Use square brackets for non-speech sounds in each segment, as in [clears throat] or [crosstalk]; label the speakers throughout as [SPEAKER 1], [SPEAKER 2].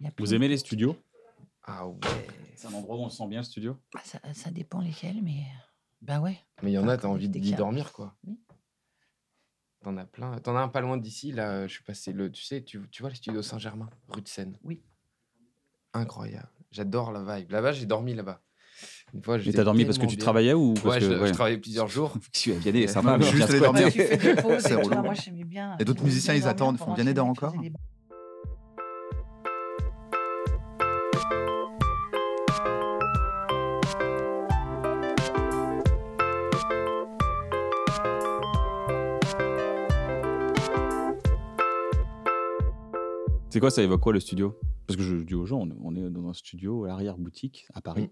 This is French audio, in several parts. [SPEAKER 1] Il y a plein
[SPEAKER 2] Vous
[SPEAKER 1] de-
[SPEAKER 2] aimez les studios
[SPEAKER 3] Ah ouais.
[SPEAKER 2] C'est un endroit où on se sent bien, le studio
[SPEAKER 1] Ah, ça, ça dépend lesquels, mais. Bah ouais.
[SPEAKER 3] Mais il y en a,
[SPEAKER 1] Enfin,
[SPEAKER 3] t'as envie
[SPEAKER 1] dès
[SPEAKER 3] d'y
[SPEAKER 1] qu'il y a-
[SPEAKER 3] dormir, quoi.
[SPEAKER 1] Oui.
[SPEAKER 3] T'en as plein. T'en as un pas loin d'ici, là. Je suis passé le. Tu sais, tu, tu vois le studio Saint-Germain, rue de Seine.
[SPEAKER 1] Oui.
[SPEAKER 3] Incroyable. J'adore la vibe. Là-bas, j'ai dormi là-bas. Une fois,
[SPEAKER 2] Mais
[SPEAKER 3] j'étais
[SPEAKER 2] t'as dormi parce que
[SPEAKER 3] tellement
[SPEAKER 2] tu
[SPEAKER 3] bien.
[SPEAKER 2] travaillais ou parce
[SPEAKER 3] Ouais,
[SPEAKER 2] que,
[SPEAKER 3] je, je travaillais
[SPEAKER 2] [laughs]
[SPEAKER 3] plusieurs jours.
[SPEAKER 2] Fixieux, Vianney, ça
[SPEAKER 3] Ouais.
[SPEAKER 2] [laughs] va, mais
[SPEAKER 4] Juste
[SPEAKER 2] on vient
[SPEAKER 4] les
[SPEAKER 2] se
[SPEAKER 4] dormir.
[SPEAKER 1] Ouais,
[SPEAKER 2] retenir.
[SPEAKER 1] Bah, tu fais des pauses et
[SPEAKER 4] [laughs] C'est
[SPEAKER 1] tout.
[SPEAKER 4] relou.
[SPEAKER 1] Moi, j'aimais bien.
[SPEAKER 4] Et d'autres
[SPEAKER 1] j'aimais
[SPEAKER 4] musiciens,
[SPEAKER 1] bien
[SPEAKER 4] ils attendent,
[SPEAKER 1] dormir
[SPEAKER 4] font Vianney
[SPEAKER 1] pendant
[SPEAKER 4] dort
[SPEAKER 1] que je
[SPEAKER 4] encore,
[SPEAKER 1] faisais
[SPEAKER 2] C'est quoi, ça évoque quoi le studio Parce que je dis aux gens, on, on est dans un studio à l'arrière-boutique à Paris.
[SPEAKER 3] Mm.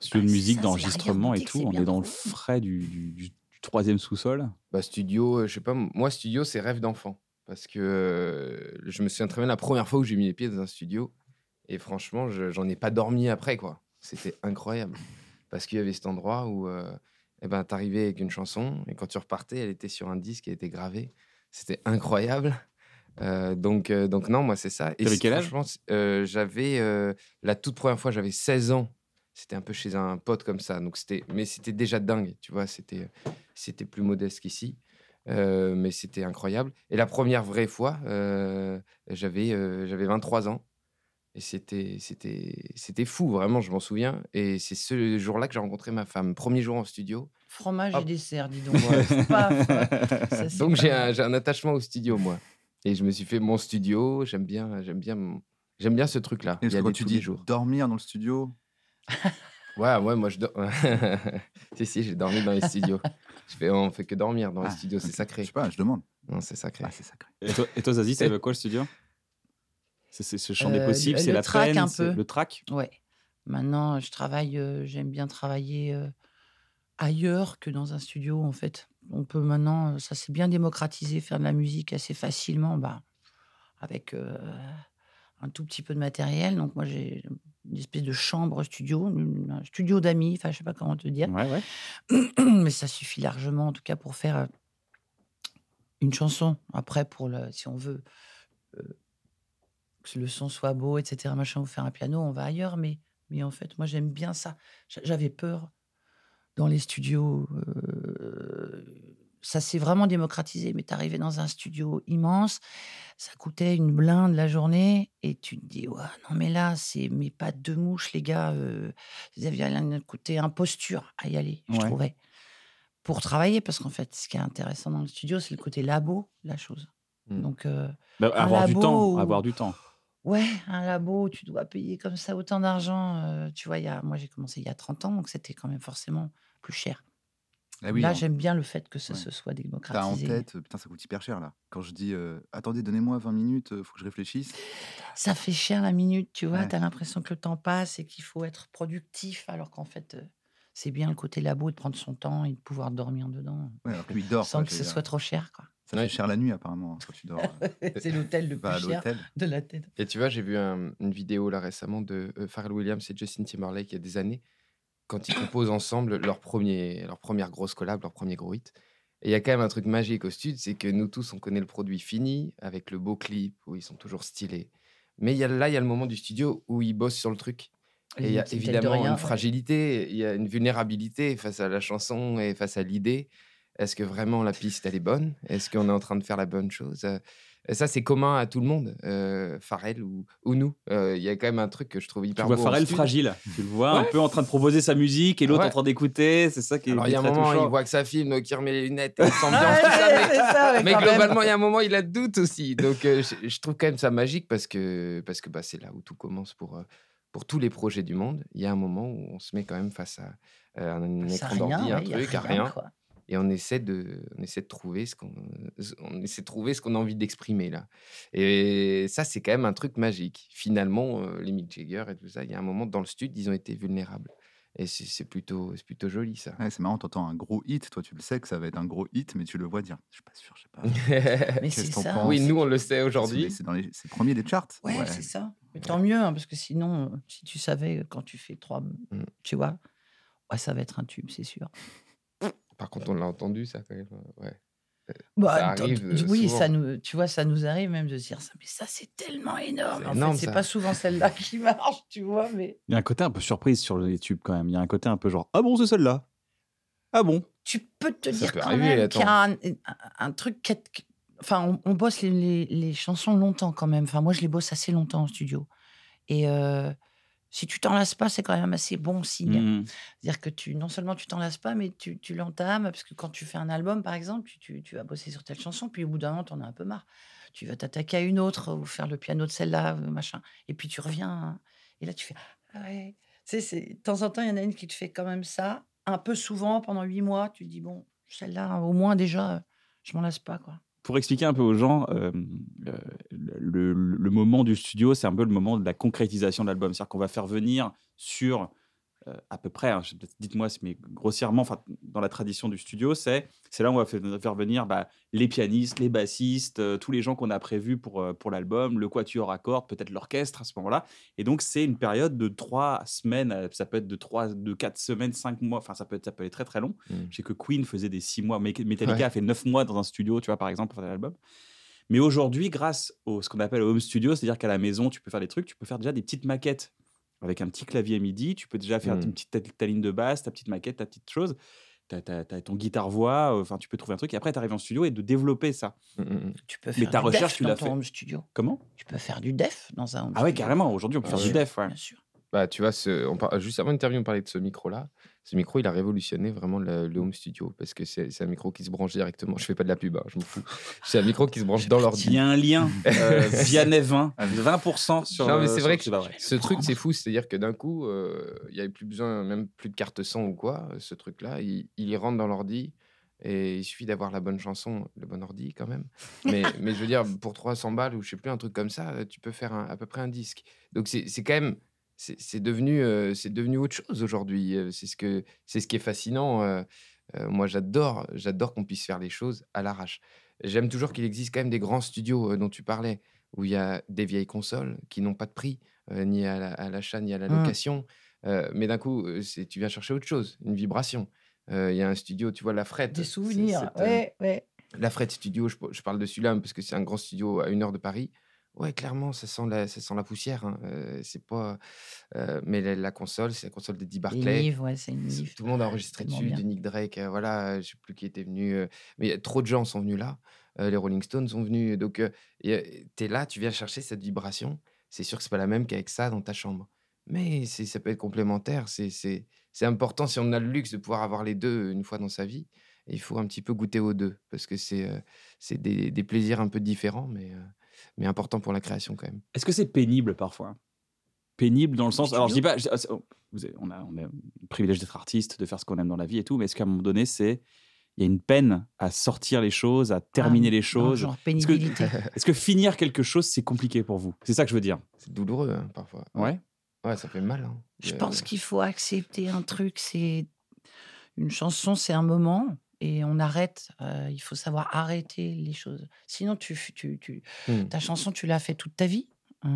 [SPEAKER 2] Studio de
[SPEAKER 1] Ah, c'est
[SPEAKER 2] musique,
[SPEAKER 1] ça, c'est
[SPEAKER 2] d'enregistrement et
[SPEAKER 1] l'arrière-boutique,
[SPEAKER 2] tout.
[SPEAKER 1] c'est
[SPEAKER 2] On
[SPEAKER 1] bien
[SPEAKER 2] est dans le
[SPEAKER 1] cool.
[SPEAKER 2] frais du, du- du- du troisième sous-sol.
[SPEAKER 3] Bah, studio, euh, je sais pas. Moi, studio, c'est rêve d'enfant. Parce que euh, je me souviens très bien la première fois où j'ai mis les pieds dans un studio. Et franchement, je- j'en ai pas dormi après, quoi. C'était incroyable. Parce qu'il y avait cet endroit où euh, eh ben, t'arrivais avec une chanson et quand tu repartais, elle était sur un disque, elle était gravée. C'était incroyable. Euh, donc, euh, donc, non, moi, c'est ça. Et
[SPEAKER 2] T'avais
[SPEAKER 3] c'est-
[SPEAKER 2] quel âge
[SPEAKER 3] franchement, c'est- euh, J'avais, euh, la toute première fois, j'avais 16 ans. C'était un peu chez un pote comme ça. Donc c'était- mais c'était déjà dingue, tu vois. C'était c'était plus modeste qu'ici. Euh, mais c'était incroyable. Et la première vraie fois, euh, j'avais euh, j'avais 23 ans. Et c'était c'était c'était fou, vraiment, je m'en souviens. Et c'est ce jour-là que j'ai rencontré ma femme, premier jour en studio.
[SPEAKER 1] Fromage
[SPEAKER 3] Hop.
[SPEAKER 1] et dessert, dis donc. Faut pas-
[SPEAKER 4] [laughs]
[SPEAKER 1] ça,
[SPEAKER 4] Ah,
[SPEAKER 1] c'est
[SPEAKER 3] Donc j'ai
[SPEAKER 1] pas-
[SPEAKER 3] un, j'ai un attachement au studio, moi. Et je me suis fait mon studio, j'aime bien, j'aime bien, mon- j'aime bien ce truc-là.
[SPEAKER 4] Et
[SPEAKER 3] y
[SPEAKER 4] parce que
[SPEAKER 3] aller
[SPEAKER 4] quand tu
[SPEAKER 3] tous les
[SPEAKER 4] dis
[SPEAKER 3] jours.
[SPEAKER 4] dormir dans le studio,
[SPEAKER 3] Ouais, ouais, moi je dors. [laughs] si, si, j'ai dormi
[SPEAKER 4] [laughs]
[SPEAKER 3] dans les studios. Je fais, on fait que dormir dans les
[SPEAKER 4] Ah,
[SPEAKER 3] studios, c'est
[SPEAKER 4] ok, Je
[SPEAKER 3] sacré.
[SPEAKER 4] sais pas, je demande.
[SPEAKER 3] Non, c'est sacré.
[SPEAKER 4] Ah, c'est sacré.
[SPEAKER 2] Et toi, et toi, Zazie, ça évoque quoi le studio C'est c'est ce champ des
[SPEAKER 1] Euh,
[SPEAKER 2] possibles,
[SPEAKER 1] le-
[SPEAKER 2] c'est
[SPEAKER 1] le
[SPEAKER 2] la
[SPEAKER 1] track
[SPEAKER 2] peine,
[SPEAKER 1] un
[SPEAKER 2] c'est
[SPEAKER 1] peu.
[SPEAKER 2] le track.
[SPEAKER 1] Ouais. Maintenant, je travaille, euh, j'aime bien travailler euh, ailleurs que dans un studio, en fait. On peut maintenant, euh, ça s'est bien démocratisé, faire de la musique assez facilement, bah, avec euh, un tout petit peu de matériel. Donc, moi, j'ai une espèce de chambre studio, une- un studio d'amis, enfin, je sais pas comment te dire.
[SPEAKER 2] Ouais, ouais.
[SPEAKER 1] [clears throat] mais ça suffit largement en tout cas pour faire euh, une chanson. Après, pour le, si on veut euh, que le son soit beau, etc., machin, ou faire un piano, on va ailleurs. Mais, mais en fait, moi, j'aime bien ça. J'a- J'avais peur dans les studios. euh, ça s'est vraiment démocratisé, mais t'arrivais dans un studio immense, ça coûtait une blinde la journée, et tu te dis, ouais, non mais là, c'est mais pas deux mouches, les gars, euh, vous aviez un côté imposture à y aller, je
[SPEAKER 2] Ouais.
[SPEAKER 1] trouvais, pour travailler, parce qu'en fait, ce qui est intéressant dans le studio, c'est le côté labo, de la chose.
[SPEAKER 4] Mmh.
[SPEAKER 3] Mm.
[SPEAKER 1] Donc, euh,
[SPEAKER 2] Bah,
[SPEAKER 1] Un
[SPEAKER 2] avoir du
[SPEAKER 1] labo
[SPEAKER 2] temps,
[SPEAKER 1] ou-
[SPEAKER 2] avoir du temps.
[SPEAKER 1] Ouais, un labo, où tu dois payer comme ça autant d'argent. euh, tu vois, il y a, moi j'ai commencé il y a 30 ans, donc c'était quand même forcément plus cher.
[SPEAKER 4] Ah oui,
[SPEAKER 1] Là,
[SPEAKER 4] hein.
[SPEAKER 1] j'aime bien le fait que ça
[SPEAKER 4] Ouais.
[SPEAKER 1] se soit
[SPEAKER 4] T'as en
[SPEAKER 1] démocratisé.
[SPEAKER 4] tête, euh, putain, ça coûte hyper cher là. Quand je dis, euh, attendez, donnez-moi 20 minutes, euh, faut que je réfléchisse.
[SPEAKER 1] Ça fait cher la minute, tu vois.
[SPEAKER 4] Ouais.
[SPEAKER 1] T'as l'impression que le temps passe et qu'il faut être productif, alors qu'en fait, euh, c'est bien le côté labo de prendre son temps et de pouvoir dormir dedans
[SPEAKER 4] Ouais, alors que lui, il dort.
[SPEAKER 1] sans
[SPEAKER 4] quoi,
[SPEAKER 1] que
[SPEAKER 4] je
[SPEAKER 1] ce
[SPEAKER 4] veux dire.
[SPEAKER 1] soit trop cher, quoi.
[SPEAKER 4] Ça
[SPEAKER 3] Ouais.
[SPEAKER 4] fait cher la nuit, apparemment, hein, quand tu dors.
[SPEAKER 1] [laughs]
[SPEAKER 4] euh,
[SPEAKER 1] c'est l'hôtel le
[SPEAKER 4] Va à
[SPEAKER 1] plus cher
[SPEAKER 4] l'hôtel.
[SPEAKER 1] de la tête.
[SPEAKER 3] Et tu vois, j'ai vu un- une vidéo là récemment de euh, Pharrell Williams et Justin Timberlake il y a des années, quand ils composent ensemble leur, premier, leur première grosse collab, leur premier gros hit. Et il y a quand même un truc magique au sud, c'est que nous tous, on connaît le produit fini, avec le beau clip, où ils sont toujours stylés. Mais il y a, là, il y a le moment du studio où ils bossent sur le truc. Et il y a
[SPEAKER 1] L'hôtel de
[SPEAKER 3] évidemment
[SPEAKER 1] rien,
[SPEAKER 3] une
[SPEAKER 1] ouais.
[SPEAKER 3] fragilité, il y a une vulnérabilité face à la chanson et face à l'idée. Est-ce que vraiment la piste, elle est bonne Est-ce qu'on est en train de faire la bonne chose Euh, et Ça, c'est commun à tout le monde, euh, Pharrell ou, ou nous. Euh, Il y a quand même un truc que je trouve
[SPEAKER 2] Tu
[SPEAKER 3] hyper
[SPEAKER 2] vois
[SPEAKER 3] beau en
[SPEAKER 2] Pharrell
[SPEAKER 3] studio.
[SPEAKER 2] fragile. Tu le vois un peu en train de proposer sa musique et l'autre
[SPEAKER 3] Ouais.
[SPEAKER 2] en train d'écouter. C'est ça qui est
[SPEAKER 3] Alors, il y a un
[SPEAKER 2] très
[SPEAKER 3] moment,
[SPEAKER 2] touchant.
[SPEAKER 3] il voit que ça filme, donc il remet les lunettes, et il s'ambiance,
[SPEAKER 1] Ouais,
[SPEAKER 3] tout ça, mais-
[SPEAKER 1] c'est ça, ouais,
[SPEAKER 3] Mais
[SPEAKER 1] quand même.
[SPEAKER 3] globalement, il y a un moment, il a de doute aussi. Donc, euh, je, je trouve quand même ça magique parce que parce que bah, c'est là où tout commence pour euh, pour tous les projets du monde. Il y a un moment où on se met quand même face à euh, un
[SPEAKER 1] Ça
[SPEAKER 3] écran
[SPEAKER 1] rien,
[SPEAKER 3] d'ordi,
[SPEAKER 1] ouais,
[SPEAKER 3] un
[SPEAKER 1] y a
[SPEAKER 3] truc, à rien.
[SPEAKER 1] quoi.
[SPEAKER 3] et on essaie de, on essaie de trouver ce qu'on, on essaie de trouver ce qu'on a envie d'exprimer là. Et ça, c'est quand même un truc magique. Finalement, euh, les Mick Jagger et tout ça, il y a un moment dans le studio, ils ont été vulnérables. Et c'est c'est plutôt, c'est plutôt joli
[SPEAKER 4] [laughs]
[SPEAKER 3] ça. [laughs]
[SPEAKER 4] Ouais, c'est marrant, t'entends un gros hit, toi tu le sais que ça va être un gros hit, mais tu le vois dire, je suis pas sûr, je sais pas.
[SPEAKER 1] Mais
[SPEAKER 4] Qu'est-ce
[SPEAKER 1] c'est
[SPEAKER 4] qu'on
[SPEAKER 1] ça.
[SPEAKER 4] pense
[SPEAKER 3] oui, nous on le sait [laughs]
[SPEAKER 4] C'est-
[SPEAKER 3] aujourd'hui.
[SPEAKER 4] C'est dans les c'est premier des charts.
[SPEAKER 1] Ouais, c'est ça. Mais tant mieux, hein, parce que sinon, euh, si tu savais euh, quand tu fais trois,
[SPEAKER 3] Mm.
[SPEAKER 1] tu vois, ouais, ça va être un tube, c'est sûr.
[SPEAKER 3] Par contre, on l'a entendu ça quand même. euh, Ouais.
[SPEAKER 1] Bah,
[SPEAKER 3] Ça
[SPEAKER 1] tant-
[SPEAKER 3] arrive, euh,
[SPEAKER 1] oui,
[SPEAKER 3] souvent.
[SPEAKER 1] ça nous, tu vois, ça nous arrive même de se dire ça, mais ça c'est tellement énorme.
[SPEAKER 3] C'est
[SPEAKER 1] En fait,
[SPEAKER 3] énorme,
[SPEAKER 1] c'est
[SPEAKER 3] ça.
[SPEAKER 1] pas souvent celle-là [laughs] qui marche, tu vois, mais
[SPEAKER 2] Il y a un côté un peu surprise sur les tubes quand même. Il y a un côté un peu genre Ah bon, c'est celle-là Ah bon
[SPEAKER 1] tu peux te
[SPEAKER 3] Ça
[SPEAKER 1] dire
[SPEAKER 3] peut
[SPEAKER 1] quand
[SPEAKER 3] arriver,
[SPEAKER 1] même
[SPEAKER 3] attends.
[SPEAKER 1] qu'il y a un, un- un truc. qui est- qui- Enfin, on, on bosse les, les- les chansons longtemps quand même. Enfin, moi, je les bosse assez longtemps en studio. Et euh, si tu t'en lasses pas, c'est quand même assez bon signe.
[SPEAKER 2] Mhm.
[SPEAKER 1] C'est-à-dire que tu, non seulement tu t'en lasses pas, mais tu, tu l'entames, parce que quand tu fais un album, par exemple, tu, tu, tu vas bosser sur telle chanson, puis au bout d'un moment, t'en as un peu marre. Tu vas t'attaquer à une autre, ou faire le piano de celle-là, ou machin. Et puis tu reviens, hein. et là tu fais, ah ouais. Tu sais, c'est- de temps en temps, il y en a une qui te fait quand même ça, un peu souvent, pendant huit mois, tu te dis, bon, celle-là, au moins déjà, euh, je m'en lasse pas, quoi.
[SPEAKER 2] Pour expliquer un peu aux gens, euh, euh, le, le moment du studio, c'est un peu le moment de la concrétisation de l'album. C'est-à-dire qu'on va faire venir sur euh, à peu près, hein, je- peut-être dites-moi, si- mais grossièrement, enfin, dans la tradition du studio, c'est c'est là où on va fa- faire venir bah, les pianistes, les bassistes, euh, tous les gens qu'on a prévus pour, euh, pour l'album, le quatuor à cordes, peut-être l'orchestre à ce moment-là. Et donc, c'est une période de trois semaines, euh, ça peut être de trois, de quatre semaines, cinq mois, enfin, ça peut être, ça peut être très très long.
[SPEAKER 3] Mm.
[SPEAKER 2] Je sais que Queen faisait des six mois, mais Metallica
[SPEAKER 3] Ouais.
[SPEAKER 2] a fait neuf mois dans un studio, tu vois, par exemple, pour faire l'album. Mais aujourd'hui, grâce au ce qu'on appelle au home studio, c'est-à-dire qu'à la maison, tu peux faire des trucs, tu peux faire déjà des petites maquettes avec un petit clavier MIDI, tu peux déjà faire
[SPEAKER 3] Mm.
[SPEAKER 2] une petite, ta, ta ligne de basse, ta petite maquette, ta petite chose, ta, ta- ta- ton guitare-voix, euh, enfin, tu peux trouver un truc, et après, tu arrives en studio et de développer ça.
[SPEAKER 3] Mm, mm, mm.
[SPEAKER 1] Tu peux
[SPEAKER 2] Mais
[SPEAKER 1] faire
[SPEAKER 2] ta
[SPEAKER 1] du
[SPEAKER 2] recherche,
[SPEAKER 1] def
[SPEAKER 2] tu
[SPEAKER 1] dans
[SPEAKER 2] l'as
[SPEAKER 1] ton
[SPEAKER 2] fait.
[SPEAKER 1] home studio.
[SPEAKER 2] Comment
[SPEAKER 1] Tu peux faire du def dans un home
[SPEAKER 2] Ah ouais,
[SPEAKER 1] studio.
[SPEAKER 2] carrément, aujourd'hui, on peut
[SPEAKER 3] Ah
[SPEAKER 2] faire du
[SPEAKER 3] ouais.
[SPEAKER 2] def, ouais.
[SPEAKER 1] Bien sûr.
[SPEAKER 3] Bah, tu vois, ce, on par- juste avant l'interview, on parlait de ce micro-là. Ce micro, il a révolutionné vraiment le, le home studio parce que c'est c'est un micro qui se branche directement. Je fais pas de la pub, hein, je m'en fous. C'est un micro qui se branche dans
[SPEAKER 2] Il y
[SPEAKER 3] l'ordi. Ah
[SPEAKER 2] a un
[SPEAKER 3] [laughs]
[SPEAKER 2] lien euh, via Net20, 20% sur.
[SPEAKER 3] Non, mais
[SPEAKER 2] euh,
[SPEAKER 3] c'est
[SPEAKER 2] sur-
[SPEAKER 3] vrai que-
[SPEAKER 2] pas vrai.
[SPEAKER 3] Ce truc, c'est fou, c'est-à-dire que d'un coup, euh, il y n'y avait plus besoin, même plus de carte son ou quoi. euh, Ce truc-là, il, il y rentre dans l'ordi et il suffit d'avoir la bonne chanson, le bon ordi quand même. Mais, mais je veux dire, pour 300 balles ou je sais plus, un truc comme ça, euh, tu peux faire un- à peu près un disque. Donc c'est c'est quand même. C'est c'est devenu, euh, c'est devenu autre chose aujourd'hui. Euh, C'est ce, que- c'est ce qui est fascinant. euh, euh, moi, j'adore, j'adore qu'on puisse faire les choses à l'arrache. J'aime toujours qu'il existe quand même des grands studios euh, dont tu parlais, où il y a des vieilles consoles qui n'ont pas de prix, euh, ni à la- à l'achat, ni à la
[SPEAKER 1] Mm.
[SPEAKER 3] location. Euh, mais d'un coup, euh, c'est- tu viens chercher autre chose, une vibration. Euh, Il y a un studio, tu vois, la frette.
[SPEAKER 1] Des
[SPEAKER 3] c'est-
[SPEAKER 1] souvenirs.
[SPEAKER 3] cette, euh,
[SPEAKER 1] ouais, ouais.
[SPEAKER 3] la Fred Studio, je, je parle de celui-là hein, parce que c'est un grand studio à une heure de Paris. Ouais, clairement, ça sent la, ça sent la poussière. hein. Euh, c'est pas. euh, mais la, la console, c'est la console d'Eddie
[SPEAKER 1] Des
[SPEAKER 3] Barclay.
[SPEAKER 1] livres, ouais, c'est une
[SPEAKER 3] C'est-
[SPEAKER 1] livre.
[SPEAKER 3] Tout le monde a enregistré
[SPEAKER 1] Tellement
[SPEAKER 3] dessus,
[SPEAKER 1] bien.
[SPEAKER 3] de Nick Drake, euh, voilà, euh, je sais plus qui était venu, euh, mais euh, trop de gens sont venus là, euh, les Rolling Stones sont venus, donc euh, tu es là, tu viens chercher cette vibration, c'est sûr que c'est pas la même qu'avec ça dans ta chambre, mais c'est- ça peut être complémentaire, c'est- c'est c'est important si on a le luxe de pouvoir avoir les deux euh, une fois dans sa vie, il faut un petit peu goûter aux deux, parce que c'est euh, c'est des, des plaisirs un peu différents, mais, euh, mais importants pour la création quand même.
[SPEAKER 2] Est-ce que c'est pénible parfois Pénible dans le sens.
[SPEAKER 1] studio
[SPEAKER 2] Alors, je dis pas. je- oh, vous avez- on, a, on a le privilège d'être artiste, de faire ce qu'on aime dans la vie et tout, mais est-ce qu'à un moment donné, c'est. Il y a une peine à sortir les choses, à terminer
[SPEAKER 1] Ah,
[SPEAKER 2] les
[SPEAKER 1] dans
[SPEAKER 2] choses.
[SPEAKER 1] Genre
[SPEAKER 2] Est-ce que-
[SPEAKER 1] pénibilité.
[SPEAKER 2] [laughs] Est-ce que finir quelque chose, c'est compliqué pour vous C'est ça que je veux dire.
[SPEAKER 3] C'est douloureux hein, parfois. Ouais, ça fait mal. hein.
[SPEAKER 1] Je
[SPEAKER 3] Euh,
[SPEAKER 1] pense qu'il faut accepter un truc. C'est une chanson, c'est un moment et on arrête. euh, il faut savoir arrêter les choses. Sinon, tu, f- tu, tu-
[SPEAKER 3] Hmm.
[SPEAKER 1] ta chanson, tu l'as fait toute ta vie. tu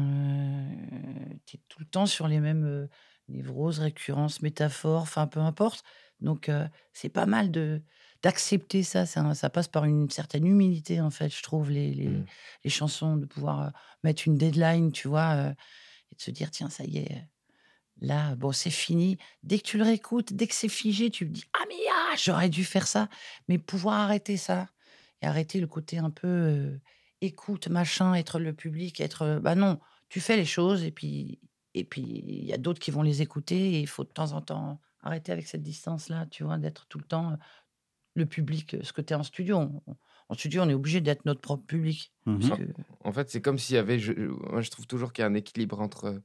[SPEAKER 1] es tout le temps sur les mêmes euh, névroses, récurrences, métaphores, enfin peu importe. Donc euh, c'est pas mal de d'accepter ça. Ça, ça passe par une certaine humilité en fait. Je trouve les les,
[SPEAKER 3] Hmm.
[SPEAKER 1] les chansons de pouvoir euh, mettre une deadline, tu vois, euh, et de se dire tiens ça y est. euh, Là, bon, c'est fini. Dès que tu le réécoutes, dès que c'est figé, tu te dis Ah, mais ah, j'aurais dû faire ça. Mais pouvoir arrêter ça et arrêter le côté un peu euh, écoute, machin, être le public, être. euh, Bah non, tu fais les choses et puis et puis il y a d'autres qui vont les écouter et il faut de temps en temps arrêter avec cette distance-là, tu vois, d'être tout le temps euh, le public, euh, ce que tu es en studio. On- En studio, on est obligé d'être notre propre public.
[SPEAKER 2] Mhm.
[SPEAKER 1] parce que-
[SPEAKER 3] En fait, c'est comme s'il y avait. Je, je- moi, je trouve toujours euh, qu'il y a un équilibre entre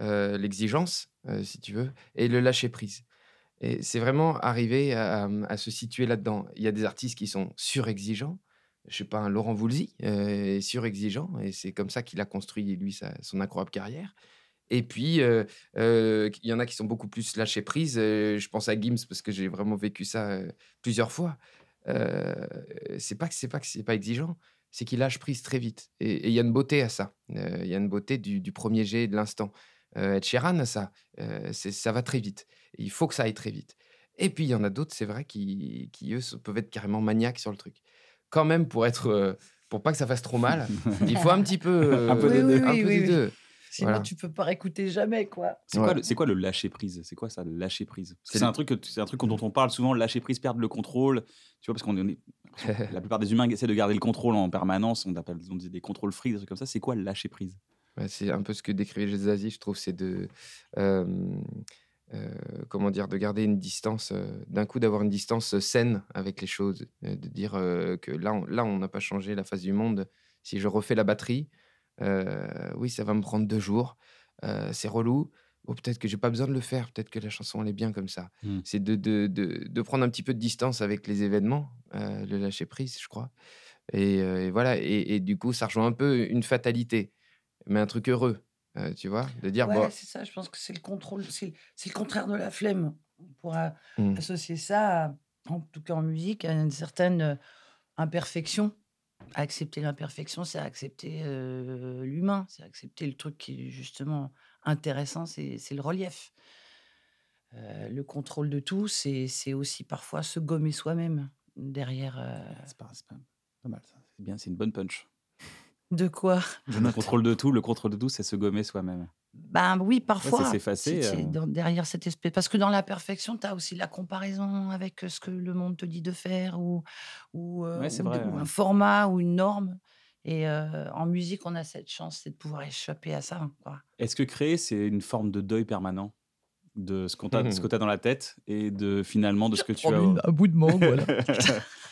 [SPEAKER 3] euh, l'exigence, euh, si tu veux, et le lâcher prise. Et c'est vraiment arriver à, à se situer là-dedans. Il y a des artistes qui sont surexigeants. Je sais pas, un Laurent Voulzy euh, est surexigeant et c'est comme ça qu'il a construit, lui, sa- son incroyable carrière. Et puis, euh, euh, il y en a qui sont beaucoup plus lâchés prise. Euh, je pense à Gims parce que j'ai vraiment vécu ça euh, plusieurs fois. Euh, c'est pas que c'est pas que c'est pas exigeant, c'est qu'il lâche prise très vite. Et et il y a une beauté à ça. Euh, Il y a une beauté du, du premier jet de l'instant. Euh, Ed Sheeran a ça. Euh, c'est- ça va très vite. Il faut que ça aille très vite. Et puis il y en a d'autres, c'est vrai, qui, qui eux se- peuvent être carrément maniaques sur le truc. Quand même, pour être, euh, pour pas que ça fasse trop mal, il faut un petit peu,
[SPEAKER 2] [laughs] Un peu
[SPEAKER 3] euh,
[SPEAKER 2] des
[SPEAKER 3] un
[SPEAKER 2] deux.
[SPEAKER 3] peu
[SPEAKER 1] Oui, oui,
[SPEAKER 3] des
[SPEAKER 1] oui.
[SPEAKER 3] deux.
[SPEAKER 1] Sinon,
[SPEAKER 3] Voilà.
[SPEAKER 1] tu peux pas écouter jamais, quoi.
[SPEAKER 2] C'est quoi,
[SPEAKER 3] Ouais.
[SPEAKER 2] le- c'est quoi le lâcher prise C'est quoi ça, le lâcher prise Parce que
[SPEAKER 3] C'est
[SPEAKER 2] C'est
[SPEAKER 3] le-
[SPEAKER 2] un truc, que- c'est un truc dont on parle souvent, lâcher prise, perdre le contrôle. Tu vois, parce qu'on est,
[SPEAKER 3] [laughs]
[SPEAKER 2] la plupart des humains essaient de garder le contrôle en permanence. On appelle, on dit des contrôles frics, des trucs comme ça. C'est quoi le lâcher prise
[SPEAKER 3] Ouais, Bah, c'est un peu ce que décrivait les Zazie, je trouve, c'est de, euh, euh, comment dire, de garder une distance, euh, d'un coup d'avoir une distance saine avec les choses, euh, de dire euh, que là, on, là, on n'a pas changé la face du monde. Si je refais la batterie, euh, oui, ça va me prendre deux jours, euh, c'est relou. Ou peut-être que j'ai pas besoin de le faire, peut-être que la chanson elle est bien comme ça.
[SPEAKER 2] Mm.
[SPEAKER 3] C'est de, de, de, de prendre un petit peu de distance avec les événements, euh, le lâcher prise, je crois. Et, euh, et voilà, et, et du coup, ça rejoint un peu une fatalité mais un truc heureux, euh, tu vois, de dire
[SPEAKER 1] Ouais,
[SPEAKER 3] bon,
[SPEAKER 1] c'est ça, je pense que c'est le contrôle, c'est le, c'est le contraire de la flemme. On pourra
[SPEAKER 3] Mm.
[SPEAKER 1] associer ça, à- en tout cas en musique, à une certaine euh, imperfection. Accepter l'imperfection, c'est accepter euh, l'humain, c'est accepter le truc qui est justement intéressant, c'est c'est le relief. Euh, le contrôle de tout, c'est c'est aussi parfois se gommer soi-même derrière. euh,
[SPEAKER 2] C'est pas, c'est pas- pas mal. ça. C'est bien, c'est une bonne punch.
[SPEAKER 1] de quoi
[SPEAKER 4] Je
[SPEAKER 2] Le
[SPEAKER 4] note.
[SPEAKER 2] contrôle de tout, le contrôle de tout, c'est se gommer soi-même.
[SPEAKER 1] Ben oui, parfois.
[SPEAKER 2] s'effacer,
[SPEAKER 1] c'est- c'est
[SPEAKER 2] euh.
[SPEAKER 1] dans- derrière cette espèce. Parce que dans la perfection, tu as aussi la comparaison avec euh, ce que le monde te dit de faire ou, ou, euh,
[SPEAKER 2] Ouais, c'est
[SPEAKER 1] ou
[SPEAKER 2] vrai,
[SPEAKER 1] de- ou
[SPEAKER 2] ouais.
[SPEAKER 1] un format ou une norme. Et euh, en musique, on a cette chance, c'est de pouvoir échapper à ça. hein, quoi.
[SPEAKER 2] Est-ce que créer, c'est une forme de deuil permanent de ce qu'on t'a- de
[SPEAKER 3] Mmh.
[SPEAKER 2] ce que tu as dans la tête et de finalement de ce que tu as. au-
[SPEAKER 1] à bout de mangue, voilà.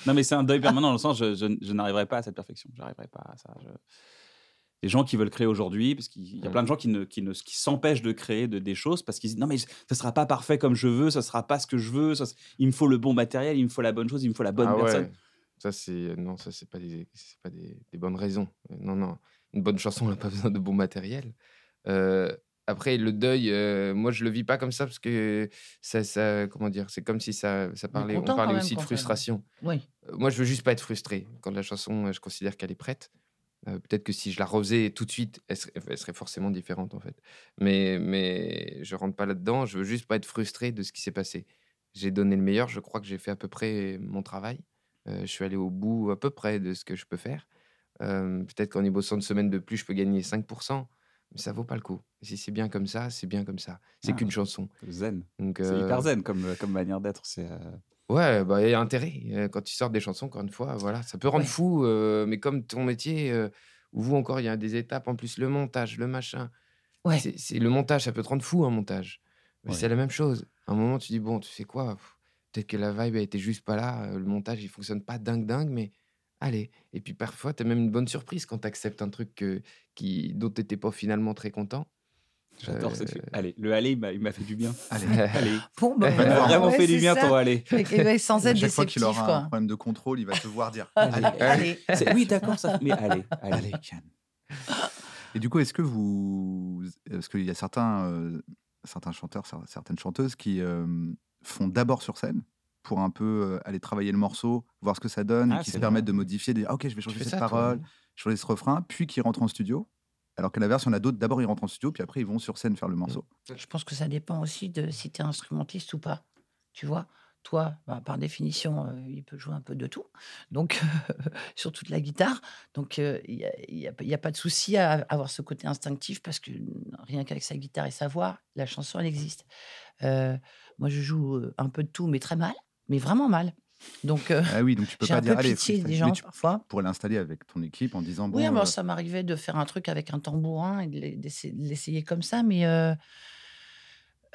[SPEAKER 2] non, mais c'est un deuil permanent dans le sens, je, je- je n'arriverai pas à cette perfection. J'arriverai pas à ça. je- Les gens qui veulent créer aujourd'hui, parce qu'il y a
[SPEAKER 3] Mm.
[SPEAKER 2] plein de gens qui ne, qui ne, qui s'empêchent de créer de, des choses parce qu'ils disent non mais ça sera pas parfait comme je veux, ça sera pas ce que je veux, ça s- il me faut le bon matériel, il me faut la bonne chose, il me faut la bonne
[SPEAKER 3] ah ouais,
[SPEAKER 2] personne.
[SPEAKER 3] ça c'est euh, non, ça c'est pas des, c'est pas des, des bonnes raisons. Euh, Non non, une bonne chanson, on n'a pas besoin de bon matériel. Euh, après le deuil, euh, moi je le vis pas comme ça parce que ça, ça comment dire, c'est comme si ça, ça parlait,
[SPEAKER 1] content
[SPEAKER 3] on
[SPEAKER 1] quand
[SPEAKER 3] parlait
[SPEAKER 1] même
[SPEAKER 3] aussi de
[SPEAKER 1] qu'on fait-
[SPEAKER 3] frustration.
[SPEAKER 1] [laughs] Oui.
[SPEAKER 3] Euh, Moi je veux juste pas être frustré quand la chanson, euh, je considère qu'elle est prête. Euh, Peut-être que si je la refaisais tout de suite, elle serait, elle serait forcément différente en fait. Mais, mais je rentre pas là-dedans, je veux juste pas être frustré de ce qui s'est passé. J'ai donné le meilleur, je crois que j'ai fait à peu près mon travail. Euh, je suis allé au bout à peu près de ce que je peux faire. Euh, Peut-être qu'en y bossant une semaine de plus, je peux gagner 5%, mais ça vaut pas le coup. Si c'est bien comme ça, c'est bien comme ça. C'est
[SPEAKER 2] Ah.
[SPEAKER 3] qu'une chanson.
[SPEAKER 2] Zen.
[SPEAKER 3] Donc,
[SPEAKER 2] C'est hyper
[SPEAKER 3] euh,
[SPEAKER 2] zen comme, comme manière d'être. C'est euh,
[SPEAKER 3] Ouais, bah, il y a intérêt. Euh, Quand tu sors des chansons, encore une fois, voilà, ça peut rendre
[SPEAKER 1] Ouais.
[SPEAKER 3] fou, euh, mais comme ton métier, euh, où vous encore, il y a des étapes, en plus le montage, le machin.
[SPEAKER 1] Ouais.
[SPEAKER 3] C'est, c'est- le montage, ça peut te rendre fou, un montage. Mais
[SPEAKER 2] Ouais.
[SPEAKER 3] c'est la même chose. À un moment, tu dis, bon, tu sais quoi, pff, peut-être que la vibe, elle était juste pas là, euh, le montage, il fonctionne pas dingue, dingue, mais allez. Et puis parfois, tu as même une bonne surprise quand tu acceptes un truc que- qui, dont tu n'étais pas finalement très content.
[SPEAKER 2] J'adore
[SPEAKER 3] Euh,
[SPEAKER 2] cette. Allez, le aller, il m'a- il m'a fait du bien.
[SPEAKER 4] Allez.
[SPEAKER 2] Allez.
[SPEAKER 1] Bon,
[SPEAKER 4] Eh
[SPEAKER 1] bah,
[SPEAKER 3] Ouais,
[SPEAKER 2] Il m'a
[SPEAKER 1] voilà,
[SPEAKER 2] vraiment
[SPEAKER 1] ouais,
[SPEAKER 2] fait du
[SPEAKER 1] c'est
[SPEAKER 2] bien
[SPEAKER 1] ça.
[SPEAKER 2] ton aller.
[SPEAKER 1] Fait- et ouais, sans
[SPEAKER 4] ben, À
[SPEAKER 1] être
[SPEAKER 4] chaque fois
[SPEAKER 1] déceptif,
[SPEAKER 4] qu'il aura un
[SPEAKER 1] quoi.
[SPEAKER 4] problème de contrôle, il va te
[SPEAKER 1] [laughs]
[SPEAKER 4] voir dire. Ah,
[SPEAKER 1] Allez,
[SPEAKER 4] Allez.
[SPEAKER 1] allez.
[SPEAKER 2] C'est- Oui, d'accord, ça. Mais allez, allez, calme.
[SPEAKER 4] Et du coup, est-ce que vous. Parce qu'il y a certains, euh, certains chanteurs, cer- certaines chanteuses qui euh, font d'abord sur scène pour un peu euh, aller travailler le morceau, voir ce que ça donne,
[SPEAKER 2] Ah,
[SPEAKER 4] et qui
[SPEAKER 2] c'est
[SPEAKER 4] se
[SPEAKER 2] vrai.
[SPEAKER 4] permettent de modifier, de dire Ah, Ok, je vais
[SPEAKER 3] Tu
[SPEAKER 4] changer
[SPEAKER 3] fais
[SPEAKER 4] cette
[SPEAKER 3] ça, toi
[SPEAKER 4] parole, changer ce refrain, puis qui rentrent en studio. Alors que la version, il y en a d'autres, d'abord ils rentrent en studio, puis après ils vont sur scène faire le
[SPEAKER 1] Mmh.
[SPEAKER 4] morceau.
[SPEAKER 1] Je pense que ça dépend aussi de si tu es instrumentiste ou pas. Tu vois, toi, bah, par définition, euh, il peut jouer un peu de tout, donc [laughs] surtout de la guitare. Donc euh, il n'y a, il y a pas de souci à avoir ce côté instinctif parce que rien qu'avec sa guitare et sa voix, la chanson, elle existe. Euh, moi, je joue euh, un peu de tout, mais très mal, mais vraiment mal. Donc euh,
[SPEAKER 4] Ah oui, donc
[SPEAKER 1] [laughs]
[SPEAKER 4] tu peux
[SPEAKER 1] j'ai
[SPEAKER 4] pas
[SPEAKER 1] un
[SPEAKER 4] dire
[SPEAKER 1] peu
[SPEAKER 4] Allez,
[SPEAKER 1] pitié
[SPEAKER 4] freestyle.
[SPEAKER 1] des
[SPEAKER 4] Mais
[SPEAKER 1] gens
[SPEAKER 4] tu
[SPEAKER 1] parfois.
[SPEAKER 4] pourrais l'installer avec ton équipe en disant Bon,
[SPEAKER 1] Oui, moi,
[SPEAKER 4] euh,
[SPEAKER 1] ça m'arrivait de faire un truc avec un tambourin et de l'e- d'essa- de l'essayer comme ça, mais. euh,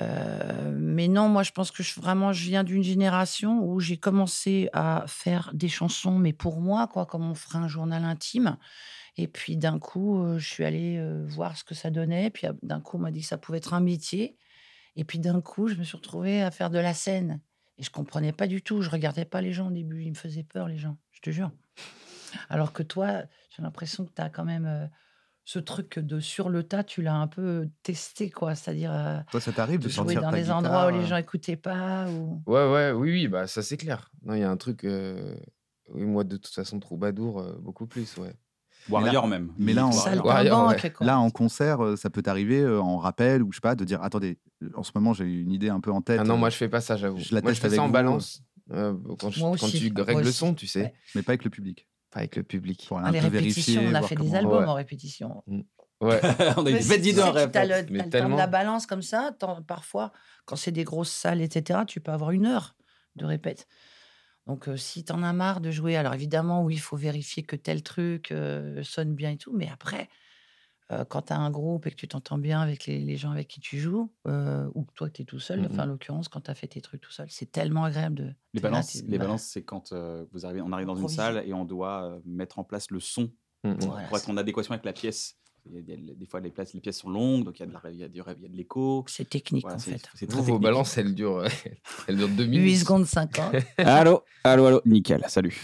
[SPEAKER 1] euh, mais non, moi je pense que je, vraiment je viens d'une génération où j'ai commencé à faire des chansons, mais pour moi, quoi, comme on ferait un journal intime. Et puis d'un ah, coup, euh, je suis allée euh, voir ce que ça donnait. Puis euh, d'un coup, on m'a dit que ça pouvait être un métier. Et puis d'un coup, je me suis retrouvée à faire de la scène. Et je comprenais pas du tout. Je regardais pas les gens au début. Ils me faisaient peur, les gens. Je te jure. Alors que toi, j'ai l'impression que tu as quand même euh, ce truc de sur le tas, tu l'as un peu testé, quoi. C'est-à-dire euh,
[SPEAKER 4] Toi, ça t'arrive de
[SPEAKER 1] de jouer
[SPEAKER 4] sortir
[SPEAKER 1] dans
[SPEAKER 4] ta
[SPEAKER 1] les
[SPEAKER 4] guitare,
[SPEAKER 1] endroits où les
[SPEAKER 4] euh,
[SPEAKER 1] gens écoutaient pas. Ou...
[SPEAKER 3] Ouais, ouais, oui, oui, bah ça c'est clair. Non, il y a un truc. euh, Oui, moi de toute façon, troubadour, euh, beaucoup plus, ouais.
[SPEAKER 2] Warrior même.
[SPEAKER 4] mais là, on-
[SPEAKER 1] Salle
[SPEAKER 3] ouais, ouais.
[SPEAKER 1] quoi.
[SPEAKER 4] Là, en concert, euh, ça peut t'arriver euh, en rappel ou je sais pas, de dire attendez, euh, en ce moment, j'ai une idée un peu en tête,
[SPEAKER 3] Ah non,
[SPEAKER 4] euh,
[SPEAKER 3] moi je fais pas ça, j'avoue.
[SPEAKER 4] je la
[SPEAKER 3] Moi je
[SPEAKER 4] teste
[SPEAKER 3] fais ça
[SPEAKER 4] avec
[SPEAKER 3] en
[SPEAKER 4] vous.
[SPEAKER 3] balance. euh, quand, je-
[SPEAKER 1] Moi
[SPEAKER 3] quand
[SPEAKER 1] aussi,
[SPEAKER 3] tu
[SPEAKER 1] moi
[SPEAKER 3] règles le
[SPEAKER 1] aussi,
[SPEAKER 3] son, tu sais,
[SPEAKER 1] ouais.
[SPEAKER 4] mais pas avec le public.
[SPEAKER 3] pas avec le public.
[SPEAKER 4] Pour aller
[SPEAKER 1] Ah, les
[SPEAKER 4] un peu
[SPEAKER 1] répétitions,
[SPEAKER 4] vérifier.
[SPEAKER 1] on a
[SPEAKER 4] voir
[SPEAKER 1] fait
[SPEAKER 4] comment-
[SPEAKER 1] des albums hein.
[SPEAKER 3] Ouais.
[SPEAKER 1] en répétition.
[SPEAKER 3] [laughs] Ouais.
[SPEAKER 2] [laughs] on a
[SPEAKER 1] Mais
[SPEAKER 2] une bête
[SPEAKER 1] si- si
[SPEAKER 2] d'idée en
[SPEAKER 1] tu as le,
[SPEAKER 2] rêve.
[SPEAKER 3] répète, mais
[SPEAKER 1] t'as le terme de
[SPEAKER 3] tellement.
[SPEAKER 1] la balance comme ça, t'en- parfois, quand c'est des grosses salles, etc., tu peux avoir une heure de répète. Donc, euh, si tu en as marre de jouer, alors évidemment, oui, il faut vérifier que tel truc euh, sonne bien et tout, mais après, euh, quand tu as un groupe et que tu t'entends bien avec les, les gens avec qui tu joues, euh, ou que toi, tu es tout seul,
[SPEAKER 3] Mhm.
[SPEAKER 1] enfin, en l'occurrence, quand tu as fait tes trucs tout seul, c'est tellement agréable de. t'es
[SPEAKER 2] Les
[SPEAKER 1] là,
[SPEAKER 2] balances,
[SPEAKER 1] t'es-
[SPEAKER 2] les
[SPEAKER 1] bah,
[SPEAKER 2] balances, c'est quand euh, vous arrivez, on arrive dans une
[SPEAKER 1] Improviser.
[SPEAKER 2] salle et on doit euh, mettre en place le son
[SPEAKER 3] Mm,
[SPEAKER 4] [laughs]
[SPEAKER 3] mm.
[SPEAKER 1] Voilà,
[SPEAKER 2] pour être en adéquation avec la pièce. Il y a- il y a le- des fois, les, places, les pièces sont longues, donc il y a de la- il y a du rêve, il y a de l'écho.
[SPEAKER 1] C'est technique,
[SPEAKER 2] Voilà,
[SPEAKER 1] en
[SPEAKER 2] c'est-
[SPEAKER 1] fait.
[SPEAKER 2] c'est très
[SPEAKER 3] Vous, vos
[SPEAKER 2] technique.
[SPEAKER 3] balances, elles durent, [laughs] elles durent deux
[SPEAKER 1] 8
[SPEAKER 3] minutes.
[SPEAKER 1] secondes 50.
[SPEAKER 2] [laughs]
[SPEAKER 3] [laughs]
[SPEAKER 2] Allô, allô, allô, nickel, salut.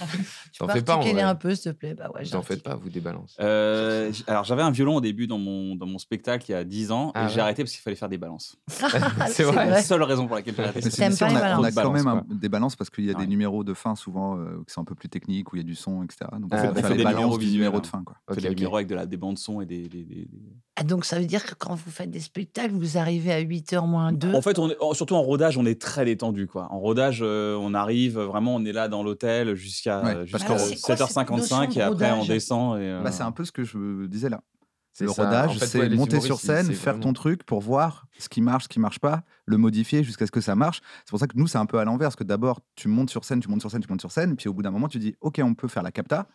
[SPEAKER 3] T'en fais pas, en
[SPEAKER 1] Articulez
[SPEAKER 3] vrai.
[SPEAKER 1] un peu, s'il te plaît. Bah ouais,
[SPEAKER 3] Vous en
[SPEAKER 1] j'articule. [laughs]
[SPEAKER 3] faites pas, vous, [laughs] des balances.
[SPEAKER 4] Ah,
[SPEAKER 2] Euh, j- alors j'avais un violon au début dans mon, dans mon spectacle il y a 10 ans
[SPEAKER 3] Ah
[SPEAKER 2] et
[SPEAKER 3] ouais.
[SPEAKER 2] j'ai arrêté parce qu'il fallait faire des balances.
[SPEAKER 3] C'est vrai.
[SPEAKER 2] C'est la seule raison pour laquelle j'ai arrêté.
[SPEAKER 4] Mais
[SPEAKER 2] c'est
[SPEAKER 4] c'est
[SPEAKER 1] T'aimes
[SPEAKER 4] bien
[SPEAKER 1] pas
[SPEAKER 4] sûr, on
[SPEAKER 1] les
[SPEAKER 4] a, on a
[SPEAKER 2] balances.
[SPEAKER 4] quand même un-
[SPEAKER 2] Balances,
[SPEAKER 4] des balances parce qu'il y a
[SPEAKER 2] Ouais.
[SPEAKER 4] des numéros de fin souvent euh, qui sont un peu plus techniques où il y a du son, etc. Donc
[SPEAKER 3] Ah, on
[SPEAKER 4] on peut
[SPEAKER 3] fait des
[SPEAKER 4] faire les
[SPEAKER 2] numéros
[SPEAKER 4] balances du
[SPEAKER 2] visuels,
[SPEAKER 4] numéro de
[SPEAKER 2] hein.
[SPEAKER 4] fin. Quoi.
[SPEAKER 2] Parce
[SPEAKER 3] Ok,
[SPEAKER 2] qu'il y a
[SPEAKER 3] ok.
[SPEAKER 2] des numéros avec de la, des bandes sons et des. des- des- des-
[SPEAKER 1] Ah, donc ça veut dire que quand vous faites des spectacles, vous arrivez à 8h moins 2.
[SPEAKER 2] En fait, on est- en- surtout en rodage, on est très détendu quoi. En rodage, euh, on arrive euh, vraiment, on est là dans l'hôtel jusqu'à
[SPEAKER 4] Ouais,
[SPEAKER 2] euh,
[SPEAKER 4] parce
[SPEAKER 2] jusqu'à
[SPEAKER 4] que-
[SPEAKER 1] Alors, c'est quoi cette
[SPEAKER 2] 7h55
[SPEAKER 1] notion de
[SPEAKER 2] et après on
[SPEAKER 1] rodage
[SPEAKER 2] descend et. euh,
[SPEAKER 4] Bah, c'est un peu ce que je disais là.
[SPEAKER 3] C'est
[SPEAKER 4] Le
[SPEAKER 3] ça.
[SPEAKER 4] rodage,
[SPEAKER 3] En fait,
[SPEAKER 4] c'est
[SPEAKER 3] ouais, les
[SPEAKER 4] monter
[SPEAKER 3] humoristes,
[SPEAKER 4] sur
[SPEAKER 3] ils-
[SPEAKER 4] scène,
[SPEAKER 3] c'est
[SPEAKER 4] faire
[SPEAKER 3] vraiment-
[SPEAKER 4] ton truc pour voir ce qui marche, ce qui marche pas, le modifier jusqu'à ce que ça marche. C'est pour ça que nous, c'est un peu à l'envers, parce que d'abord, tu montes sur scène, tu montes sur scène, tu montes sur scène, puis au bout d'un moment, tu dis, OK, on peut faire la capta.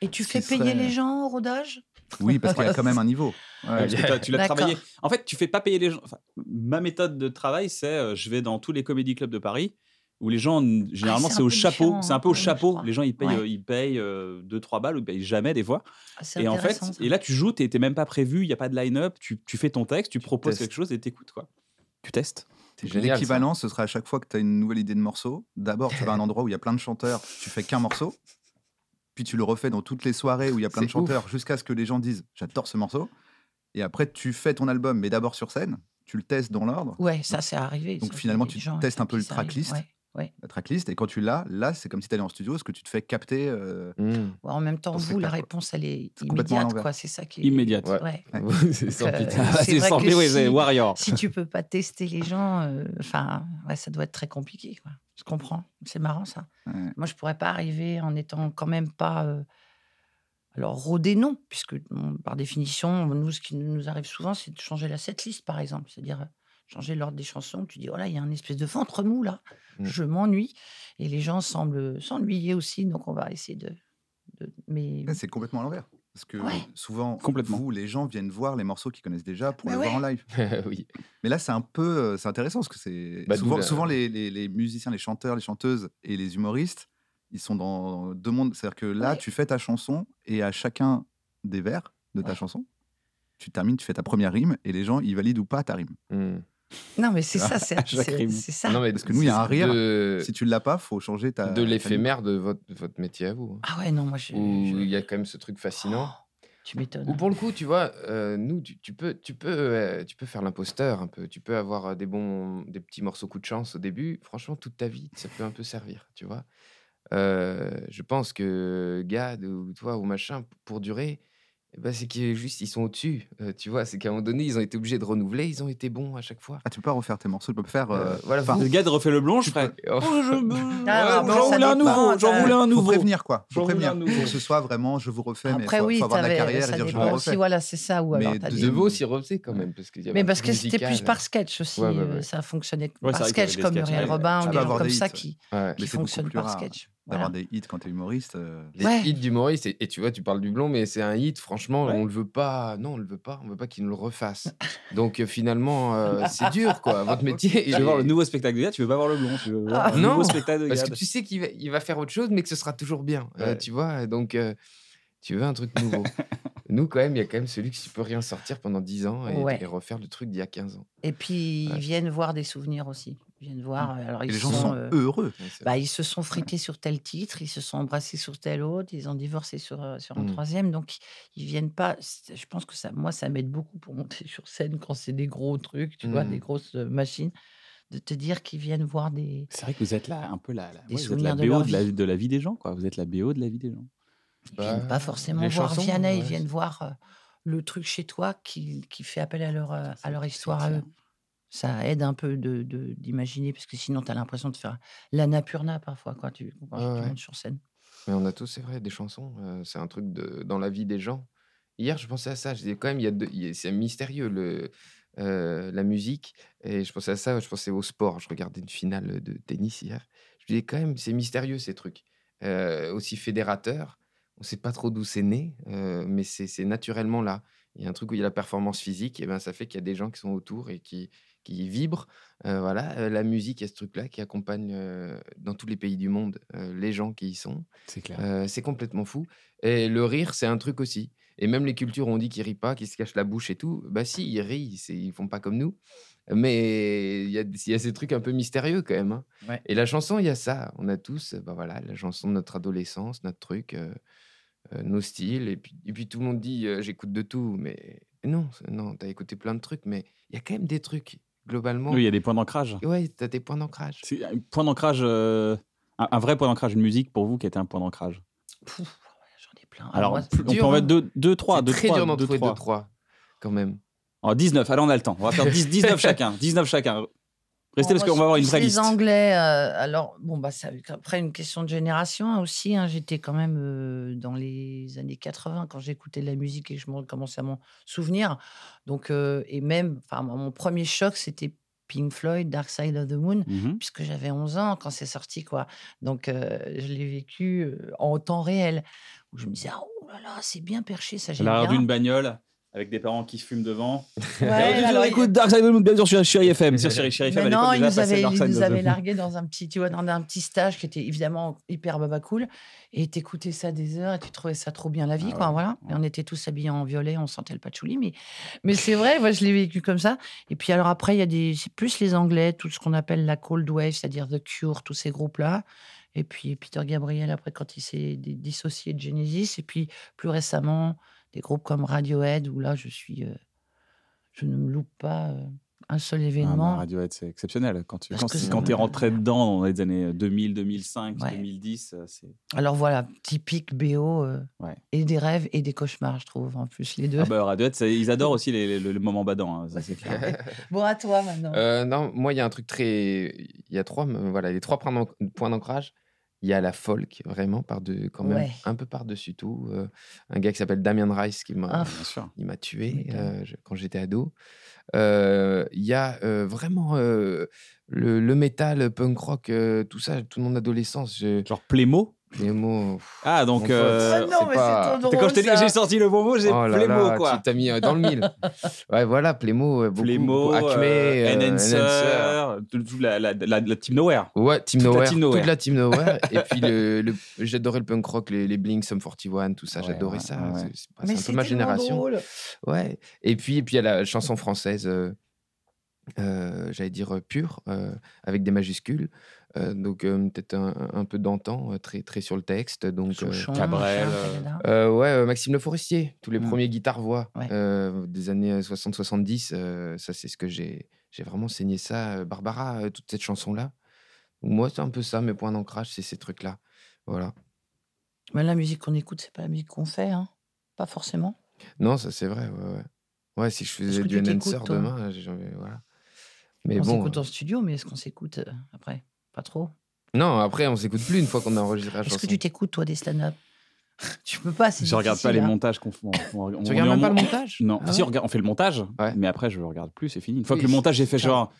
[SPEAKER 1] Et tu
[SPEAKER 4] ce
[SPEAKER 1] fais
[SPEAKER 4] qui
[SPEAKER 1] payer
[SPEAKER 4] serait-
[SPEAKER 1] les gens au rodage
[SPEAKER 4] Oui,
[SPEAKER 1] [laughs]
[SPEAKER 4] parce qu'il y a quand même un niveau. Ouais.
[SPEAKER 2] Parce que t'as- tu l'as
[SPEAKER 1] D'accord.
[SPEAKER 2] travaillé. En fait, tu fais pas payer les gens. Enfin, ma méthode de travail, c'est euh, je vais dans tous les comédie clubs de Paris où les gens, n- généralement,
[SPEAKER 1] Ah, c'est un
[SPEAKER 2] c'est au
[SPEAKER 1] peu
[SPEAKER 2] chapeau.
[SPEAKER 1] différent,
[SPEAKER 2] C'est un peu au
[SPEAKER 1] ouais, je
[SPEAKER 2] chapeau.
[SPEAKER 1] crois.
[SPEAKER 2] Les gens, ils payent,
[SPEAKER 1] Ouais.
[SPEAKER 2] euh, ils payent 2-3 balles ou ils payent jamais des fois.
[SPEAKER 1] Ah, C'est
[SPEAKER 2] Et en fait,
[SPEAKER 1] intéressant. ça.
[SPEAKER 2] et là, tu joues, t'es t'es même pas prévu, il n'y a pas de line-up, tu, tu fais ton texte, tu, proposes
[SPEAKER 3] testes.
[SPEAKER 2] quelque chose et t'écoutes, quoi. Tu testes.
[SPEAKER 3] C'est génial, ça.
[SPEAKER 4] L'équivalent, ce sera à chaque fois que tu as une nouvelle idée de morceau. D'abord, tu vas à un endroit où il y a plein de chanteurs, tu fais qu'un morceau. Puis tu le refais dans toutes les soirées où il y a plein de
[SPEAKER 3] C'est ouf.
[SPEAKER 4] chanteurs jusqu'à ce que les gens disent j'adore ce morceau. Et après, tu fais ton album, mais d'abord sur scène, tu le testes dans l'ordre,
[SPEAKER 1] Ouais, ça c'est arrivé.
[SPEAKER 4] Donc,
[SPEAKER 1] ça,
[SPEAKER 4] finalement,
[SPEAKER 1] des
[SPEAKER 4] tu
[SPEAKER 1] gens
[SPEAKER 4] testes un peu
[SPEAKER 1] qui
[SPEAKER 4] le
[SPEAKER 1] ça arrive,
[SPEAKER 4] tracklist.
[SPEAKER 1] ouais.
[SPEAKER 4] la tracklist. Et quand tu l'as, là, c'est comme si tu allais en studio, ce que tu te fais capter. euh,
[SPEAKER 3] Mm.
[SPEAKER 1] Ouais, en même temps,
[SPEAKER 4] Dans ce
[SPEAKER 1] vous, la
[SPEAKER 4] cas, quoi.
[SPEAKER 1] réponse, elle est
[SPEAKER 4] C'est complètement à
[SPEAKER 1] immédiate.
[SPEAKER 4] l'envers.
[SPEAKER 1] quoi. C'est ça qui est.
[SPEAKER 2] Immédiate.
[SPEAKER 3] Ouais.
[SPEAKER 1] Ouais.
[SPEAKER 3] [laughs]
[SPEAKER 4] [laughs]
[SPEAKER 3] Ah, c'est sans
[SPEAKER 1] Donc, euh,
[SPEAKER 3] pitié.
[SPEAKER 1] [laughs] c'est
[SPEAKER 2] c'est
[SPEAKER 1] vrai
[SPEAKER 2] sans
[SPEAKER 1] que
[SPEAKER 2] oui,
[SPEAKER 1] si-
[SPEAKER 2] c'est Warrior.
[SPEAKER 1] Si tu peux pas tester les gens, euh, enfin, ouais, ça doit être très compliqué. quoi. Je comprends. C'est marrant ça.
[SPEAKER 4] ouais.
[SPEAKER 1] Moi, je pourrais pas arriver en étant quand même pas. euh, alors, rodé, non, puisque bon, par définition, nous, ce qui nous arrive souvent, c'est de changer la setlist, par exemple. C'est-à-dire euh, changer l'ordre des chansons. Tu dis, oh là, il y a un espèce de ventre mou, là.
[SPEAKER 3] Mm.
[SPEAKER 1] Je m'ennuie. Et les gens semblent s'ennuyer aussi, donc on va essayer de. de- mais.
[SPEAKER 3] Ah,
[SPEAKER 4] Ouais, C'est complètement à l'envers. Parce que
[SPEAKER 1] Ouais.
[SPEAKER 4] souvent,
[SPEAKER 2] Complètement.
[SPEAKER 4] vous, les gens viennent voir les morceaux qu'ils connaissent déjà pour
[SPEAKER 1] Bah
[SPEAKER 4] les voir en live.
[SPEAKER 3] [laughs] oui.
[SPEAKER 4] Mais là, c'est un peu, euh, c'est intéressant parce que c'est
[SPEAKER 3] Bah, d'où
[SPEAKER 4] souvent,
[SPEAKER 3] la-
[SPEAKER 4] souvent les, les- les musiciens, les chanteurs, les chanteuses et les humoristes, ils sont dans deux mondes. C'est-à-dire que là,
[SPEAKER 1] Ouais.
[SPEAKER 4] tu fais ta chanson et à chacun des vers de ta
[SPEAKER 1] Ouais.
[SPEAKER 4] chanson, tu termines, tu fais ta première rime et les gens, ils valident ou pas ta rime.
[SPEAKER 3] Mm.
[SPEAKER 1] Non, mais c'est ça, c'est
[SPEAKER 3] [laughs]
[SPEAKER 2] Jacques
[SPEAKER 1] c'est-
[SPEAKER 2] Rime.
[SPEAKER 1] c'est ça.
[SPEAKER 3] Non, mais
[SPEAKER 4] Parce que nous, il y a
[SPEAKER 3] c'est
[SPEAKER 4] un rire.
[SPEAKER 3] De,
[SPEAKER 4] Si tu l'as pas, faut changer ta.
[SPEAKER 3] Euh, de
[SPEAKER 4] ta
[SPEAKER 3] l'éphémère de votre, votre métier à vous. hein.
[SPEAKER 1] Ah ouais, non, moi, je.
[SPEAKER 3] Où
[SPEAKER 1] je-
[SPEAKER 3] il y a quand même ce truc fascinant.
[SPEAKER 1] Oh, tu m'étonnes.
[SPEAKER 3] Ou pour le coup, tu vois, euh, nous, tu, tu peux, tu, peux, euh, tu peux faire l'imposteur un peu. Tu peux avoir euh, des bons, des petits morceaux coup de chance au début. Franchement, toute ta vie, ça peut un peu servir, tu vois. Euh, je pense que Gad ou toi ou machin, p- pour durer, eh ben, c'est qu'ils juste, ils sont au-dessus. euh, tu vois, c'est qu'à un moment donné, ils ont été obligés de renouveler. Ils ont été bons à chaque fois.
[SPEAKER 4] Ah, tu peux pas refaire tes morceaux, tu peux pas faire.
[SPEAKER 3] Euh,
[SPEAKER 4] euh,
[SPEAKER 3] voilà,
[SPEAKER 4] enfin,
[SPEAKER 3] vous-
[SPEAKER 2] Le gars de refait le blond, je ferais.
[SPEAKER 3] Oh,
[SPEAKER 2] [laughs] Oh, je-
[SPEAKER 1] Ah,
[SPEAKER 2] ouais,
[SPEAKER 1] bon,
[SPEAKER 2] J'en
[SPEAKER 1] ça
[SPEAKER 2] voulais
[SPEAKER 1] dépend,
[SPEAKER 2] un nouveau, j'en
[SPEAKER 1] t'as-
[SPEAKER 2] voulais un
[SPEAKER 4] faut
[SPEAKER 2] nouveau.
[SPEAKER 4] prévenir quoi.
[SPEAKER 2] J'en
[SPEAKER 4] Faut
[SPEAKER 2] voulais
[SPEAKER 4] prévenir.
[SPEAKER 2] un nouveau.
[SPEAKER 4] Faut que ce soit vraiment, je vous refais, mais
[SPEAKER 1] Après,
[SPEAKER 4] faut,
[SPEAKER 1] oui,
[SPEAKER 4] faut avoir de la
[SPEAKER 1] t'avais-
[SPEAKER 4] carrière et
[SPEAKER 1] ça
[SPEAKER 4] dire je vous
[SPEAKER 1] dépend aussi,
[SPEAKER 4] refais.
[SPEAKER 1] voilà, c'est ça. Ou
[SPEAKER 4] Mais
[SPEAKER 1] alors, t'as
[SPEAKER 4] de
[SPEAKER 1] des-
[SPEAKER 3] de vos s'y quand même. Parce qu'il y avait
[SPEAKER 1] Mais
[SPEAKER 3] un
[SPEAKER 1] parce
[SPEAKER 3] truc
[SPEAKER 1] que c'était
[SPEAKER 3] musical.
[SPEAKER 1] plus par sketch aussi.
[SPEAKER 3] Ouais, ouais,
[SPEAKER 1] euh,
[SPEAKER 3] ouais.
[SPEAKER 1] Ça fonctionnait
[SPEAKER 2] Ouais, c'est
[SPEAKER 1] par
[SPEAKER 2] vrai qu'il y avait
[SPEAKER 1] sketch,
[SPEAKER 2] des
[SPEAKER 1] comme
[SPEAKER 2] sketchs,
[SPEAKER 1] Muriel
[SPEAKER 2] ouais.
[SPEAKER 1] Robin
[SPEAKER 4] Tu
[SPEAKER 1] ou
[SPEAKER 4] peux
[SPEAKER 1] des gens
[SPEAKER 4] avoir
[SPEAKER 1] comme
[SPEAKER 4] des
[SPEAKER 1] ça
[SPEAKER 4] hits,
[SPEAKER 1] qui,
[SPEAKER 3] Ouais.
[SPEAKER 1] qui
[SPEAKER 4] Mais c'est beaucoup
[SPEAKER 1] fonctionnent
[SPEAKER 4] plus
[SPEAKER 1] par
[SPEAKER 4] rare
[SPEAKER 1] sketch. Voilà.
[SPEAKER 4] D'avoir des hits quand t'es humoriste. euh,
[SPEAKER 3] Les
[SPEAKER 1] Ouais.
[SPEAKER 3] hits d'humoriste, et, et tu vois, tu parles du blond, mais c'est un hit, franchement,
[SPEAKER 2] Ouais.
[SPEAKER 3] on le veut pas, non, on le veut pas, on veut pas qu'il nous le refasse. Donc euh, finalement, euh, c'est dur,
[SPEAKER 1] [laughs]
[SPEAKER 3] quoi. Votre métier.
[SPEAKER 2] Tu
[SPEAKER 3] il
[SPEAKER 2] veux voir
[SPEAKER 3] est-
[SPEAKER 2] le nouveau spectacle de Gad, tu veux pas voir le blond. Tu veux voir le
[SPEAKER 3] Ah, Non,
[SPEAKER 2] nouveau spectacle de
[SPEAKER 3] Parce
[SPEAKER 2] Gad.
[SPEAKER 3] que tu sais qu'il va, il va faire autre chose, mais que ce sera toujours bien, euh,
[SPEAKER 2] Ouais. [laughs]
[SPEAKER 3] tu vois. Donc, euh, tu veux un truc nouveau. Nous, quand même, il y a quand même celui qui peut rien sortir pendant 10 ans et,
[SPEAKER 1] Ouais.
[SPEAKER 3] et refaire le truc d'il y a 15 ans.
[SPEAKER 1] Et puis,
[SPEAKER 3] Ouais.
[SPEAKER 1] ils viennent voir des souvenirs aussi. Ils viennent voir. euh, Alors,
[SPEAKER 4] Et
[SPEAKER 1] ils
[SPEAKER 4] les gens sont
[SPEAKER 1] euh,
[SPEAKER 4] heureux.
[SPEAKER 3] Ouais, c'est
[SPEAKER 1] bah, ils se sont frités sur tel titre, ils se sont embrassés sur tel autre, ils ont divorcé sur, euh, sur un
[SPEAKER 4] Mmh.
[SPEAKER 3] Mhm.
[SPEAKER 1] troisième. Donc, ils viennent pas. c'est- Je pense que ça, moi, ça m'aide beaucoup pour monter [laughs] sur scène quand c'est des gros trucs, tu vois,
[SPEAKER 3] Mhm.
[SPEAKER 1] des
[SPEAKER 4] Mmh.
[SPEAKER 1] grosses euh, machines, de te dire qu'ils viennent voir des.
[SPEAKER 2] C'est vrai que vous êtes là un peu la, la,
[SPEAKER 1] Des
[SPEAKER 2] vous êtes la
[SPEAKER 1] souvenirs de
[SPEAKER 2] BO
[SPEAKER 1] leur
[SPEAKER 2] de la,
[SPEAKER 1] vie.
[SPEAKER 2] de la vie des gens, quoi. Vous êtes la BO de la vie des gens.
[SPEAKER 1] Ils
[SPEAKER 3] Bah,
[SPEAKER 1] viennent pas forcément
[SPEAKER 3] les
[SPEAKER 1] voir
[SPEAKER 3] chansons,
[SPEAKER 1] Vianney, ils
[SPEAKER 3] ouais,
[SPEAKER 1] viennent
[SPEAKER 3] c'est-
[SPEAKER 1] voir euh, le truc chez toi qui, qui fait appel à leur, euh,
[SPEAKER 2] Ça,
[SPEAKER 1] à leur
[SPEAKER 2] c'est
[SPEAKER 1] histoire à eux.
[SPEAKER 2] clair.
[SPEAKER 1] Ça aide un peu d'imaginer, de, d'imaginer parce que sinon, tu as l'impression de faire l'anapurna parfois quand tu, quand
[SPEAKER 3] Ouais,
[SPEAKER 1] tu
[SPEAKER 3] ouais.
[SPEAKER 1] montes sur scène.
[SPEAKER 3] Mais on a tous, c'est vrai, des chansons. euh, c'est un truc de, dans la vie des gens. Hier, je pensais à ça. Je disais quand même, il y a deux- il y a- c'est mystérieux le, euh, la musique. Et je pensais à ça. Je pensais au sport. Je regardais une finale de tennis hier. Je disais quand même, c'est mystérieux ces trucs. Euh, aussi fédérateur. On ne sait pas trop d'où c'est né, euh, mais c'est c'est naturellement là. Il y a un truc où il y a la performance physique, et ben ça fait qu'il y a des gens qui sont autour et qui, qui vibrent. Euh, voilà, euh, la musique, il y a ce truc-là qui accompagne euh, dans tous les pays du monde euh, les gens qui y sont.
[SPEAKER 2] C'est clair.
[SPEAKER 3] Euh, c'est complètement fou. Et le rire, c'est un truc aussi. Et même les cultures, on dit qu'ils rient pas, qu'ils se cachent la bouche et tout. Bah si, ils rient, c'est- ils font pas comme nous. Mais il y a, il y a ces trucs un peu mystérieux quand même. hein.
[SPEAKER 1] Ouais.
[SPEAKER 3] Et la chanson, il y a ça. On a tous, bah voilà, la chanson de notre adolescence, notre truc, euh, euh, nos styles. Et puis, et puis tout le monde dit, euh, j'écoute de tout. Mais non, c'est- non, t'as écouté plein de trucs, mais il y a quand même des trucs globalement.
[SPEAKER 2] Oui, il y a des points d'ancrage.
[SPEAKER 3] Ouais, t'as des points d'ancrage.
[SPEAKER 2] C'est un point d'ancrage, euh, un, un vrai point d'ancrage, une musique pour vous qui était un point d'ancrage.
[SPEAKER 1] Pouf, j'en ai plein.
[SPEAKER 2] Alors,
[SPEAKER 1] Moi,
[SPEAKER 2] on peut- on peut
[SPEAKER 3] dur,
[SPEAKER 2] en
[SPEAKER 3] hein.
[SPEAKER 2] mettre 2, 2, 3,
[SPEAKER 3] C'est
[SPEAKER 2] 2,
[SPEAKER 3] très
[SPEAKER 2] 3,
[SPEAKER 3] dur d'en
[SPEAKER 2] 2,
[SPEAKER 3] trouver
[SPEAKER 2] 3.
[SPEAKER 3] deux, trois, quand même.
[SPEAKER 2] En 19, allez, on a le temps. On va faire 10, 19 chacun. 19 chacun. Restez
[SPEAKER 1] Bon,
[SPEAKER 2] parce
[SPEAKER 1] moi,
[SPEAKER 3] Oh,
[SPEAKER 2] qu'on va avoir
[SPEAKER 1] c'est
[SPEAKER 2] une
[SPEAKER 1] plus
[SPEAKER 2] vraie
[SPEAKER 1] les
[SPEAKER 2] liste.
[SPEAKER 1] Anglais, euh, alors, bon, bah, ça, après, une question de génération hein, aussi. hein, J'étais quand même euh, dans les années 80 quand j'écoutais de la musique et que je m'en- commençais à m'en souvenir. Donc, euh, et même, enfin, moi, mon premier choc, c'était Pink Floyd, Dark Side of the Moon,
[SPEAKER 2] Mhm.
[SPEAKER 1] puisque j'avais 11 ans quand c'est sorti, quoi. Donc, euh, je l'ai vécu euh, en temps réel, où je me disais, ah, oh là là, c'est bien perché, ça,
[SPEAKER 2] À
[SPEAKER 1] j'aime
[SPEAKER 2] l'arrière
[SPEAKER 1] bien.
[SPEAKER 2] d'une bagnole, avec des parents qui fument devant.
[SPEAKER 1] Ouais,
[SPEAKER 2] Et on dit,
[SPEAKER 1] alors,
[SPEAKER 2] écoute, Dark Side of the Moon, bien sûr, sur Chéri FM. Sur Chéri, Chéri FM, à
[SPEAKER 1] Mais non,
[SPEAKER 2] l'époque,
[SPEAKER 1] il
[SPEAKER 2] déjà,
[SPEAKER 1] nous
[SPEAKER 2] passait
[SPEAKER 1] avait,
[SPEAKER 2] Dark
[SPEAKER 1] il
[SPEAKER 2] Side
[SPEAKER 1] nous
[SPEAKER 2] of the
[SPEAKER 1] avait
[SPEAKER 2] Moon.
[SPEAKER 1] largué dans un petit, tu vois, dans un petit stage qui était évidemment hyper baba cool. Et t'écoutais ça des heures et tu trouvais ça trop bien la vie,
[SPEAKER 2] Ah
[SPEAKER 1] quoi. Voilà. Et on était tous habillés en violet, on sentait le patchouli, mais, mais c'est vrai, moi, je l'ai vécu comme ça. Et puis alors après, il y a des, c'est plus les Anglais, tout ce qu'on appelle la cold wave, c'est-à-dire The Cure, tous ces groupes-là. Et puis Peter Gabriel après quand il s'est di- dissocié de Genesis. Et puis plus récemment, des groupes comme Radiohead où là, je suis, euh, je ne me loupe pas. euh, un seul
[SPEAKER 2] Ah,
[SPEAKER 1] événement.
[SPEAKER 2] mais Radiohead, c'est exceptionnel. Quand tu
[SPEAKER 1] Parce
[SPEAKER 2] quand,
[SPEAKER 1] que
[SPEAKER 2] c'est-
[SPEAKER 1] c'est-
[SPEAKER 2] quand t'es rentré dedans dans les années 2000, 2005,
[SPEAKER 1] Ouais.
[SPEAKER 2] 2010, euh, c'est.
[SPEAKER 1] Alors voilà, typique BO euh,
[SPEAKER 2] Ouais.
[SPEAKER 1] et des rêves et des cauchemars, je trouve, en plus, les deux.
[SPEAKER 2] Ah bah, Radiohead, c'est- ils adorent aussi les, les- le- le moment badant. hein, ça, c'est clair.
[SPEAKER 1] [laughs] Bon, à toi maintenant.
[SPEAKER 3] Euh, non, moi, il y a un truc très. Il y a trois, me- voilà, les trois points d'anc- points d'ancrage. Il y a la folk, vraiment, par de, quand même,
[SPEAKER 1] Ouais.
[SPEAKER 3] un peu par-dessus tout. Euh, un gars qui s'appelle Damien Rice, qui m'a
[SPEAKER 1] Ah,
[SPEAKER 2] Bien sûr.
[SPEAKER 3] il m'a tué
[SPEAKER 1] m'étonnes.
[SPEAKER 3] euh, je- quand j'étais ado. Euh, Il y a euh, vraiment euh, le, le métal, punk rock, euh, tout ça, tout mon adolescence. Je...
[SPEAKER 2] Genre Plémo.
[SPEAKER 3] Les mots. pff,
[SPEAKER 2] Ah,
[SPEAKER 3] mon
[SPEAKER 2] donc.
[SPEAKER 3] pote,
[SPEAKER 2] euh,
[SPEAKER 1] Ah non, mais c'est
[SPEAKER 3] pas-
[SPEAKER 1] trop drôle.
[SPEAKER 2] T'as- Quand je t'ai dit que
[SPEAKER 1] ça.
[SPEAKER 2] j'ai sorti le bon mot, j'ai
[SPEAKER 3] Oh là
[SPEAKER 2] Plémo,
[SPEAKER 3] là,
[SPEAKER 2] quoi.
[SPEAKER 3] Tu t'as mis euh, dans le
[SPEAKER 1] [laughs]
[SPEAKER 3] mille. Ouais, voilà, Plémo, euh, beaucoup.
[SPEAKER 2] Plémo,
[SPEAKER 3] beaucoup, Acme,
[SPEAKER 2] euh,
[SPEAKER 3] euh,
[SPEAKER 1] E,
[SPEAKER 2] Enhancer,
[SPEAKER 3] Enhancer.
[SPEAKER 2] tout- tout la, la, la, la Team Nowhere.
[SPEAKER 3] Ouais, Team
[SPEAKER 2] Toute la
[SPEAKER 3] Nowhere.
[SPEAKER 2] Team Nowhere.
[SPEAKER 3] Toute la
[SPEAKER 2] [laughs]
[SPEAKER 3] Team Nowhere. et puis, le, le- j'adorais le punk rock, les, les Blink, Sum 41, tout ça.
[SPEAKER 2] Ouais,
[SPEAKER 3] J'adorais
[SPEAKER 2] ouais,
[SPEAKER 3] ça.
[SPEAKER 2] ouais, ouais.
[SPEAKER 3] C'est- C'est pas-
[SPEAKER 1] Mais
[SPEAKER 3] c'est un peu
[SPEAKER 1] tellement
[SPEAKER 3] ma génération.
[SPEAKER 1] drôle.
[SPEAKER 3] Ouais. Et puis, et puis, il y a la chanson française, euh, euh, j'allais dire euh, pure, euh, avec des majuscules. Euh, donc, euh, peut-être un, un peu d'antan, euh, très, très sur le texte. Donc, euh,
[SPEAKER 1] Chouchon,
[SPEAKER 2] Cabrel,
[SPEAKER 1] machin,
[SPEAKER 2] euh,
[SPEAKER 1] blablabla.
[SPEAKER 3] euh, ouais, euh, Maxime Le Forestier, tous les
[SPEAKER 2] Mm.
[SPEAKER 3] premiers guitares-voix
[SPEAKER 1] Ouais.
[SPEAKER 3] euh, des années 60-70, euh, ça c'est ce que j'ai, j'ai vraiment saigné ça. Euh, Barbara, euh, toute cette chanson-là. Donc, Moi, c'est un peu ça, mes points d'ancrage, c'est ces trucs-là. Voilà.
[SPEAKER 1] Mais la musique qu'on écoute, c'est pas la musique qu'on fait, hein. Pas forcément.
[SPEAKER 3] Non, ça c'est vrai, ouais, ouais. Ouais, si je faisais
[SPEAKER 1] que
[SPEAKER 3] du
[SPEAKER 1] tu
[SPEAKER 3] Enhancer
[SPEAKER 1] t'écoutes, toi
[SPEAKER 3] demain, j'ai- voilà. Mais
[SPEAKER 1] on
[SPEAKER 3] bon.
[SPEAKER 1] s'écoute en studio, mais est-ce qu'on s'écoute euh, après Pas trop.
[SPEAKER 3] Non, après, on s'écoute plus une fois qu'on a enregistré la
[SPEAKER 1] Est-ce
[SPEAKER 3] chanson.
[SPEAKER 1] que tu t'écoutes, toi, des stand-up [laughs] Tu peux pas, c'est
[SPEAKER 2] Je regarde pas
[SPEAKER 1] difficile,
[SPEAKER 2] les
[SPEAKER 1] hein.
[SPEAKER 2] montages qu'on fait. On, on- on-
[SPEAKER 3] Tu regardes
[SPEAKER 2] on-
[SPEAKER 3] même pas le montage
[SPEAKER 2] Non,
[SPEAKER 3] Ah
[SPEAKER 2] si
[SPEAKER 3] ouais
[SPEAKER 2] on, regarde- on fait le montage,
[SPEAKER 3] Ouais.
[SPEAKER 2] mais après je le regarde plus, c'est fini. Une fois
[SPEAKER 3] Oui,
[SPEAKER 2] que le montage est fait,
[SPEAKER 3] c'est ça.
[SPEAKER 2] genre,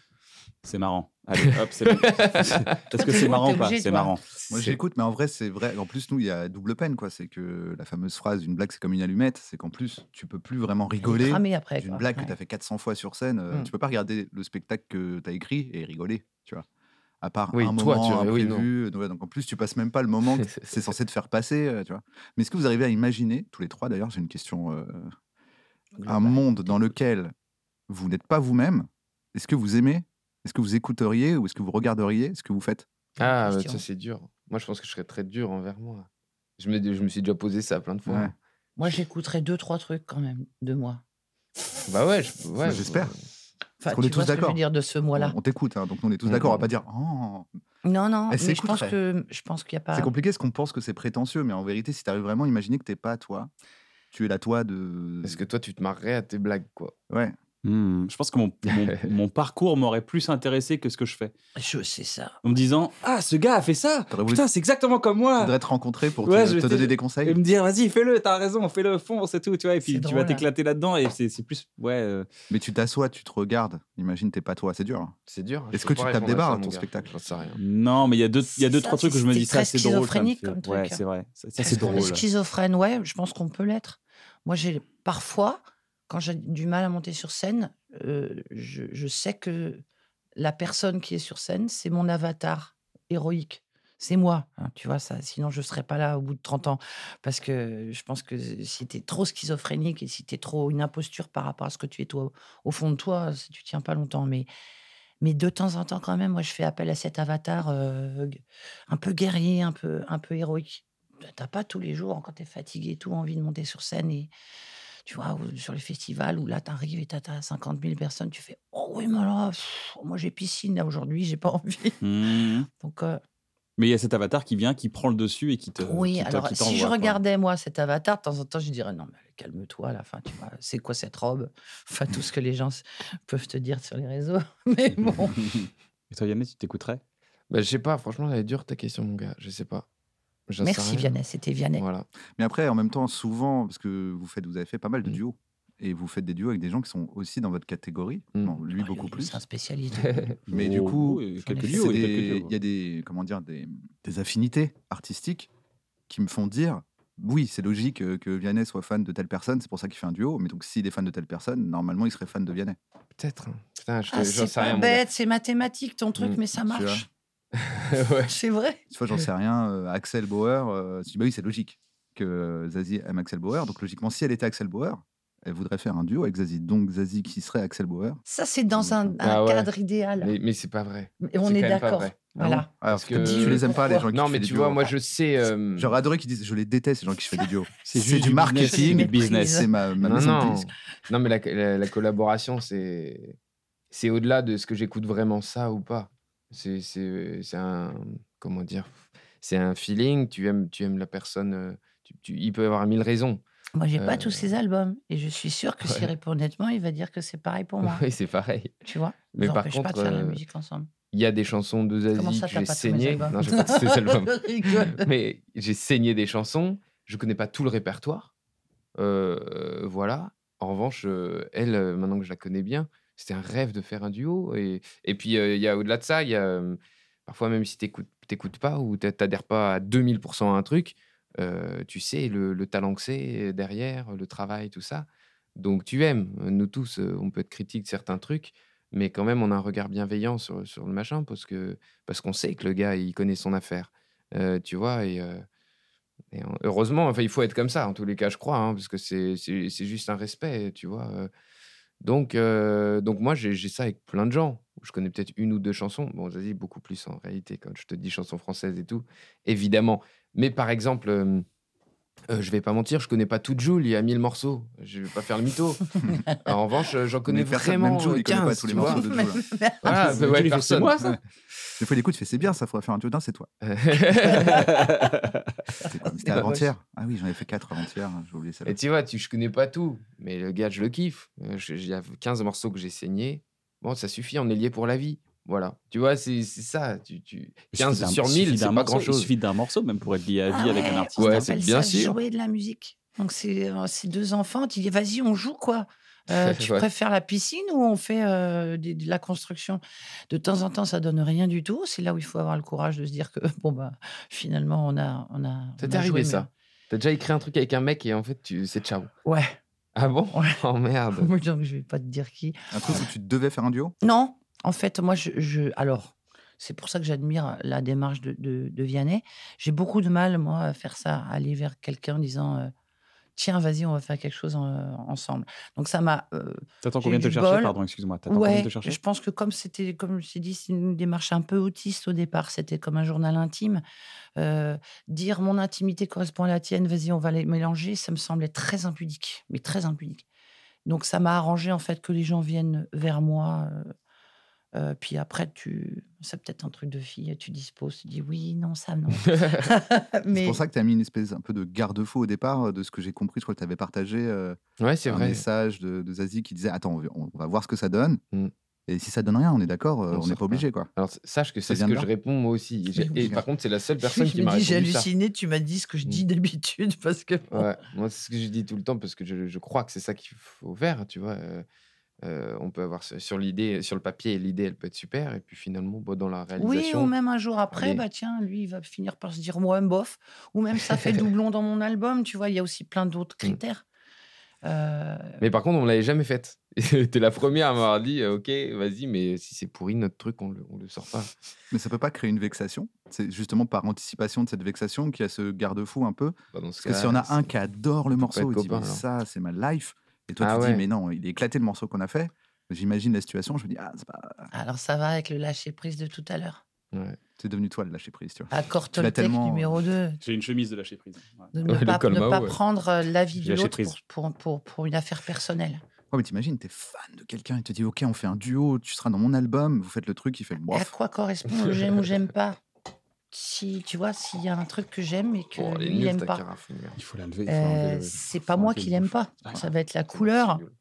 [SPEAKER 2] c'est marrant. Allez, hop, c'est bon. Est-ce que
[SPEAKER 1] t'es
[SPEAKER 2] c'est marrant ou
[SPEAKER 1] obligé,
[SPEAKER 2] pas
[SPEAKER 1] toi.
[SPEAKER 2] C'est marrant.
[SPEAKER 4] Moi,
[SPEAKER 3] C'est-
[SPEAKER 4] j'écoute, mais en vrai, c'est vrai. En plus, nous, il y a double peine, quoi. C'est que la fameuse phrase d'une blague, c'est comme une allumette. C'est qu'en plus, tu peux plus vraiment rigoler
[SPEAKER 1] Cramé après.
[SPEAKER 4] d'une
[SPEAKER 1] quoi.
[SPEAKER 4] blague que
[SPEAKER 1] Ouais.
[SPEAKER 4] tu as fait 400 fois sur scène. euh,
[SPEAKER 3] Mm.
[SPEAKER 4] Tu peux pas regarder le spectacle que tu as écrit et rigoler, tu vois. à part
[SPEAKER 3] Oui,
[SPEAKER 4] un
[SPEAKER 3] toi,
[SPEAKER 4] moment
[SPEAKER 3] tu- oui, non.
[SPEAKER 4] imprévu. donc, ouais, donc en plus, tu passes même pas le
[SPEAKER 3] [laughs]
[SPEAKER 4] moment que c'est censé te faire passer, euh, tu vois. Mais est-ce que vous arrivez à imaginer, tous les trois d'ailleurs, j'ai une question, euh, un monde dans lequel vous n'êtes pas vous-même Est-ce que vous aimez Est-ce que vous écouteriez ou est-ce que vous regarderiez ce que vous faites
[SPEAKER 3] Ah, bah,
[SPEAKER 1] question.
[SPEAKER 3] ça c'est dur. Moi, je pense que je serais très dur envers moi. Je me, je me suis déjà posé ça plein de fois.
[SPEAKER 4] Ouais.
[SPEAKER 1] Moi, j'écouterais deux, trois trucs quand même de moi.
[SPEAKER 3] Bah ouais, je- ouais,
[SPEAKER 4] Bah, j'espère.
[SPEAKER 1] Enfin,
[SPEAKER 4] qu'on est
[SPEAKER 1] tu
[SPEAKER 4] tous
[SPEAKER 1] vois ce que je
[SPEAKER 4] d'accord.
[SPEAKER 1] veux dire de ce mois-là.
[SPEAKER 4] On, on t'écoute, hein, donc nous, on est tous
[SPEAKER 3] Mm,
[SPEAKER 4] d'accord, on va
[SPEAKER 3] mm.
[SPEAKER 4] pas dire oh,
[SPEAKER 1] Non, non,
[SPEAKER 4] Elle
[SPEAKER 1] mais je pense
[SPEAKER 4] s'écouterait.
[SPEAKER 1] que je pense qu'il n'y a pas.
[SPEAKER 4] C'est compliqué parce qu'on pense que c'est prétentieux, mais en vérité, si tu arrives vraiment à imaginer que t'es pas toi, tu es la toi de.
[SPEAKER 3] Parce que toi, tu te marrerais à tes blagues, quoi.
[SPEAKER 4] Ouais.
[SPEAKER 2] Hmm, je pense que mon, mon- mon parcours m'aurait plus intéressé que ce que je fais.
[SPEAKER 1] Je sais ça.
[SPEAKER 2] En me disant Ah, ce gars a fait ça
[SPEAKER 4] T'aurais voulu-
[SPEAKER 2] Putain, c'est exactement comme
[SPEAKER 4] Je
[SPEAKER 2] moi
[SPEAKER 4] voudrais te rencontrer pour
[SPEAKER 2] Ah Ouais,
[SPEAKER 4] te,
[SPEAKER 2] je
[SPEAKER 4] te
[SPEAKER 2] t'ai-
[SPEAKER 4] donner des conseils.
[SPEAKER 2] Et me dire Vas-y, fais-le, t'as raison, fais-le, fonce et tout, tu vois. Et puis
[SPEAKER 1] C'est
[SPEAKER 2] tu vas
[SPEAKER 1] drôle.
[SPEAKER 2] t'éclater là-dedans. Et c'est c'est plus. Ouais. euh,
[SPEAKER 4] Mais tu t'assois, tu te regardes. Imagine, t'es pas toi, c'est dur. hein.
[SPEAKER 3] C'est dur. hein,
[SPEAKER 4] Est-ce
[SPEAKER 3] je
[SPEAKER 4] que
[SPEAKER 3] peux pas
[SPEAKER 4] tu tapes
[SPEAKER 3] répondre
[SPEAKER 4] des
[SPEAKER 3] à
[SPEAKER 4] barres
[SPEAKER 3] ça,
[SPEAKER 4] à
[SPEAKER 3] mon
[SPEAKER 4] ton
[SPEAKER 3] gars.
[SPEAKER 4] spectacle
[SPEAKER 3] J'en sais rien.
[SPEAKER 2] Non, mais il y a deux, il y a
[SPEAKER 1] C'est
[SPEAKER 2] deux
[SPEAKER 1] ça,
[SPEAKER 2] trois trucs que
[SPEAKER 1] c'est-
[SPEAKER 2] je me
[SPEAKER 1] c'est
[SPEAKER 2] dis ça,
[SPEAKER 1] très
[SPEAKER 2] c'est drôle. ça me
[SPEAKER 1] schizophrénique comme truc,
[SPEAKER 2] Ouais,
[SPEAKER 1] hein.
[SPEAKER 2] c'est vrai. Ça, ça,
[SPEAKER 4] Est-ce
[SPEAKER 2] c'est
[SPEAKER 4] qu'on
[SPEAKER 1] Pour
[SPEAKER 2] drôle.
[SPEAKER 1] les schizophrènes, ouais, je pense qu'on peut l'être. Moi, j'ai parfois, quand j'ai du mal à monter sur scène, euh, je, je sais que la personne qui est sur scène, c'est mon avatar héroïque. C'est moi, hein, tu vois ça. Sinon, je serais pas là au bout de 30 ans. Parce que je pense que si tu es trop schizophrénique et si tu es trop une imposture par rapport à ce que tu es toi, au fond de toi, si tu tiens pas longtemps. Mais, mais de temps en temps, quand même, moi, je fais appel à cet avatar euh, gu- un peu guerrier, un peu, un peu héroïque. bah, T'as pas tous les jours, quand t'es fatigué et tout, envie de monter sur scène et tu vois, ou sur les festivals où là t'arrives et t'as t'as 50 000 personnes, tu fais Oh oui, mais là, pff, moi j'ai piscine là aujourd'hui, j'ai pas [laughs] envie.
[SPEAKER 2] Hmm.
[SPEAKER 1] Donc, euh,
[SPEAKER 2] Mais il y a cet avatar qui vient, qui prend le dessus et qui te.
[SPEAKER 1] oui,
[SPEAKER 2] qui te-
[SPEAKER 1] alors
[SPEAKER 2] qui
[SPEAKER 1] si
[SPEAKER 2] t'envoie,
[SPEAKER 1] je
[SPEAKER 2] quoi.
[SPEAKER 1] regardais moi cet avatar, de temps en temps, je dirais non, mais calme-toi, là, fin, tu vois, c'est quoi cette robe Enfin, tout ce que les gens s- peuvent te dire sur les réseaux. [laughs] Mais bon,
[SPEAKER 2] [laughs] Et toi, Yannet, tu t'écouterais
[SPEAKER 3] Bah, je sais pas, franchement, elle est dure ta question, mon gars. Je sais pas. J'en sais
[SPEAKER 1] merci
[SPEAKER 3] rien.
[SPEAKER 1] Vianney, c'était Vianney. [laughs]
[SPEAKER 3] Voilà.
[SPEAKER 4] Mais après, en même temps, souvent, parce que vous, faites, vous avez fait pas mal de
[SPEAKER 3] Mm.
[SPEAKER 4] duos. Et vous faites des duos avec des gens qui sont aussi dans votre catégorie.
[SPEAKER 3] Mm.
[SPEAKER 4] Non, lui,
[SPEAKER 1] Oh,
[SPEAKER 4] beaucoup
[SPEAKER 1] lui,
[SPEAKER 4] plus.
[SPEAKER 1] C'est un spécialiste.
[SPEAKER 4] Mais du coup,
[SPEAKER 1] j'en
[SPEAKER 2] oui,
[SPEAKER 1] ai
[SPEAKER 2] euh, quelques
[SPEAKER 1] fait.
[SPEAKER 4] C'est
[SPEAKER 2] duos, il y a
[SPEAKER 4] des-
[SPEAKER 2] quelques duos.
[SPEAKER 4] il y a des, comment dire, des, des affinités artistiques qui me font dire oui, c'est logique euh, que Vianney soit fan de telle personne, c'est pour ça qu'il fait un duo. Mais donc, s'il est fan de telle personne, normalement, il serait fan de Vianney.
[SPEAKER 3] Peut-être. hein. Putain, je te-
[SPEAKER 1] Ah,
[SPEAKER 3] j'en
[SPEAKER 1] c'est
[SPEAKER 3] sais
[SPEAKER 1] pas
[SPEAKER 3] rien. mon gars.
[SPEAKER 1] bête, c'est mathématique ton truc,
[SPEAKER 3] Mm,
[SPEAKER 1] mais ça
[SPEAKER 4] tu vois.
[SPEAKER 1] marche. [laughs]
[SPEAKER 3] [laughs] ouais.
[SPEAKER 1] C'est vrai.
[SPEAKER 4] Tu vois, j'en sais rien, euh, Axel Bauer, euh, tu dis bah oui, c'est logique que euh, Zazie aime Axel Bauer. Donc, logiquement, si elle était Axel Bauer, elle voudrait faire un duo avec Zazie. Donc, Zazie qui serait Axel Bauer.
[SPEAKER 1] Ça, c'est dans un, un
[SPEAKER 3] Ah ouais.
[SPEAKER 1] cadre idéal.
[SPEAKER 3] Mais, mais c'est pas vrai.
[SPEAKER 1] Et on
[SPEAKER 3] C'est
[SPEAKER 1] est,
[SPEAKER 3] quand même pas
[SPEAKER 1] d'accord.
[SPEAKER 3] vrai.
[SPEAKER 4] Ah bon
[SPEAKER 1] Voilà.
[SPEAKER 4] Alors,
[SPEAKER 3] Parce
[SPEAKER 4] peut-être
[SPEAKER 3] que-
[SPEAKER 4] que tu les aimes pas, les gens qui
[SPEAKER 3] Non,
[SPEAKER 4] font
[SPEAKER 3] mais
[SPEAKER 4] des
[SPEAKER 3] tu
[SPEAKER 4] duos. ah.
[SPEAKER 3] vois, moi, je sais. euh,
[SPEAKER 4] J'aurais adoré qu'ils disent je les déteste, les gens qui font des duos.
[SPEAKER 2] C'est
[SPEAKER 4] C'est
[SPEAKER 2] juste du
[SPEAKER 4] du
[SPEAKER 2] business,
[SPEAKER 4] marketing,
[SPEAKER 2] c'est du business.
[SPEAKER 4] c'est ma, ma
[SPEAKER 3] non,
[SPEAKER 4] maison de
[SPEAKER 3] non.
[SPEAKER 4] disques.
[SPEAKER 3] Non, mais la, la- la collaboration, c'est c'est au-delà de ce que j'écoute vraiment ça ou pas. C'est c'est- c'est un comment dire, c'est un feeling. Tu aimes tu aimes la personne. euh, Tu, tu- il peut y avoir mille raisons.
[SPEAKER 1] Moi, j'ai
[SPEAKER 3] Euh,
[SPEAKER 1] pas tous ces albums. Et je suis sûre que s'il
[SPEAKER 3] ouais.
[SPEAKER 1] répond honnêtement, il va dire que c'est pareil pour moi.
[SPEAKER 3] [laughs] Oui, c'est pareil.
[SPEAKER 1] Tu vois
[SPEAKER 3] Mais
[SPEAKER 1] Ça
[SPEAKER 3] par
[SPEAKER 1] empêche
[SPEAKER 3] contre,
[SPEAKER 1] pas de faire de la
[SPEAKER 3] euh,
[SPEAKER 1] musique ensemble.
[SPEAKER 3] Il y a des chansons de
[SPEAKER 1] Comment
[SPEAKER 3] Zazie
[SPEAKER 1] ça,
[SPEAKER 3] que
[SPEAKER 1] t'as pas
[SPEAKER 3] j'ai
[SPEAKER 1] tous mes
[SPEAKER 3] saigné.
[SPEAKER 1] albums
[SPEAKER 3] Non, j'ai pas
[SPEAKER 1] [laughs]
[SPEAKER 3] tous ces albums.
[SPEAKER 1] Je rigole.
[SPEAKER 3] mais j'ai saigné des chansons. Je connais pas tout le répertoire. Euh, euh, voilà. En revanche, euh, elle, euh, maintenant que je la connais bien, c'était un rêve de faire un duo. Et, et puis, euh, il y a au-delà de ça, il y a euh, parfois, même si t'écoutes t'écoutes pas ou t'a- t'adhères pas à 2000% à un truc, euh, tu sais le, le talent que c'est derrière, le travail, tout ça. Donc, tu aimes. Nous tous, euh, on peut être critique de certains trucs, mais quand même, on a un regard bienveillant sur, sur le machin parce que parce qu'on sait que le gars, il connaît son affaire. Euh, tu vois, et, euh, et en- heureusement, enfin, il faut être comme ça, en tous les cas, je crois, hein, parce que c'est c'est- c'est juste un respect, tu vois. euh. Donc, euh, donc moi, j'ai j'ai ça avec plein de gens. Je connais peut-être une ou deux chansons. Bon, vas-y, beaucoup plus en réalité, quand je te dis chansons françaises et tout, évidemment. Mais par exemple, euh, euh, je vais pas mentir, je connais pas toute Jules, il y a 1000 morceaux. Je vais pas faire le
[SPEAKER 4] [laughs]
[SPEAKER 3] mytho. en revanche, euh, j'en connais
[SPEAKER 4] Mais personne,
[SPEAKER 3] vraiment
[SPEAKER 4] même Joe, il
[SPEAKER 3] 15,
[SPEAKER 4] connaît pas tous les
[SPEAKER 3] tu
[SPEAKER 1] [laughs]
[SPEAKER 3] vois.
[SPEAKER 4] morceaux de Ah, Joe. là.
[SPEAKER 3] Voilà,
[SPEAKER 2] Joe,
[SPEAKER 3] bah ouais,
[SPEAKER 2] il fait, c'est
[SPEAKER 3] [laughs] personne.
[SPEAKER 2] moi, ça
[SPEAKER 4] Des fois, il écoute, il fait c'est bien, ça faudrait faire un duo. Non, c'est toi.
[SPEAKER 3] [laughs]
[SPEAKER 4] C'était quoi Mais C'était
[SPEAKER 3] Ouais, ouais.
[SPEAKER 4] avant-hier. Ah oui, j'en ai fait quatre avant-hier, j'ai oublié ça.
[SPEAKER 3] Et tu vois, tu, je connais pas tout, mais le gars, je le kiffe. Euh, je- Il y a 15 morceaux que j'ai saignés. Bon, ça suffit, on est liés pour la vie. Voilà. Tu vois, c'est c'est ça. Tu, tu...
[SPEAKER 2] Il suffit
[SPEAKER 3] 15
[SPEAKER 2] d'un-
[SPEAKER 3] sur
[SPEAKER 2] il
[SPEAKER 3] 1000,
[SPEAKER 2] suffit
[SPEAKER 3] c'est
[SPEAKER 2] d'un
[SPEAKER 3] pas
[SPEAKER 2] morceau, Il
[SPEAKER 3] grand-chose.
[SPEAKER 2] suffit d'un morceau, même pour être lié à vie
[SPEAKER 1] Ah
[SPEAKER 2] avec
[SPEAKER 1] ouais,
[SPEAKER 2] un
[SPEAKER 1] on
[SPEAKER 2] artiste. hein.
[SPEAKER 3] Ouais,
[SPEAKER 1] appelle
[SPEAKER 3] c'est
[SPEAKER 1] ça
[SPEAKER 3] bien sûr.
[SPEAKER 1] jouer de la musique. Donc, c'est euh, c'est deux enfants. Tu dis, vas-y, on joue
[SPEAKER 3] [laughs]
[SPEAKER 1] quoi Euh, Tu
[SPEAKER 3] Ouais.
[SPEAKER 1] préfères la piscine ou on fait euh, des- de la construction De temps en temps, ça donne rien du tout. C'est là où il faut avoir le courage de se dire que, [laughs] bon, bah, finalement, on a. On a
[SPEAKER 3] Ça
[SPEAKER 1] on
[SPEAKER 3] t'est
[SPEAKER 1] a
[SPEAKER 3] arrivé,
[SPEAKER 1] joué,
[SPEAKER 3] ça T'as déjà écrit un truc avec un mec et en fait, tu... c'est ciao.
[SPEAKER 1] mais- Ouais.
[SPEAKER 3] Ah bon
[SPEAKER 1] Ouais.
[SPEAKER 3] [laughs]
[SPEAKER 1] [laughs]
[SPEAKER 3] Oh merde.
[SPEAKER 4] [laughs]
[SPEAKER 1] Donc, je vais pas te dire qui.
[SPEAKER 4] Un truc où tu devais faire un duo
[SPEAKER 1] Non, en fait, moi, je, je- alors, C'est pour ça que j'admire la démarche de, de, de Vianney. J'ai beaucoup de mal, moi, à faire ça, à aller vers quelqu'un en disant euh, Tiens, vas-y, on va faire quelque chose en- ensemble. Donc, ça m'a. euh,
[SPEAKER 2] T'attends
[SPEAKER 1] J'ai
[SPEAKER 2] qu'on vienne
[SPEAKER 1] eu
[SPEAKER 2] te
[SPEAKER 1] du
[SPEAKER 2] chercher,
[SPEAKER 1] bol.
[SPEAKER 2] pardon, excuse-moi. T'attends qu'on vienne
[SPEAKER 1] Ouais,
[SPEAKER 2] te chercher.
[SPEAKER 1] je pense que comme c'était, comme je t'ai dit, c'est une démarche un peu autiste au départ. C'était comme un journal intime. Euh, dire mon intimité correspond à la tienne, vas-y, on va les mélanger, ça me semblait très impudique, mais très impudique. Donc ça m'a arrangé en fait que les gens viennent vers moi. euh, euh, puis après, tu, c'est peut-être un truc de fille, tu disposes, tu dis oui, non, ça, non.
[SPEAKER 3] [laughs]
[SPEAKER 4] C'est
[SPEAKER 1] mais
[SPEAKER 4] pour ça que tu as mis une espèce un peu de garde-fou au départ, euh, de ce que j'ai compris. Je crois que tu avais partagé euh,
[SPEAKER 3] Ouais, c'est
[SPEAKER 4] un
[SPEAKER 3] vrai.
[SPEAKER 4] message de, de Zazie qui disait Attends, on va- on va voir ce que ça donne.
[SPEAKER 3] Mm.
[SPEAKER 4] Et si ça donne rien, on est d'accord, euh,
[SPEAKER 3] On
[SPEAKER 4] on n'est
[SPEAKER 3] sort
[SPEAKER 4] pas obligé. quoi.
[SPEAKER 3] Alors, sache que c'est ce
[SPEAKER 4] vient de
[SPEAKER 3] que
[SPEAKER 4] là
[SPEAKER 3] je réponds moi aussi. Et j'ai-
[SPEAKER 1] Oui,
[SPEAKER 3] Et,
[SPEAKER 1] oui.
[SPEAKER 3] par contre, c'est la seule
[SPEAKER 1] [laughs] je
[SPEAKER 3] personne qui m'a
[SPEAKER 1] me dis, j'ai
[SPEAKER 3] répondu ça.
[SPEAKER 1] halluciné, tu m'as dit ce que je dis d'habitude parce que. bon.
[SPEAKER 3] Ouais, moi, c'est ce que je dis tout le temps parce que je, je crois que c'est ça qu'il faut faire, tu vois. Euh, euh, on peut avoir ce- sur l'idée, sur le papier, l'idée, elle peut être super, et puis finalement, bah, dans la
[SPEAKER 1] Oui,
[SPEAKER 3] réalisation.
[SPEAKER 1] ou même un jour après,
[SPEAKER 3] Allez.
[SPEAKER 1] bah tiens, lui, il va finir par se dire moi, un bof. Ou même ça
[SPEAKER 3] [laughs]
[SPEAKER 1] fait doublon dans mon album, tu vois, il y a aussi plein d'autres
[SPEAKER 3] Mm.
[SPEAKER 1] critères. Euh,
[SPEAKER 3] Mais par contre, on l'avait jamais faite. [laughs] Et T'es la première à m'avoir dit, euh, ok, vas-y, mais si c'est pourri notre truc, on le, on le sort pas.
[SPEAKER 4] Mais ça peut pas créer une vexation. C'est justement par anticipation de cette vexation qu'il y a ce garde-fou un peu.
[SPEAKER 3] Bah, dans ce
[SPEAKER 4] Parce que si on a
[SPEAKER 3] cas-là,
[SPEAKER 4] un qui adore le
[SPEAKER 3] peut pas
[SPEAKER 4] morceau,
[SPEAKER 3] être
[SPEAKER 4] il dit
[SPEAKER 3] copain,
[SPEAKER 4] mais
[SPEAKER 3] alors.
[SPEAKER 4] ça, c'est ma life. Et toi,
[SPEAKER 3] Ah
[SPEAKER 4] tu
[SPEAKER 3] ouais.
[SPEAKER 4] dis mais non, il est éclaté le morceau qu'on a fait. J'imagine la situation, je me dis ah, c'est pas-
[SPEAKER 1] alors ça va avec le lâcher prise de tout à l'heure.
[SPEAKER 3] c'est- ouais.
[SPEAKER 4] c'est devenu toi le lâcher prise, tu vois.
[SPEAKER 1] Accord
[SPEAKER 4] Tu l'as
[SPEAKER 1] Toltec
[SPEAKER 4] tellement-
[SPEAKER 1] numéro 2.
[SPEAKER 2] J'ai une chemise de lâcher prise. Ouais.
[SPEAKER 1] De ne
[SPEAKER 3] Ouais, le
[SPEAKER 1] pas,
[SPEAKER 3] Colmao,
[SPEAKER 1] ne pas
[SPEAKER 3] ouais.
[SPEAKER 1] prendre euh, l'avis
[SPEAKER 2] J'ai
[SPEAKER 1] de
[SPEAKER 2] lâché
[SPEAKER 1] l'autre
[SPEAKER 2] prise.
[SPEAKER 1] pour, pour, pour- pour une affaire personnelle.
[SPEAKER 4] Ouais, mais t'imagines, t'es fan de quelqu'un, il te dit ok, on fait un duo, tu seras dans mon album, vous faites le truc, il fait
[SPEAKER 1] À
[SPEAKER 4] bof.
[SPEAKER 1] quoi correspond le j'aime ou
[SPEAKER 3] [laughs]
[SPEAKER 1] j'aime pas Si, tu vois, s'il y a un truc que j'aime et que
[SPEAKER 3] Oh, elle est
[SPEAKER 1] lui, il
[SPEAKER 3] nulle,
[SPEAKER 1] n'aime
[SPEAKER 3] ta
[SPEAKER 1] pas,
[SPEAKER 3] carafe, regarde.
[SPEAKER 2] Il faut la lever. il faut
[SPEAKER 1] euh,
[SPEAKER 2] enlever le-
[SPEAKER 1] c'est
[SPEAKER 2] faut
[SPEAKER 1] pas moi
[SPEAKER 2] enlever
[SPEAKER 1] qui
[SPEAKER 2] le
[SPEAKER 1] l'aime
[SPEAKER 2] bouchon.
[SPEAKER 1] pas.
[SPEAKER 2] Ah,
[SPEAKER 1] Ça va être la
[SPEAKER 3] C'est
[SPEAKER 1] couleur.
[SPEAKER 3] nul.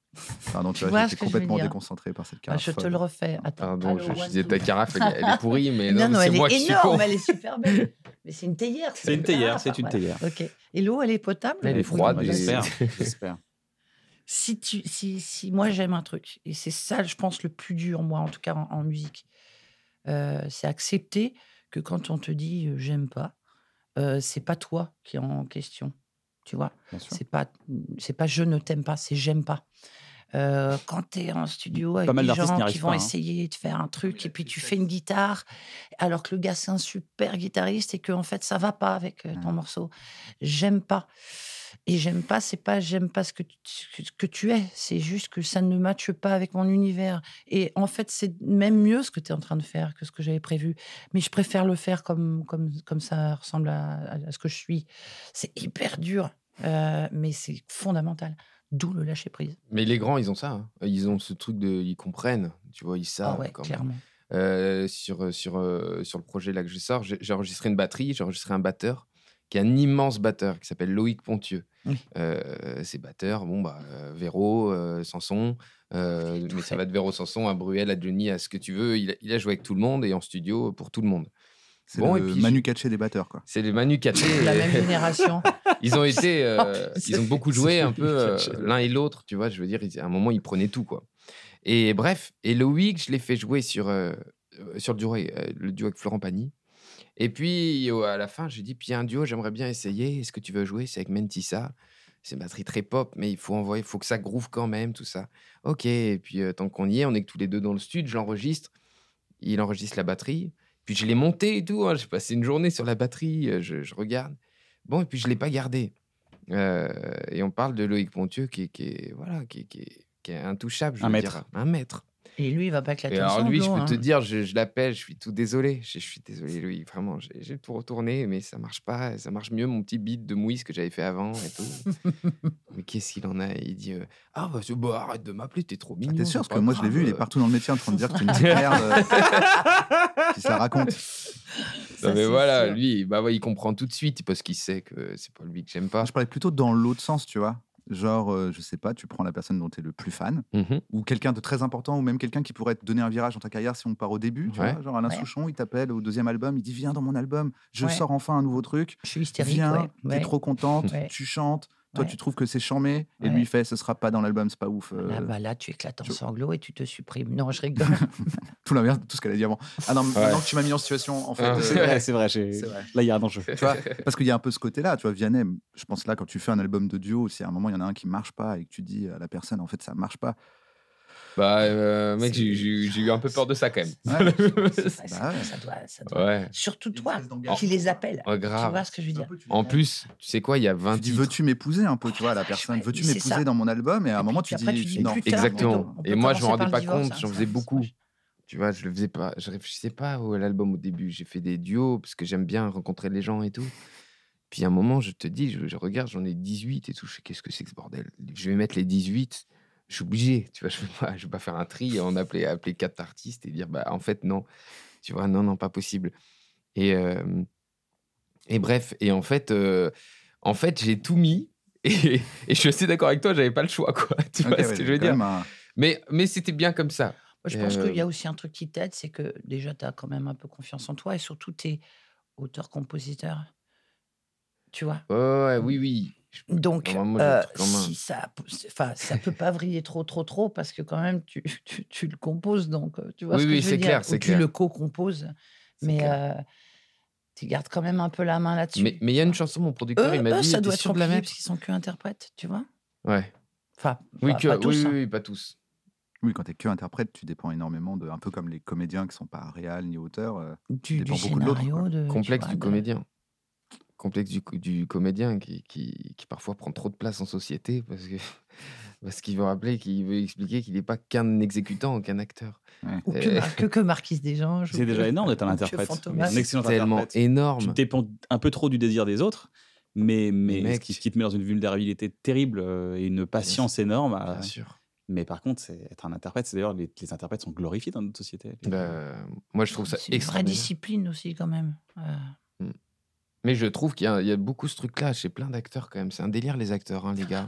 [SPEAKER 4] Pardon,
[SPEAKER 1] Ah, Tu
[SPEAKER 4] tu,
[SPEAKER 1] vois
[SPEAKER 4] vois,
[SPEAKER 1] ce
[SPEAKER 4] j'étais
[SPEAKER 1] que je veux
[SPEAKER 4] complètement
[SPEAKER 1] dire.
[SPEAKER 4] déconcentré par cette euh,
[SPEAKER 1] Ah,
[SPEAKER 4] carte.
[SPEAKER 1] je te le refais. Attends,
[SPEAKER 3] Pardon,
[SPEAKER 1] allô,
[SPEAKER 3] je, je
[SPEAKER 1] one,
[SPEAKER 3] disais
[SPEAKER 1] two,
[SPEAKER 3] ta carafe, elle,
[SPEAKER 1] [laughs]
[SPEAKER 3] est- elle est pourrie, mais non,
[SPEAKER 1] non,
[SPEAKER 3] mais
[SPEAKER 1] non,
[SPEAKER 3] c'est
[SPEAKER 1] elle
[SPEAKER 3] moi
[SPEAKER 1] est
[SPEAKER 3] qui suis
[SPEAKER 1] énorme,
[SPEAKER 3] con.
[SPEAKER 1] elle est super belle. Mais c'est une théière.
[SPEAKER 2] C'est une théière, c'est une
[SPEAKER 1] Voilà.
[SPEAKER 2] théière.
[SPEAKER 1] Ok. Et l'eau, elle est potable
[SPEAKER 3] Elle est
[SPEAKER 1] Oui,
[SPEAKER 3] froide,
[SPEAKER 1] on
[SPEAKER 2] Bah,
[SPEAKER 1] va
[SPEAKER 3] mais-
[SPEAKER 1] dire.
[SPEAKER 2] J'espère. J'espère.
[SPEAKER 1] Si, tu, si, si moi, j'aime un truc, et c'est ça, je pense, le plus dur, moi, en tout cas en, en musique, euh, c'est accepter que quand on te dit euh, j'aime pas, euh, c'est pas toi qui est en question. Tu vois
[SPEAKER 2] Bien sûr.
[SPEAKER 1] C'est pas, c'est pas je ne t'aime pas, c'est j'aime pas. Euh, quand tu es en studio avec
[SPEAKER 2] mal
[SPEAKER 1] des
[SPEAKER 2] d'artistes n'y
[SPEAKER 1] gens qui
[SPEAKER 2] arrivent
[SPEAKER 1] vont
[SPEAKER 2] pas, hein.
[SPEAKER 1] essayer de faire un truc et puis tu fais une guitare alors que le gars c'est un super guitariste et que en fait ça va pas avec euh, ton
[SPEAKER 4] Ouais.
[SPEAKER 1] morceau. J'aime pas. Et j'aime pas, c'est pas j'aime pas ce que, tu, ce que tu es, c'est juste que ça ne matche pas avec mon univers. Et en fait, c'est même mieux ce que tu es en train de faire que ce que j'avais prévu. Mais je préfère le faire comme, comme, comme ça ressemble à, à ce que je suis. C'est hyper dur, euh, mais c'est fondamental. D'où le lâcher prise.
[SPEAKER 3] [laughs] Mais les grands, ils ont ça. hein. Ils ont ce truc de. Ils comprennent, tu vois, ils
[SPEAKER 1] Ah,
[SPEAKER 3] savent.
[SPEAKER 1] ouais,
[SPEAKER 3] quand même.
[SPEAKER 1] clairement.
[SPEAKER 3] Euh, sur, euh, sur, euh, sur le projet là que je sors, j'ai j'ai enregistré une batterie, j'ai enregistré un batteur qui est un immense batteur qui s'appelle Loïc Pontieux.
[SPEAKER 1] Oui.
[SPEAKER 3] Euh, ces batteurs, bon bah euh, Véro, euh, Sanson, euh,
[SPEAKER 1] tout
[SPEAKER 3] mais ça
[SPEAKER 1] fait.
[SPEAKER 3] va de Véro Sanson à Bruel, à Johnny, à ce que tu veux. Il, a- il a joué avec tout le monde et en studio pour tout le monde.
[SPEAKER 4] C'est
[SPEAKER 3] Bon, et
[SPEAKER 4] le
[SPEAKER 3] puis-
[SPEAKER 4] Manu Katché des batteurs, quoi.
[SPEAKER 3] C'est les Manu Katché.
[SPEAKER 1] La
[SPEAKER 3] et-
[SPEAKER 1] même génération.
[SPEAKER 3] ils ont été, euh,
[SPEAKER 1] plus,
[SPEAKER 3] ils ont beaucoup joué un peu euh,
[SPEAKER 2] c'est-
[SPEAKER 3] l'un et l'autre, tu vois. Je veux dire, ils- à un moment, ils prenaient tout, quoi. Et bref, et Loïc, je l'ai fait jouer sur, euh, euh, sur le, duo, avec- euh, le duo avec Florent Pagny. Et puis, au- à la fin, j'ai dit, puis il y a un duo, j'aimerais bien essayer. Est-ce que tu veux jouer C'est avec Mentissa. C'est une batterie très pop, mais il faut envoyer, il faut que ça groove quand même, tout ça. Ok, et puis euh, tant qu'on y est, on est que tous les deux dans le stud, je l'enregistre. Il enregistre la batterie. Puis je l'ai montée et tout. hein, J'ai passé une journée sur la batterie, euh, je, je regarde. Bon, et puis je ne l'ai pas gardé. Euh, et on parle de Loïc Pontieux qui, est- qui est, voilà, qui, est- qui est, qui est intouchable. Je
[SPEAKER 2] Un
[SPEAKER 3] veux
[SPEAKER 2] maître.
[SPEAKER 3] dire, un maître.
[SPEAKER 1] [laughs] Et lui, il va pas éclater
[SPEAKER 3] Et
[SPEAKER 1] le
[SPEAKER 3] alors
[SPEAKER 1] sang,
[SPEAKER 3] lui, je
[SPEAKER 1] Blanc,
[SPEAKER 3] peux te
[SPEAKER 1] hein.
[SPEAKER 3] dire, je, je l'appelle, je suis tout désolé. Je, je suis désolé, Louis, vraiment, j'ai j'ai tout retourné, mais ça marche pas. Ça marche mieux mon petit beat de mouise que j'avais fait avant et
[SPEAKER 4] [laughs]
[SPEAKER 3] tout. mais qu'est-ce qu'il en a Il dit euh, Ah, bah, c'est- bah, arrête de m'appeler, t'es trop mignon.
[SPEAKER 4] T'es
[SPEAKER 3] c'est
[SPEAKER 4] sûr Parce
[SPEAKER 3] pas
[SPEAKER 4] que moi, je l'ai
[SPEAKER 3] grave. euh.
[SPEAKER 4] vu, il est partout dans le métier en train de dire que
[SPEAKER 1] [laughs]
[SPEAKER 4] t'es une petite merde. euh, qui se la raconte.
[SPEAKER 3] Non,
[SPEAKER 1] Ça,
[SPEAKER 3] mais
[SPEAKER 1] c'est
[SPEAKER 3] voilà,
[SPEAKER 1] sûr.
[SPEAKER 3] lui, bah, ouais, il comprend tout de suite parce qu'il sait que c'est pas lui que j'aime pas.
[SPEAKER 4] Moi, je parlais plutôt dans l'autre sens, tu vois. Genre, euh, je sais pas, tu prends la personne dont tu es le plus fan,
[SPEAKER 3] Mhm.
[SPEAKER 4] ou quelqu'un de très important, ou même quelqu'un qui pourrait te donner un virage dans ta carrière si on part au début, tu
[SPEAKER 3] Ouais.
[SPEAKER 4] vois. Genre Alain
[SPEAKER 1] Ouais.
[SPEAKER 4] Souchon, il t'appelle au deuxième album, il dit Viens dans mon album, je
[SPEAKER 1] Ouais.
[SPEAKER 4] sors enfin un nouveau truc.
[SPEAKER 1] Je suis hystérique.
[SPEAKER 4] Viens,
[SPEAKER 1] ouais,
[SPEAKER 4] t'es
[SPEAKER 1] ouais.
[SPEAKER 4] trop contente,
[SPEAKER 1] Ouais.
[SPEAKER 4] tu chantes, toi
[SPEAKER 1] Ouais.
[SPEAKER 4] tu trouves que c'est charmé, et
[SPEAKER 1] Ouais.
[SPEAKER 4] lui il fait Ce sera pas dans l'album, c'est pas ouf. euh,
[SPEAKER 1] Là, bah, là, tu éclates en
[SPEAKER 4] tu-
[SPEAKER 1] sanglots et tu te supprimes. Non, je
[SPEAKER 3] [laughs]
[SPEAKER 1] rigole.
[SPEAKER 4] Tout l'inverse de tout ce qu'elle a dit avant. Ah non, maintenant que tu m'as mis en situation, en fait.
[SPEAKER 3] Ah,
[SPEAKER 4] euh,
[SPEAKER 2] C'est vrai, c'est vrai. j'ai-
[SPEAKER 4] c'est vrai.
[SPEAKER 2] Là, il y a un enjeu.
[SPEAKER 4] Tu vois, parce qu'il y a un peu ce côté-là, tu vois, Vianney, je pense là, quand tu fais un album de duo, si à un moment il y en a un qui marche pas et que tu dis à la personne, en fait, ça marche pas,
[SPEAKER 3] Bah, euh, mec, j'ai j'ai- j'ai eu un peu peur de ça quand même.
[SPEAKER 4] Ouais.
[SPEAKER 1] C'est
[SPEAKER 3] [laughs]
[SPEAKER 1] pas- c'est
[SPEAKER 4] Bah ouais.
[SPEAKER 1] pas- ça doit- ça doit-
[SPEAKER 3] Ouais,
[SPEAKER 1] Surtout
[SPEAKER 4] Une
[SPEAKER 1] toi
[SPEAKER 4] espèce d'engagement.
[SPEAKER 1] qui les appelles.
[SPEAKER 3] oh,
[SPEAKER 1] Tu vois
[SPEAKER 3] grave.
[SPEAKER 1] ce que je veux dire
[SPEAKER 3] En plus, tu sais quoi, il y a 20
[SPEAKER 4] Tu dis
[SPEAKER 3] titres.
[SPEAKER 4] veux-tu m'épouser un peu, tu
[SPEAKER 1] Oh,
[SPEAKER 4] vois, à
[SPEAKER 1] la
[SPEAKER 4] la
[SPEAKER 1] vache,
[SPEAKER 4] personne,
[SPEAKER 1] ouais,
[SPEAKER 4] veux-tu
[SPEAKER 1] c'est
[SPEAKER 4] m'épouser
[SPEAKER 1] ça.
[SPEAKER 4] dans mon album Et à un
[SPEAKER 1] Et
[SPEAKER 4] moment,
[SPEAKER 1] puis
[SPEAKER 4] tu
[SPEAKER 1] après,
[SPEAKER 4] dis
[SPEAKER 1] tu dis
[SPEAKER 4] non.
[SPEAKER 1] plus tard,
[SPEAKER 3] Exactement. [laughs]
[SPEAKER 1] plutôt. On
[SPEAKER 3] Et
[SPEAKER 1] peut
[SPEAKER 3] moi, je me
[SPEAKER 1] commencer
[SPEAKER 3] rendais
[SPEAKER 1] par
[SPEAKER 3] pas
[SPEAKER 1] le divorce,
[SPEAKER 3] compte,
[SPEAKER 1] hein,
[SPEAKER 3] j'en
[SPEAKER 1] ça,
[SPEAKER 3] faisais
[SPEAKER 1] ça
[SPEAKER 3] beaucoup.
[SPEAKER 1] marche.
[SPEAKER 3] Tu vois, je le faisais pas, je réfléchissais pas au- à l'album au début. J'ai fait des duos parce que j'aime bien rencontrer les gens et tout. Puis à un moment, je te dis, je, je regarde, j'en ai 18 et tout. Je fais, qu'est-ce que c'est que ce bordel Je vais mettre les 18. Je suis obligé, tu vois, je ne vais, pas- je vais pas faire un tri et en appeler, appeler quatre artistes et dire, bah, en fait, non. Tu vois, non, non, pas possible. Et, euh, et bref, et en fait, euh, en fait j'ai tout mis. Et, [laughs] et je suis assez d'accord avec toi, j'avais pas le choix, quoi. [laughs] Tu
[SPEAKER 4] Ok,
[SPEAKER 3] vois
[SPEAKER 4] ouais,
[SPEAKER 3] ce que
[SPEAKER 4] j'ai
[SPEAKER 3] je veux
[SPEAKER 4] quand
[SPEAKER 3] dire
[SPEAKER 4] même un-
[SPEAKER 3] mais, mais c'était bien comme ça.
[SPEAKER 1] Moi, je pense
[SPEAKER 3] Euh,
[SPEAKER 1] qu'il y a aussi un truc qui t'aide, c'est que déjà, tu as quand même un peu confiance en toi et surtout, tu es auteur-compositeur. Tu vois
[SPEAKER 3] Ouais, ouais, oui, oui. Je-
[SPEAKER 1] Donc,
[SPEAKER 3] Normalement, Ah bah, j'ai un
[SPEAKER 1] euh,
[SPEAKER 3] truc en main.
[SPEAKER 1] si ça enfin, ça peut pas vriller trop, trop, trop, parce que quand même, tu, [laughs] tu, tu le composes, donc euh, tu vois
[SPEAKER 3] Oui,
[SPEAKER 1] ce que
[SPEAKER 3] oui,
[SPEAKER 1] je
[SPEAKER 3] c'est
[SPEAKER 1] veux dire
[SPEAKER 3] clair,
[SPEAKER 1] Ou
[SPEAKER 3] c'est
[SPEAKER 1] tu
[SPEAKER 3] clair.
[SPEAKER 1] le co-composes,
[SPEAKER 3] c'est
[SPEAKER 1] mais
[SPEAKER 3] clair.
[SPEAKER 1] euh, tu gardes quand même un peu la main là-dessus.
[SPEAKER 3] mais mais il y a une chanson, mon producteur,
[SPEAKER 1] eux,
[SPEAKER 3] il m'a
[SPEAKER 1] eux,
[SPEAKER 3] dit
[SPEAKER 1] ça
[SPEAKER 3] t'es
[SPEAKER 1] doit être
[SPEAKER 3] sûr de la
[SPEAKER 1] compliqué
[SPEAKER 3] mettre
[SPEAKER 1] parce qu'ils sont que interprètes, tu vois
[SPEAKER 3] Ouais.
[SPEAKER 1] Enfin,
[SPEAKER 3] Oui,
[SPEAKER 1] pas,
[SPEAKER 3] que-
[SPEAKER 1] pas
[SPEAKER 3] oui,
[SPEAKER 1] tous,
[SPEAKER 3] oui,
[SPEAKER 1] hein.
[SPEAKER 3] oui, pas tous.
[SPEAKER 4] Oui, quand t'es que interprète, tu dépends énormément de. Un peu comme les comédiens qui sont pas réels ni auteurs. euh,
[SPEAKER 1] du, du
[SPEAKER 4] dépend beaucoup de l'autre,
[SPEAKER 1] scénario, de, Mm, tu
[SPEAKER 3] Complexe
[SPEAKER 1] vois,
[SPEAKER 3] du
[SPEAKER 1] de-
[SPEAKER 3] comédien. Complexe du, co- du comédien qui, qui, qui parfois prend trop de place en société parce que [laughs] parce qu'il veut rappeler, qu'il veut expliquer qu'il n'est pas qu'un exécutant, qu'un acteur.
[SPEAKER 1] Ou que,
[SPEAKER 3] Euh.
[SPEAKER 1] Mar- que, que Marquise Desjanges. ou
[SPEAKER 2] C'est
[SPEAKER 1] que-
[SPEAKER 2] déjà énorme d'être un
[SPEAKER 1] ou que
[SPEAKER 2] interprète.
[SPEAKER 1] Fantomas.
[SPEAKER 2] Un excellent
[SPEAKER 3] Tellement
[SPEAKER 2] interprète. Tu
[SPEAKER 3] énorme.
[SPEAKER 2] dépends un peu trop du désir des autres, mais, mais
[SPEAKER 3] Mec.
[SPEAKER 2] ce, qui, ce qui te met dans une vulnérabilité terrible euh, et une patience énorme. à-
[SPEAKER 3] Bien sûr.
[SPEAKER 2] Mais par contre, c'est être un interprète, c'est d'ailleurs, les, les interprètes sont glorifiés dans notre société. Les-
[SPEAKER 3] Bah, moi, je trouve ça
[SPEAKER 1] C'est une vraie
[SPEAKER 3] extraordinaire.
[SPEAKER 1] discipline aussi, quand même. Euh,
[SPEAKER 3] Mais je trouve qu'il y, a- il y a beaucoup ce truc-là chez plein d'acteurs quand même. C'est un délire les acteurs, hein, les
[SPEAKER 1] [laughs]
[SPEAKER 3] gars.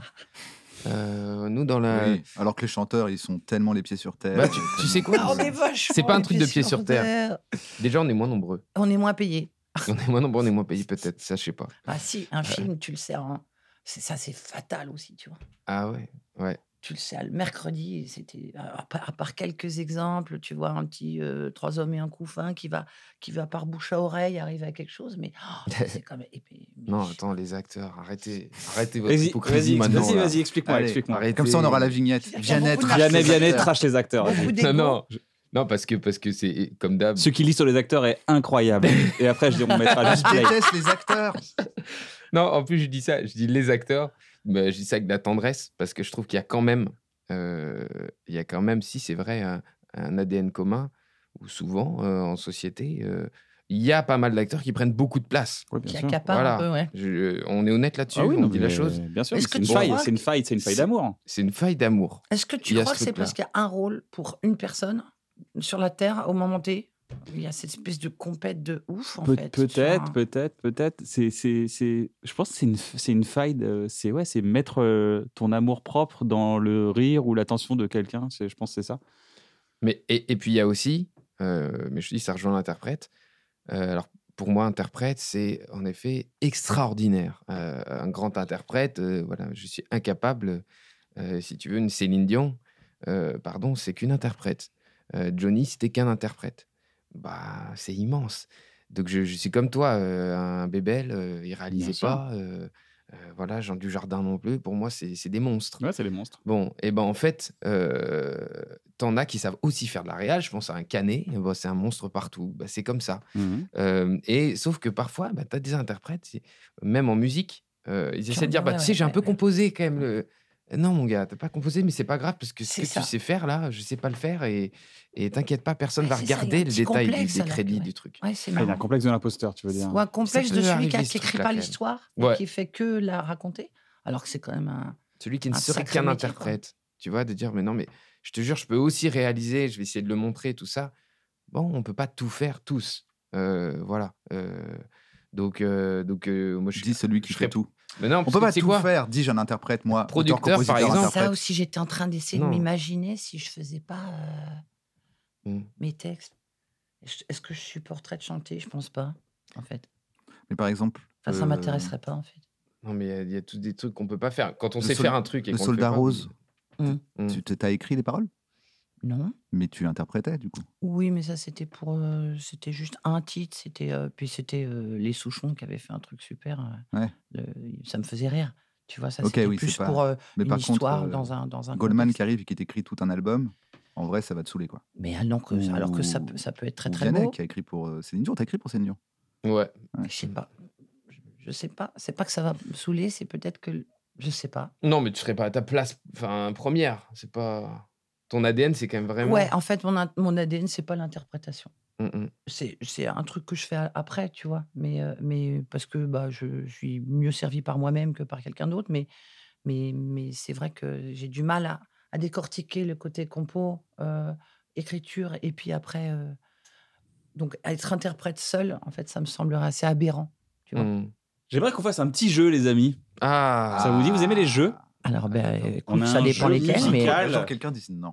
[SPEAKER 3] Euh, nous dans la,
[SPEAKER 4] oui. Alors que les chanteurs, ils sont tellement les pieds sur terre.
[SPEAKER 3] Bah, tu-
[SPEAKER 4] euh,
[SPEAKER 3] tu sais quoi,
[SPEAKER 4] tellement-
[SPEAKER 1] Ah, on est vachement
[SPEAKER 3] C'est pas un
[SPEAKER 1] les
[SPEAKER 3] truc de
[SPEAKER 1] pieds
[SPEAKER 3] pied sur terre. déjà on est moins nombreux.
[SPEAKER 1] On est moins payé.
[SPEAKER 3] On est moins nombreux, on est moins payés peut-être. Ça je sais pas.
[SPEAKER 1] Ah si,
[SPEAKER 3] Euh,
[SPEAKER 1] un film, tu le sais, en- c'est ça, c'est fatal aussi, tu vois.
[SPEAKER 3] Ah ouais, ouais.
[SPEAKER 1] Tu le sais, le mercredi, et c'était à, part- à part quelques exemples, tu vois un petit euh, trois hommes et un couffin qui va qui va par bouche à oreille arriver à quelque chose, mais oh, c'est comme et puis-
[SPEAKER 3] Non attends les acteurs, arrêtez, arrêtez votre
[SPEAKER 2] Vas-y,
[SPEAKER 3] hypocrisie
[SPEAKER 2] vas-y,
[SPEAKER 3] maintenant.
[SPEAKER 2] vas-y,
[SPEAKER 3] là.
[SPEAKER 2] vas-y, explique-moi.
[SPEAKER 4] Allez,
[SPEAKER 2] explique-moi.
[SPEAKER 3] arrête.
[SPEAKER 4] Comme ça, on aura la vignette.
[SPEAKER 1] Viens,
[SPEAKER 4] Vianney,
[SPEAKER 1] beaucoup de-
[SPEAKER 4] trash
[SPEAKER 2] Vianney,
[SPEAKER 4] les
[SPEAKER 2] Vianney,
[SPEAKER 4] acteurs.
[SPEAKER 2] trash les acteurs.
[SPEAKER 1] Beaucoup
[SPEAKER 2] vas-y.
[SPEAKER 1] d'égo.
[SPEAKER 3] Non non je- non parce que parce que c'est comme d'hab.
[SPEAKER 2] Ce qu'il lit sur les acteurs est incroyable. Et après, je dis, on mettra juste
[SPEAKER 4] Je
[SPEAKER 2] play.
[SPEAKER 4] déteste les acteurs.
[SPEAKER 3] Non en plus je dis ça, je dis les acteurs, mais je dis ça avec de la tendresse parce que je trouve qu'il y a quand même, euh, il y a quand même si c'est vrai un, un ADN commun ou souvent euh, en société. euh, il y a pas mal d'acteurs qui prennent beaucoup de place.
[SPEAKER 2] Oui,
[SPEAKER 1] qui
[SPEAKER 2] bien sûr.
[SPEAKER 1] accapare
[SPEAKER 3] Voilà.
[SPEAKER 1] un peu, ouais.
[SPEAKER 3] Je- on est honnête là-dessus,
[SPEAKER 2] Ah oui,
[SPEAKER 3] on
[SPEAKER 2] non,
[SPEAKER 3] dit la
[SPEAKER 2] mais-
[SPEAKER 3] chose.
[SPEAKER 2] Bien sûr, mais
[SPEAKER 1] Est-ce
[SPEAKER 2] c'est
[SPEAKER 1] que
[SPEAKER 2] une
[SPEAKER 1] tu
[SPEAKER 2] faille,
[SPEAKER 1] crois
[SPEAKER 2] c'est une
[SPEAKER 1] que-
[SPEAKER 2] faille, c'est une faille d'amour.
[SPEAKER 3] C'est une faille d'amour.
[SPEAKER 1] Est-ce que
[SPEAKER 3] Il
[SPEAKER 1] tu
[SPEAKER 3] y a
[SPEAKER 1] crois
[SPEAKER 3] ce
[SPEAKER 1] que c'est
[SPEAKER 3] truc-là.
[SPEAKER 1] parce qu'il y a un rôle pour une personne sur la Terre au moment T Il y a cette espèce de compète de ouf, en
[SPEAKER 2] Peut-
[SPEAKER 1] fait. sur
[SPEAKER 2] peut-être,
[SPEAKER 1] un-
[SPEAKER 2] peut-être, peut-être. C'est, c'est, c'est- Je pense que c'est une, c'est une faille. de- C'est ouais, c'est mettre euh, ton amour propre dans le rire ou l'attention de quelqu'un. C'est, je pense que c'est ça.
[SPEAKER 3] Mais, et, et puis il y a aussi, euh, mais je dis ça rejoint l'interprète. Euh, alors pour moi, interprète, c'est en effet extraordinaire. Euh, un grand interprète, euh, voilà, je suis incapable, euh, si tu veux, une Céline Dion, euh, pardon, c'est qu'une interprète. Euh, Johnny, c'était qu'un interprète. Bah, c'est immense. Donc je, je suis comme toi, euh, un bébel, euh, il réalisait
[SPEAKER 2] sûr.
[SPEAKER 3] pas. euh, euh, voilà, Jean du Jardin non plus. Pour moi, c'est c'est des monstres.
[SPEAKER 2] Ouais, c'est les monstres.
[SPEAKER 3] Bon, et ben en fait, euh, t'en as qui savent aussi faire de la réal. Je pense à un canet, bon, c'est un monstre partout. Bah, c'est comme ça.
[SPEAKER 2] Mmh.
[SPEAKER 3] Euh, et sauf que parfois, bah, t'as des interprètes, c'est- même en musique, euh, ils essaient de dire,
[SPEAKER 1] ouais,
[SPEAKER 3] bah, tu
[SPEAKER 1] ouais,
[SPEAKER 3] sais, j'ai un
[SPEAKER 1] ouais,
[SPEAKER 3] peu
[SPEAKER 1] ouais.
[SPEAKER 3] composé quand même. le- Non, mon gars, t'as pas composé, mais c'est pas grave parce que ce
[SPEAKER 1] C'est
[SPEAKER 3] que
[SPEAKER 1] ça.
[SPEAKER 3] tu sais faire là, je sais pas le faire et et t'inquiète pas, personne
[SPEAKER 1] Ouais,
[SPEAKER 3] va
[SPEAKER 1] c'est ça, il y a un
[SPEAKER 3] regarder le
[SPEAKER 1] petit
[SPEAKER 3] détail du-
[SPEAKER 1] complexe,
[SPEAKER 3] des
[SPEAKER 1] alors que,
[SPEAKER 3] crédits
[SPEAKER 1] ouais.
[SPEAKER 3] du truc.
[SPEAKER 1] Ouais, c'est
[SPEAKER 2] Il y a un
[SPEAKER 1] marrant.
[SPEAKER 2] complexe de l'imposteur, tu veux dire.
[SPEAKER 1] Ou un complexe
[SPEAKER 3] peut
[SPEAKER 1] de celui
[SPEAKER 3] arriver,
[SPEAKER 1] qui a-
[SPEAKER 3] ce
[SPEAKER 1] qui écrit
[SPEAKER 3] truc-là,
[SPEAKER 1] pas
[SPEAKER 3] quand même.
[SPEAKER 1] l'histoire, et
[SPEAKER 3] Ouais.
[SPEAKER 1] qui fait que la raconter, alors que c'est quand même un.
[SPEAKER 3] Celui qui ne
[SPEAKER 1] Un
[SPEAKER 3] serait
[SPEAKER 1] sacré
[SPEAKER 3] qu'un
[SPEAKER 1] métier, quoi.
[SPEAKER 3] interprète, tu vois, de dire, mais non, mais je te jure, je peux aussi réaliser, je vais essayer de le montrer, tout ça. Bon, on peut pas tout faire tous. Euh, voilà. Euh, donc, euh, donc euh, moi, je
[SPEAKER 4] Je dis celui
[SPEAKER 3] je
[SPEAKER 4] qui fait
[SPEAKER 3] serais-
[SPEAKER 4] tout.
[SPEAKER 3] Mais non,
[SPEAKER 4] On
[SPEAKER 3] parce
[SPEAKER 4] peut
[SPEAKER 3] que
[SPEAKER 4] pas
[SPEAKER 3] tu sais
[SPEAKER 4] tout
[SPEAKER 3] quoi
[SPEAKER 4] faire, dis-je un interprète, moi.
[SPEAKER 3] Producteur,
[SPEAKER 4] auteur, compositeur,
[SPEAKER 3] par exemple.
[SPEAKER 1] Ça
[SPEAKER 4] interprète.
[SPEAKER 1] aussi, j'étais en train d'essayer de
[SPEAKER 3] Non.
[SPEAKER 1] m'imaginer si je faisais pas euh,
[SPEAKER 3] Mm.
[SPEAKER 1] mes textes. Est-ce est-ce que je supporterais de chanter Je pense pas, en fait.
[SPEAKER 4] Mais par exemple.
[SPEAKER 1] Enfin, ça
[SPEAKER 4] euh,
[SPEAKER 1] m'intéresserait pas, en fait.
[SPEAKER 3] Non, mais il y a- il y, a tous des trucs qu'on peut pas faire. Quand on
[SPEAKER 4] Le
[SPEAKER 3] sait
[SPEAKER 4] sol-
[SPEAKER 3] faire un truc. Et
[SPEAKER 4] le
[SPEAKER 3] qu'on le fait
[SPEAKER 4] soldat
[SPEAKER 3] pas,
[SPEAKER 4] rose.
[SPEAKER 1] Mm.
[SPEAKER 3] Mm.
[SPEAKER 4] Tu as écrit les paroles,
[SPEAKER 1] Non.
[SPEAKER 4] mais tu interprétais du coup.
[SPEAKER 1] Oui, mais ça, c'était pour. euh, c'était juste un titre. C'était, euh, puis c'était euh, Les Souchons qui avaient fait un truc super. euh,
[SPEAKER 4] Ouais.
[SPEAKER 1] le- ça me faisait rire. Tu vois, ça,
[SPEAKER 4] Ok,
[SPEAKER 1] c'était
[SPEAKER 4] oui, c'est
[SPEAKER 1] plus
[SPEAKER 4] pas-
[SPEAKER 1] pour euh,
[SPEAKER 4] Mais
[SPEAKER 1] une
[SPEAKER 4] par
[SPEAKER 1] histoire
[SPEAKER 4] contre, euh,
[SPEAKER 1] dans un. Dans un
[SPEAKER 4] Goldman
[SPEAKER 1] contexte.
[SPEAKER 4] qui arrive et qui t'écrit tout un album, en vrai, ça va te saouler, quoi.
[SPEAKER 1] Mais alors que,
[SPEAKER 4] Ou-
[SPEAKER 1] alors que ça, peut, ça peut être très
[SPEAKER 4] Ou
[SPEAKER 1] très
[SPEAKER 4] Vianney,
[SPEAKER 1] beau.
[SPEAKER 4] qui a écrit pour euh, Céline Dion. T'as écrit pour Céline Dion
[SPEAKER 3] Ouais.
[SPEAKER 4] Ouais.
[SPEAKER 1] Je sais pas. Je- Je sais pas. C'est pas que ça va me saouler, c'est peut-être que. le- Je sais pas.
[SPEAKER 3] Non, mais tu serais pas à ta place, enfin première. C'est pas ton ADN, c'est quand même
[SPEAKER 4] Ben
[SPEAKER 3] vraiment.
[SPEAKER 1] Ouais, en fait, mon, in- mon ADN, c'est pas l'interprétation.
[SPEAKER 3] Mm, mm.
[SPEAKER 1] C'est c'est un truc que je fais a- après, tu vois. Mais, euh, mais parce que bah, je, je suis mieux servi par moi-même que par quelqu'un d'autre. Mais, mais, mais c'est vrai que j'ai du mal à, à décortiquer le côté compo, euh, écriture, et puis après. euh, donc, être interprète seul, en fait, ça me semblerait assez aberrant. Tu
[SPEAKER 4] Mmh.
[SPEAKER 1] vois.
[SPEAKER 3] Mm.
[SPEAKER 2] J'aimerais qu'on fasse un petit jeu, les amis.
[SPEAKER 3] Ah.
[SPEAKER 2] Ça vous dit, vous aimez les jeux
[SPEAKER 1] Alors, ben, écoute,
[SPEAKER 2] On a
[SPEAKER 1] ça
[SPEAKER 2] un
[SPEAKER 1] dépend
[SPEAKER 2] jeu
[SPEAKER 1] lesquels, mais.
[SPEAKER 2] musical.
[SPEAKER 4] Genre, quelqu'un dit non.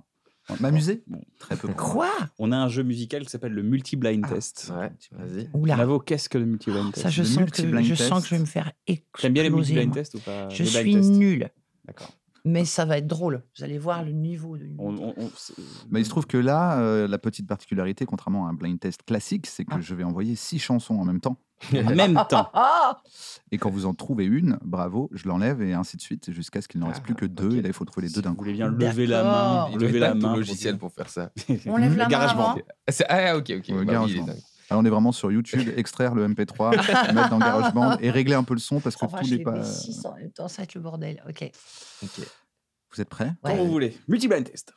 [SPEAKER 4] M'amuser
[SPEAKER 2] Bon.
[SPEAKER 4] Très peu.
[SPEAKER 1] Quoi
[SPEAKER 2] On a un jeu musical qui s'appelle le multi-blind test.
[SPEAKER 3] Ouais, vas-y.
[SPEAKER 1] Oula.
[SPEAKER 2] Bravo, qu'est-ce que le multi-blind test
[SPEAKER 1] Ah, Ça, je
[SPEAKER 4] Le
[SPEAKER 1] sens, que,
[SPEAKER 4] multi-blind
[SPEAKER 1] je sens
[SPEAKER 4] test.
[SPEAKER 1] que je vais me faire exploser.
[SPEAKER 2] T'aimes bien les multi-blind
[SPEAKER 1] moi.
[SPEAKER 2] tests ou pas
[SPEAKER 1] Je
[SPEAKER 2] les blind
[SPEAKER 1] suis
[SPEAKER 2] tests
[SPEAKER 1] nulle,
[SPEAKER 2] D'accord.
[SPEAKER 1] mais ça va être drôle. Vous allez voir le niveau. De...
[SPEAKER 2] On- on- on- c'est-
[SPEAKER 4] Mais il se trouve que là, euh, la petite particularité, contrairement à un blind test classique, c'est que
[SPEAKER 1] Ah.
[SPEAKER 4] je vais envoyer six chansons en même temps.
[SPEAKER 2] en même temps.
[SPEAKER 1] Ah
[SPEAKER 4] Et quand vous en trouvez une, bravo, je l'enlève et ainsi de suite, jusqu'à ce qu'il n'en reste
[SPEAKER 3] Ah,
[SPEAKER 4] plus que deux.
[SPEAKER 3] ok.
[SPEAKER 4] Et là, il faut trouver les
[SPEAKER 2] Si
[SPEAKER 4] deux d'un
[SPEAKER 2] vous
[SPEAKER 4] coup.
[SPEAKER 2] voulez bien lever la
[SPEAKER 1] D'accord.
[SPEAKER 2] main,
[SPEAKER 3] Il
[SPEAKER 2] lever
[SPEAKER 3] doit
[SPEAKER 2] la
[SPEAKER 3] être
[SPEAKER 2] main.
[SPEAKER 3] tout logiciel pour
[SPEAKER 2] [laughs]
[SPEAKER 3] faire ça.
[SPEAKER 1] On lève la main
[SPEAKER 2] GarageBand.
[SPEAKER 1] avant
[SPEAKER 3] Ah, c'est- Ah, ok, ok. bah
[SPEAKER 4] Ouais,
[SPEAKER 3] oui, il est
[SPEAKER 4] GarageBand.
[SPEAKER 3] dingue.
[SPEAKER 4] Alors, on est vraiment sur
[SPEAKER 1] [laughs]
[SPEAKER 4] YouTube, extraire le MP3, mettre dans GarageBand et régler un peu le son parce que
[SPEAKER 1] On va
[SPEAKER 4] tout
[SPEAKER 1] chez
[SPEAKER 4] n'est
[SPEAKER 1] Oh, les
[SPEAKER 4] pas.
[SPEAKER 1] six en même temps, ça va être le bordel. Ok.
[SPEAKER 3] Ok.
[SPEAKER 4] Vous êtes prêts
[SPEAKER 2] Quand
[SPEAKER 1] Ouais.
[SPEAKER 2] vous voulez. Multi-blind test.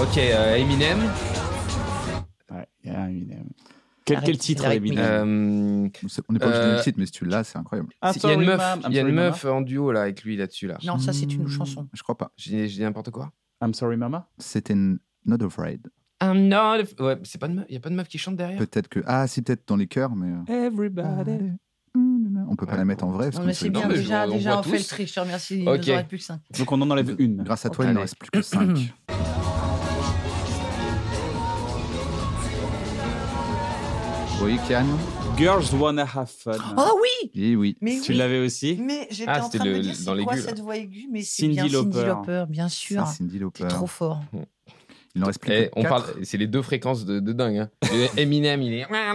[SPEAKER 3] Ok, euh, Eminem.
[SPEAKER 2] Ouais, il y a Eminem. Quel,
[SPEAKER 1] La
[SPEAKER 2] quel
[SPEAKER 1] rythmique,
[SPEAKER 2] titre
[SPEAKER 1] la
[SPEAKER 2] Eminem
[SPEAKER 1] rythmique.
[SPEAKER 3] Euh,
[SPEAKER 4] C'est- On n'est pas obligé de
[SPEAKER 3] Euh,
[SPEAKER 4] le titre, mais si tu l'as, c'est incroyable.
[SPEAKER 3] si- il y a une meuf, il y a une
[SPEAKER 2] Mama.
[SPEAKER 3] meuf en duo là avec lui là-dessus là.
[SPEAKER 1] Non, ça, c'est une chanson.
[SPEAKER 4] Hmm, Je crois pas.
[SPEAKER 3] J'ai j'ai dit n'importe quoi.
[SPEAKER 2] I'm sorry, mama.
[SPEAKER 4] C'était une Not Afraid.
[SPEAKER 3] I'm not. a- Ouais, c'est pas de meuf. Il y a pas de meuf qui chante derrière.
[SPEAKER 4] Peut-être que. Ah, si, peut-être dans les chœurs, mais. euh,
[SPEAKER 2] Everybody.
[SPEAKER 4] On peut pas
[SPEAKER 3] Ouais.
[SPEAKER 4] la mettre en vrai. parce
[SPEAKER 1] Non,
[SPEAKER 4] qu'on
[SPEAKER 1] mais
[SPEAKER 4] se
[SPEAKER 1] c'est
[SPEAKER 4] fait
[SPEAKER 1] bien.
[SPEAKER 3] mais je-
[SPEAKER 4] dormir.
[SPEAKER 1] déjà,
[SPEAKER 3] on
[SPEAKER 1] on, déjà,
[SPEAKER 3] voit
[SPEAKER 1] on fait
[SPEAKER 3] tous.
[SPEAKER 1] le tri. Je te remercie. Il
[SPEAKER 3] Ok.
[SPEAKER 1] nous en reste plus que 5.
[SPEAKER 2] Ah. Donc on en enlève une.
[SPEAKER 4] Grâce à toi, il
[SPEAKER 3] Allez.
[SPEAKER 4] n'en reste plus
[SPEAKER 3] [clears throat]
[SPEAKER 4] que 5. Oui, Kian.
[SPEAKER 2] Girls Wanna Have Fun.
[SPEAKER 1] Oh oui
[SPEAKER 4] Et oui.
[SPEAKER 1] Mais
[SPEAKER 2] tu
[SPEAKER 1] oui.
[SPEAKER 2] l'avais aussi
[SPEAKER 1] Mais j'étais
[SPEAKER 3] Ah,
[SPEAKER 1] en
[SPEAKER 3] c'était
[SPEAKER 1] train de me
[SPEAKER 3] le-
[SPEAKER 1] dire,
[SPEAKER 3] dans
[SPEAKER 1] c'est
[SPEAKER 3] l'aigu,
[SPEAKER 1] quoi
[SPEAKER 3] là.
[SPEAKER 1] cette voix aiguë Mais c'est
[SPEAKER 2] Cindy
[SPEAKER 1] bien Cindy
[SPEAKER 2] Lauper.
[SPEAKER 1] Lauper, bien sûr.
[SPEAKER 4] C'est Cindy
[SPEAKER 1] T'es
[SPEAKER 4] Lauper.
[SPEAKER 1] trop fort.
[SPEAKER 4] Il n'en reste plus
[SPEAKER 3] Eh,
[SPEAKER 4] que
[SPEAKER 3] on
[SPEAKER 4] quatre.
[SPEAKER 3] parle. C'est les deux fréquences de, de dingue. [laughs] hein. Le Eminem, il est.
[SPEAKER 1] Ah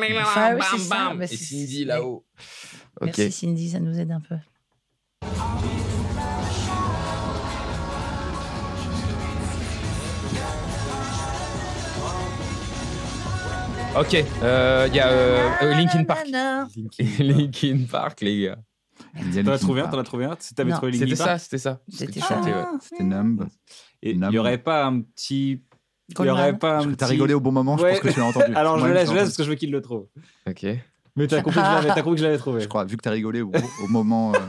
[SPEAKER 1] oui, c'est ça, mais
[SPEAKER 3] Et
[SPEAKER 1] c'est-
[SPEAKER 3] Cindy
[SPEAKER 1] c'est-
[SPEAKER 3] là-haut. Ok.
[SPEAKER 1] Merci Cindy, ça nous aide un peu.
[SPEAKER 3] Ok. euh, Il y a euh, euh, Linkin Park.
[SPEAKER 1] Nanana.
[SPEAKER 3] [laughs] Linkin Park, les gars.
[SPEAKER 4] Il y a
[SPEAKER 2] T'en as
[SPEAKER 4] Linkin
[SPEAKER 2] trouvé un
[SPEAKER 4] Park.
[SPEAKER 2] T'en as trouvé un Si T'avais
[SPEAKER 1] Non.
[SPEAKER 2] trouvé Linkin
[SPEAKER 3] C'était
[SPEAKER 2] Park
[SPEAKER 3] ça, c'était ça. Ce que
[SPEAKER 1] C'était
[SPEAKER 3] tu
[SPEAKER 1] ça.
[SPEAKER 3] chantais, ouais.
[SPEAKER 4] C'était
[SPEAKER 2] Ah,
[SPEAKER 4] Numb.
[SPEAKER 2] Et il
[SPEAKER 4] Nam.
[SPEAKER 2] n'y aurait pas un petit. Il y
[SPEAKER 1] Goldman.
[SPEAKER 2] aurait pas
[SPEAKER 4] Parce
[SPEAKER 2] un
[SPEAKER 4] que
[SPEAKER 2] petit.
[SPEAKER 4] T'as rigolé au bon moment, je
[SPEAKER 2] Ouais.
[SPEAKER 4] pense que tu l'as entendu.
[SPEAKER 2] [laughs] Alors je
[SPEAKER 4] Moi,
[SPEAKER 2] laisse, je
[SPEAKER 4] j'ai
[SPEAKER 2] laisse
[SPEAKER 4] entendu.
[SPEAKER 2] parce que je veux qu'il le trouve.
[SPEAKER 3] Ok.
[SPEAKER 2] Mais t'as compris que je l'avais- t'as compris que je l'avais trouvé.
[SPEAKER 4] Je crois, vu que t'as rigolé au, au moment. euh,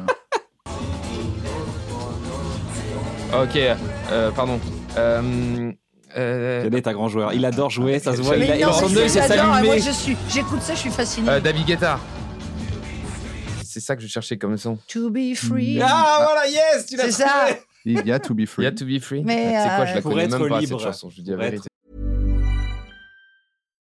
[SPEAKER 3] Ok. euh, pardon. Euh, euh,
[SPEAKER 2] Cadet est un grand joueur. Il adore jouer, ça se voit.
[SPEAKER 3] Mais
[SPEAKER 2] il a-
[SPEAKER 3] non,
[SPEAKER 2] son
[SPEAKER 3] mais
[SPEAKER 2] œil
[SPEAKER 3] je
[SPEAKER 2] s'est
[SPEAKER 3] l'adore,
[SPEAKER 2] allumé.
[SPEAKER 1] Moi, je suis, j'écoute ça, je suis fascinée.
[SPEAKER 3] euh, David Guetta. C'est ça que je cherchais comme son.
[SPEAKER 1] to be free.
[SPEAKER 2] Ah voilà, yes, tu l'as
[SPEAKER 1] C'est ça.
[SPEAKER 2] trouvé.
[SPEAKER 4] Il y a To Be Free.
[SPEAKER 3] Yet to be free. Ah,
[SPEAKER 1] Mais,
[SPEAKER 3] c'est quoi,
[SPEAKER 1] euh,
[SPEAKER 3] je la
[SPEAKER 2] Pour
[SPEAKER 3] connais
[SPEAKER 2] être
[SPEAKER 3] même pas
[SPEAKER 2] libre.
[SPEAKER 3] cette chanson. Je vous dis la
[SPEAKER 2] Pour être
[SPEAKER 3] vérité.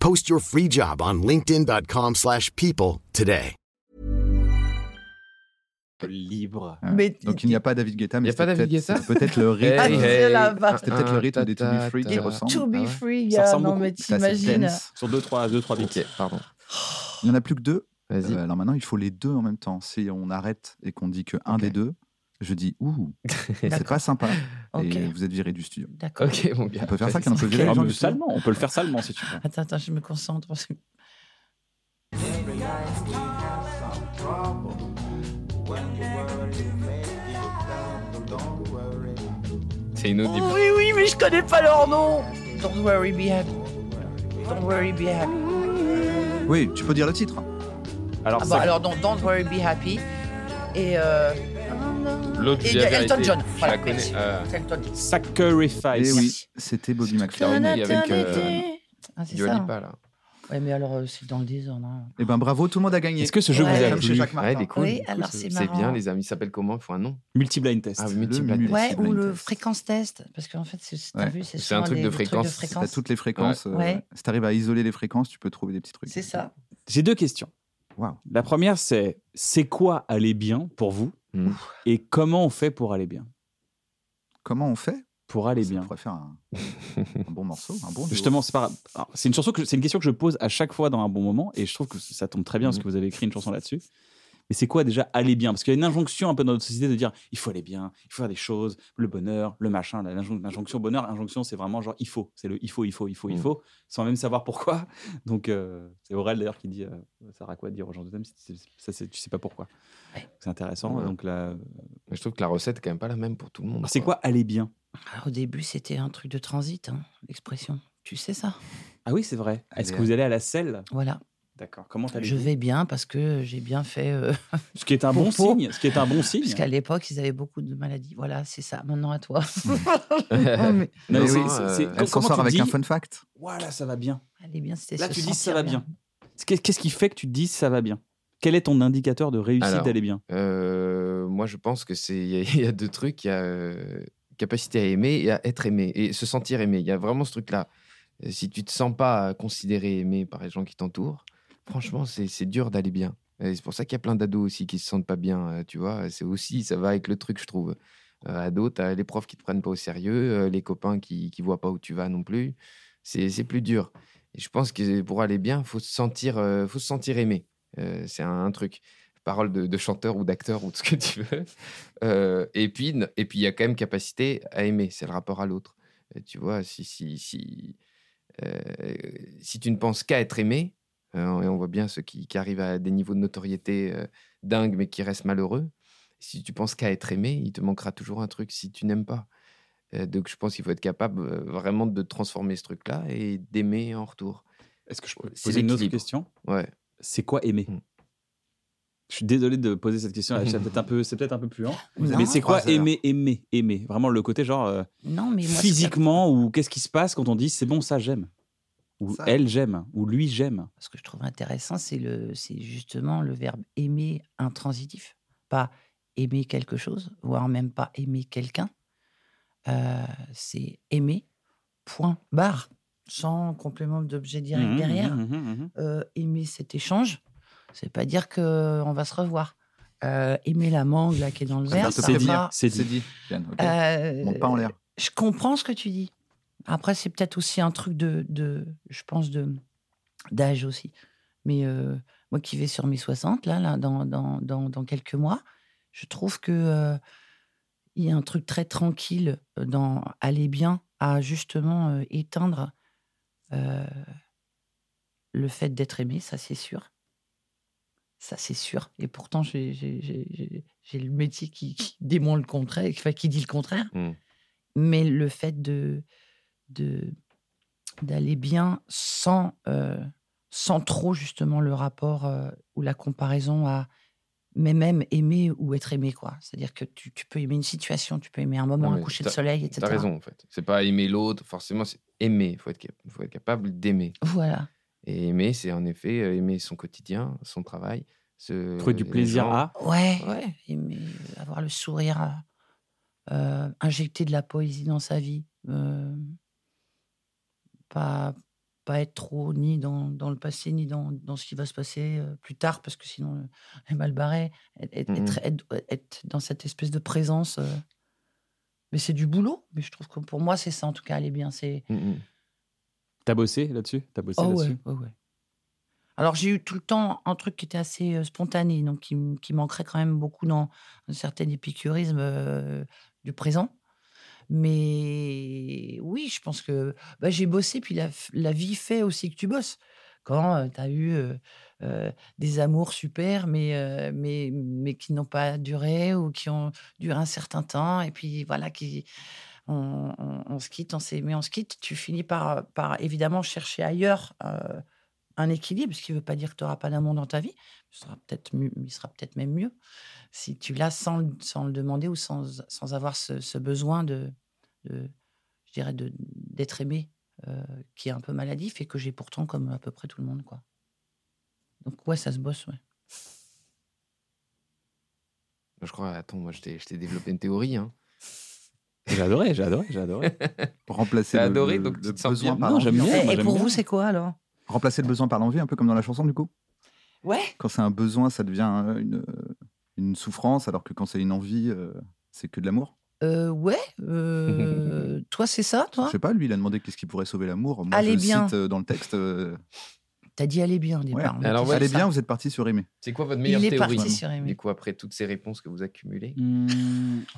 [SPEAKER 5] Post your free job on linkedin.com/people slash people today.
[SPEAKER 2] Libre.
[SPEAKER 4] Ouais.
[SPEAKER 1] Mais-
[SPEAKER 4] Euh, Donc il n'y a pas David Guetta, mais
[SPEAKER 3] Il y a pas
[SPEAKER 4] c'était
[SPEAKER 3] David
[SPEAKER 4] peut-être-
[SPEAKER 3] Guetta Eh,
[SPEAKER 4] c'était
[SPEAKER 3] [laughs]
[SPEAKER 4] peut-être le rythme.
[SPEAKER 3] Hey,
[SPEAKER 1] Ah,
[SPEAKER 4] euh,
[SPEAKER 3] hey.
[SPEAKER 1] c'est là-bas.
[SPEAKER 4] C'était peut-être le rythme des To Be Free qui
[SPEAKER 3] Ta-ta-ta.
[SPEAKER 4] ressemble.
[SPEAKER 1] To
[SPEAKER 3] Ah
[SPEAKER 1] be
[SPEAKER 3] ouais.
[SPEAKER 1] free,
[SPEAKER 2] Euh, Ça
[SPEAKER 1] gars.
[SPEAKER 2] ressemble
[SPEAKER 1] Non,
[SPEAKER 2] beaucoup.
[SPEAKER 1] mais
[SPEAKER 4] C'est assez
[SPEAKER 1] t'imagines.
[SPEAKER 4] dense.
[SPEAKER 2] Sur 2 3 2 3 bits.
[SPEAKER 3] Ok, pardon.
[SPEAKER 4] Il n'y en a plus que deux.
[SPEAKER 3] Vas-y.
[SPEAKER 4] Euh, alors maintenant, il faut les deux en même temps. Si on arrête et qu'on dit que un
[SPEAKER 3] Ok.
[SPEAKER 4] des deux, je dis ouh, c'est
[SPEAKER 1] D'accord.
[SPEAKER 4] pas sympa.
[SPEAKER 1] Ok.
[SPEAKER 4] Et vous êtes viré du studio.
[SPEAKER 1] D'accord.
[SPEAKER 3] ok, mon gars.
[SPEAKER 4] On peut faire ça
[SPEAKER 3] Vas-y.
[SPEAKER 4] quand on peut virer
[SPEAKER 2] Ah,
[SPEAKER 4] les gens
[SPEAKER 2] mais
[SPEAKER 4] du studio.
[SPEAKER 2] salement, on peut le faire salement si tu veux.
[SPEAKER 1] Attends, attends, je me concentre. parce que-
[SPEAKER 3] C'est inaudible.
[SPEAKER 1] Oh Oui, oui, mais je connais pas leur nom. Don't worry, be happy. Don't worry, be happy.
[SPEAKER 4] Oui, tu peux dire le titre.
[SPEAKER 2] Alors
[SPEAKER 1] Ah
[SPEAKER 2] ça
[SPEAKER 1] bah, alors, don't, don't worry, be happy. Et. Euh...
[SPEAKER 3] L'autre,
[SPEAKER 1] Et
[SPEAKER 3] j'ai la
[SPEAKER 1] Elton
[SPEAKER 3] vérité.
[SPEAKER 1] John.
[SPEAKER 3] Je
[SPEAKER 1] Voilà,
[SPEAKER 3] la connais.
[SPEAKER 1] merci.
[SPEAKER 3] euh,
[SPEAKER 1] Elton John.
[SPEAKER 2] Sacrifice.
[SPEAKER 4] Et Eh oui, c'était Bobby
[SPEAKER 3] Tiens,
[SPEAKER 4] McFerrin.
[SPEAKER 3] oui, avec, euh,
[SPEAKER 1] Ah, c'est
[SPEAKER 3] Dua
[SPEAKER 1] ça. hein.
[SPEAKER 3] Lipa, là.
[SPEAKER 1] Ouais, mais alors, euh, c'est dans le désordre. hein.
[SPEAKER 4] Et ben bravo, tout le monde a gagné.
[SPEAKER 2] Est-ce que ce jeu
[SPEAKER 1] Ouais.
[SPEAKER 2] vous a
[SPEAKER 4] Comme chez
[SPEAKER 2] plu
[SPEAKER 4] Jacques Martin.
[SPEAKER 3] Ouais, il est cool.
[SPEAKER 1] Oui, alors c'est
[SPEAKER 3] C'est
[SPEAKER 1] marrant.
[SPEAKER 3] bien, les amis. Il s'appelle comment Il faut un nom.
[SPEAKER 2] Multi-blind test.
[SPEAKER 3] Ah,
[SPEAKER 4] Le
[SPEAKER 3] multiple
[SPEAKER 4] multi-
[SPEAKER 1] Ouais,
[SPEAKER 4] Blind
[SPEAKER 1] ou le
[SPEAKER 4] test.
[SPEAKER 1] fréquence test. Parce qu'en fait, c'est t'as
[SPEAKER 4] Ouais.
[SPEAKER 1] vu, c'est
[SPEAKER 3] C'est un
[SPEAKER 1] souvent
[SPEAKER 3] truc
[SPEAKER 1] des-
[SPEAKER 3] de
[SPEAKER 1] des trucs
[SPEAKER 3] fréquence.
[SPEAKER 4] T'as
[SPEAKER 1] fréquence.
[SPEAKER 4] toutes les fréquences. euh,
[SPEAKER 1] Ouais.
[SPEAKER 4] Si t'arrives à isoler les fréquences, tu peux trouver des petits trucs.
[SPEAKER 1] C'est ça.
[SPEAKER 2] J'ai deux questions.
[SPEAKER 4] Waouh.
[SPEAKER 2] La première, c'est c'est quoi aller bien pour vous
[SPEAKER 4] Hmm.
[SPEAKER 3] Mm.
[SPEAKER 2] et comment on fait pour aller bien
[SPEAKER 4] Comment on fait
[SPEAKER 2] Pour aller
[SPEAKER 4] Ça
[SPEAKER 2] Eh bien.
[SPEAKER 4] pourrait
[SPEAKER 2] [laughs]
[SPEAKER 4] faire un, un bon morceau, un bon. duo.
[SPEAKER 2] Justement, c'est pas alors, c'est une chanson que je- c'est une question que je pose à chaque fois dans un bon moment et je trouve que ça tombe très bien parce
[SPEAKER 3] Mhm.
[SPEAKER 2] que vous avez écrit une chanson là-dessus. Mais c'est quoi déjà aller bien Parce qu'il y a une injonction un peu dans notre société de dire il faut aller bien, il faut faire des choses, le bonheur, le machin, la- l'injon- l'injonction bonheur, l'injonction c'est vraiment genre il faut, c'est le il faut, il faut, il faut, il
[SPEAKER 3] Mhm.
[SPEAKER 2] faut, sans même savoir pourquoi. [laughs] Donc euh, c'est Aurel d'ailleurs qui dit euh, ça sert à quoi de dire aux gens de t'aime si tu sais- ça c'est- tu sais pas pourquoi. C'est intéressant.
[SPEAKER 3] Ouais.
[SPEAKER 2] Donc là,
[SPEAKER 3] Mais je trouve que la recette est quand même pas la même pour tout le monde.
[SPEAKER 2] Alors, c'est quoi aller bien
[SPEAKER 1] Ah, au début, c'était un truc de transit, hein, l'expression. Tu sais ça
[SPEAKER 2] Ah oui c'est vrai. Est-ce
[SPEAKER 4] Aller
[SPEAKER 2] que
[SPEAKER 4] à-
[SPEAKER 2] vous allez à la selle
[SPEAKER 1] Voilà.
[SPEAKER 2] D'accord. Comment allez
[SPEAKER 1] Je vais bien parce que j'ai bien fait. euh,
[SPEAKER 2] Ce qui est un bon
[SPEAKER 1] Popo.
[SPEAKER 2] signe. Ce qui est un bon signe.
[SPEAKER 1] Parce qu'à l'époque, ils avaient beaucoup de maladies. Voilà, c'est ça. Maintenant à toi. [laughs]
[SPEAKER 2] [laughs]
[SPEAKER 3] quoi
[SPEAKER 1] mais-
[SPEAKER 2] Non, mais
[SPEAKER 4] Non,
[SPEAKER 2] c'est-
[SPEAKER 3] euh,
[SPEAKER 2] c'est-
[SPEAKER 3] elle
[SPEAKER 2] comment
[SPEAKER 4] Elle s'en
[SPEAKER 2] tu
[SPEAKER 4] sort avec
[SPEAKER 2] dis,
[SPEAKER 4] un fun fact.
[SPEAKER 2] Voilà, ça va bien.
[SPEAKER 1] Allez bien, c'était
[SPEAKER 2] Là,
[SPEAKER 1] se
[SPEAKER 2] tu dis ça
[SPEAKER 1] sentir
[SPEAKER 2] va bien. Qu'est- Qu'est-ce qui fait que tu dis ça va bien Quel est ton indicateur de réussite
[SPEAKER 3] Alors.
[SPEAKER 2] d'aller bien
[SPEAKER 3] Euh, moi, je pense que c'est il y, a- il y a deux trucs. Il y a euh, capacité à aimer et à être aimé et se sentir aimé. Il y a vraiment ce truc-là. Euh, Si tu te sens pas considéré aimé par les gens qui t'entourent, franchement, c'est c'est dur d'aller bien. Et c'est pour ça qu'il y a plein d'ados aussi qui se sentent pas bien. euh, Tu vois, c'est aussi ça va avec le truc, je trouve. Euh, ado, t'as les profs qui te prennent pas au sérieux, euh, les copains qui qui voient pas où tu vas non plus. C'est c'est plus dur. Et je pense que pour aller bien, faut se sentir, euh, faut se sentir aimé. Euh, c'est un- un truc paroles de, de chanteur ou d'acteur ou de ce que tu veux. Euh, et puis, n- et puis il y a quand même capacité à aimer, c'est le rapport à l'autre. Euh, Tu vois, si si si euh, si tu ne penses qu'à être aimé, euh, et on voit bien ceux qui, qui arrivent à des niveaux de notoriété euh, dingues mais qui restent malheureux. Si tu penses qu'à être aimé, il te manquera toujours un truc si tu n'aimes pas. Euh, donc je pense qu'il faut être capable euh, vraiment de transformer ce truc-là et d'aimer en retour.
[SPEAKER 2] Est-ce que je peux
[SPEAKER 3] C'est
[SPEAKER 2] poser une autre
[SPEAKER 3] l'équilibre.
[SPEAKER 2] question
[SPEAKER 3] Ouais.
[SPEAKER 2] C'est quoi aimer
[SPEAKER 3] Mm.
[SPEAKER 2] Je suis désolé de poser cette question. C'est peut-être un peu, c'est peut-être un peu puant.
[SPEAKER 4] Vous avez
[SPEAKER 2] mais c'est quoi
[SPEAKER 4] trois heures.
[SPEAKER 2] aimer, aimer, aimer Vraiment le côté genre euh,
[SPEAKER 1] Non, mais moi,
[SPEAKER 2] physiquement ou qu'est-ce qui se passe quand on dit c'est bon ça j'aime ou
[SPEAKER 4] Ça.
[SPEAKER 2] elle j'aime ou lui j'aime.
[SPEAKER 1] Ce que je trouve intéressant, c'est le, c'est justement le verbe aimer intransitif, pas aimer quelque chose, voire même pas aimer quelqu'un. Euh, c'est aimer, point barre, sans complément d'objet direct
[SPEAKER 4] Mmh,
[SPEAKER 2] Mhm,
[SPEAKER 1] derrière.
[SPEAKER 2] mhm, mhm, mhm.
[SPEAKER 1] Euh, aimer cet échange, c'est pas dire que on va se revoir. Euh, aimer la mangue là qui est dans le
[SPEAKER 4] Ça
[SPEAKER 1] verre,
[SPEAKER 4] veut dire te
[SPEAKER 1] c'est
[SPEAKER 2] C'est dit,
[SPEAKER 1] pas-
[SPEAKER 2] c'est
[SPEAKER 4] C'est
[SPEAKER 2] dit.
[SPEAKER 4] dit. Yann, ok.
[SPEAKER 1] Euh,
[SPEAKER 4] Monte pas en l'air.
[SPEAKER 1] je comprends ce que tu dis. Après, c'est peut-être aussi un truc de, de je pense, de d'âge aussi. Mais euh, moi qui vais sur mes 60, là, là dans, dans, dans, dans quelques mois, je trouve que euh, il y a un truc très tranquille euh, dans aller bien à justement euh, éteindre euh, le fait d'être aimé, ça c'est sûr. Ça c'est sûr. Et pourtant, j'ai- j'ai j'ai- j'ai- j'ai le métier qui, qui dément le contraire, enfin, qui dit le contraire
[SPEAKER 3] Mm.
[SPEAKER 1] mais le fait de de- d'aller bien sans euh, sans trop justement le rapport euh, ou la comparaison à mais même aimer ou être aimé quoi c'est à dire que tu, tu peux aimer une situation tu peux aimer un moment
[SPEAKER 3] Non,
[SPEAKER 1] un
[SPEAKER 3] mais
[SPEAKER 1] coucher de
[SPEAKER 3] t'as-
[SPEAKER 1] soleil etc
[SPEAKER 3] T'as raison, en fait. C'est pas aimer l'autre, forcément, c'est aimer. Il faut être, cap- faut être capable d'aimer.
[SPEAKER 1] voilà
[SPEAKER 3] Et aimer, c'est en effet euh, aimer son quotidien, son travail. Ce,
[SPEAKER 2] Trouver du
[SPEAKER 3] Euh, les
[SPEAKER 2] plaisir
[SPEAKER 3] gens.
[SPEAKER 2] à.
[SPEAKER 1] ouais ouais aimer euh, avoir le sourire euh, euh, injecter de la poésie dans sa vie euh, pas pas être trop ni dans, dans le passé ni dans, dans ce qui va se passer euh, plus tard parce que sinon euh, elle est mal barrée être, être-
[SPEAKER 3] Mhm.
[SPEAKER 1] être- être- être dans cette espèce de présence euh. mais c'est du boulot mais je trouve que pour moi c'est ça en tout cas aller bien c'est
[SPEAKER 3] Mm, mm.
[SPEAKER 2] T'as bossé là-dessus T'as bossé
[SPEAKER 1] Oh
[SPEAKER 2] là-dessus
[SPEAKER 1] ouais, ouais, ouais. Alors j'ai eu tout le temps un truc qui était assez euh, spontané, donc qui, m- qui manquerait quand même beaucoup dans un certain épicurisme euh, du présent. Mais oui, je pense que bah, j'ai bossé, puis la, f- la vie fait aussi que tu bosses. Quand tu as eu euh, euh, des amours super, mais, euh, mais, mais qui n'ont pas duré ou qui ont duré un certain temps, et puis voilà, qui, on, on- on se quitte, on s'aimait, on se quitte, tu finis par, par évidemment chercher ailleurs euh, un équilibre, ce qui ne veut pas dire que tu n'auras pas d'amour dans ta vie. Ce sera peut-être mieux- il sera peut-être même mieux si tu l'as sans, le- sans le demander ou sans, sans avoir ce, ce besoin de, de- je dirais, de- d'être aimé euh, qui est un peu maladif et que j'ai pourtant comme à peu près tout le monde. quoi. Donc ouais, ça se bosse, ouais.
[SPEAKER 3] Je crois, attends, moi je t'ai je t'ai développé une théorie. Hein.
[SPEAKER 2] J'ai adoré, j'ai adoré, j'ai adoré.
[SPEAKER 4] Pour remplacer
[SPEAKER 3] T'as
[SPEAKER 4] le,
[SPEAKER 3] adoré,
[SPEAKER 4] le-
[SPEAKER 3] donc
[SPEAKER 4] le
[SPEAKER 3] tu te sens
[SPEAKER 4] besoin
[SPEAKER 3] bien.
[SPEAKER 4] par
[SPEAKER 2] Non,
[SPEAKER 4] l'envie.
[SPEAKER 2] j'aime bien.
[SPEAKER 1] Et,
[SPEAKER 2] moi,
[SPEAKER 1] et pour
[SPEAKER 2] bien.
[SPEAKER 1] vous, c'est quoi alors
[SPEAKER 4] Remplacer le besoin par l'envie, un peu comme dans la chanson, du coup
[SPEAKER 1] Ouais.
[SPEAKER 4] Quand c'est un besoin, ça devient euh, une, euh, une souffrance, alors que quand c'est une envie, euh, c'est que de l'amour.
[SPEAKER 1] Euh, ouais.
[SPEAKER 2] [laughs]
[SPEAKER 1] euh, toi, c'est ça,
[SPEAKER 4] Je
[SPEAKER 1] toi
[SPEAKER 4] sais pas, lui, il a demandé qu'est-ce qui pourrait sauver l'amour. Moi,
[SPEAKER 1] Allez
[SPEAKER 4] je
[SPEAKER 1] bien.
[SPEAKER 4] cite euh, dans le texte. euh,
[SPEAKER 1] T'as dit aller bien au
[SPEAKER 4] ouais.
[SPEAKER 1] départ. on
[SPEAKER 3] Alors,
[SPEAKER 1] était sur
[SPEAKER 3] ouais,
[SPEAKER 4] Allez
[SPEAKER 1] ça.
[SPEAKER 4] bien, vous êtes parti sur aimer.
[SPEAKER 3] C'est quoi votre
[SPEAKER 1] Il
[SPEAKER 3] meilleure
[SPEAKER 1] est
[SPEAKER 3] théorie
[SPEAKER 1] parti sur Amy.
[SPEAKER 3] Du coup, après toutes ces réponses que vous accumulez,
[SPEAKER 2] Hum,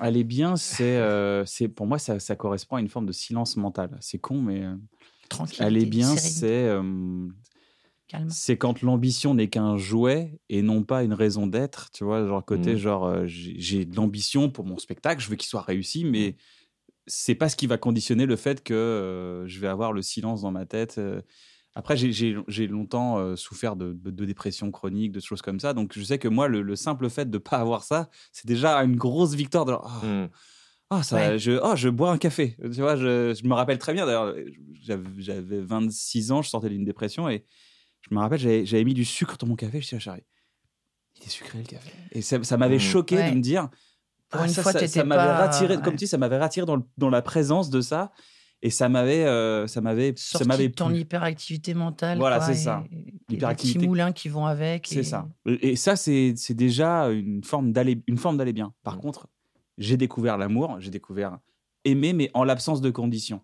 [SPEAKER 2] elle est bien, c'est, euh, c'est pour moi, ça, ça correspond à une forme de silence mental. C'est con, mais euh,
[SPEAKER 1] Tranquille.
[SPEAKER 2] elle est bien, c'est euh,
[SPEAKER 1] Calme.
[SPEAKER 2] c'est quand l'ambition n'est qu'un jouet et non pas une raison d'être. Tu vois, genre côté,
[SPEAKER 3] Mhm.
[SPEAKER 2] genre euh, j'ai j'ai de l'ambition pour mon spectacle, je veux qu'il soit réussi, mais c'est pas ce qui va conditionner le fait que euh, je vais avoir le silence dans ma tête. euh. Après, j'ai- j'ai j'ai longtemps euh, souffert de, de- de dépression chronique, de choses comme ça, donc je sais que moi, le, le simple fait de pas avoir ça, c'est déjà une grosse victoire. De, Ah,
[SPEAKER 3] Hmm.
[SPEAKER 2] Ah, ça,
[SPEAKER 1] Ouais.
[SPEAKER 2] je, ah, je bois un café. Tu vois, je, je me rappelle très bien. D'ailleurs, j'avais j'avais 26 ans, je sortais d'une dépression et je me rappelle, j'avais j'avais mis du sucre dans mon café. Je disais à Charlie, il est sucré le café. Et ça, ça m'avait
[SPEAKER 3] Mm.
[SPEAKER 2] choqué
[SPEAKER 1] Mmh. Ouais.
[SPEAKER 2] de me dire,
[SPEAKER 1] Pour
[SPEAKER 2] ah,
[SPEAKER 1] une
[SPEAKER 2] ça,
[SPEAKER 1] fois,
[SPEAKER 2] ça,
[SPEAKER 1] t'étais
[SPEAKER 2] ça m'avait
[SPEAKER 1] pas-
[SPEAKER 2] rattiré,
[SPEAKER 1] ouais.
[SPEAKER 2] comme tu dis, ça m'avait rattiré dans, le- dans la présence de ça et ça m'avait, euh, ça m'avait, ça
[SPEAKER 1] Sorti
[SPEAKER 2] m'avait
[SPEAKER 1] de ton
[SPEAKER 2] plu.
[SPEAKER 1] hyperactivité mentale.
[SPEAKER 2] Voilà,
[SPEAKER 1] quoi,
[SPEAKER 2] c'est
[SPEAKER 1] et-
[SPEAKER 2] ça.
[SPEAKER 1] et des
[SPEAKER 2] Hyperactivité.
[SPEAKER 1] petits moulins qui vont avec. et-
[SPEAKER 2] C'est ça. Et ça, c'est c'est déjà une forme d'aller, une forme d'aller bien. Par
[SPEAKER 3] Mm.
[SPEAKER 2] contre, j'ai découvert l'amour, j'ai découvert aimer, mais en l'absence de conditions.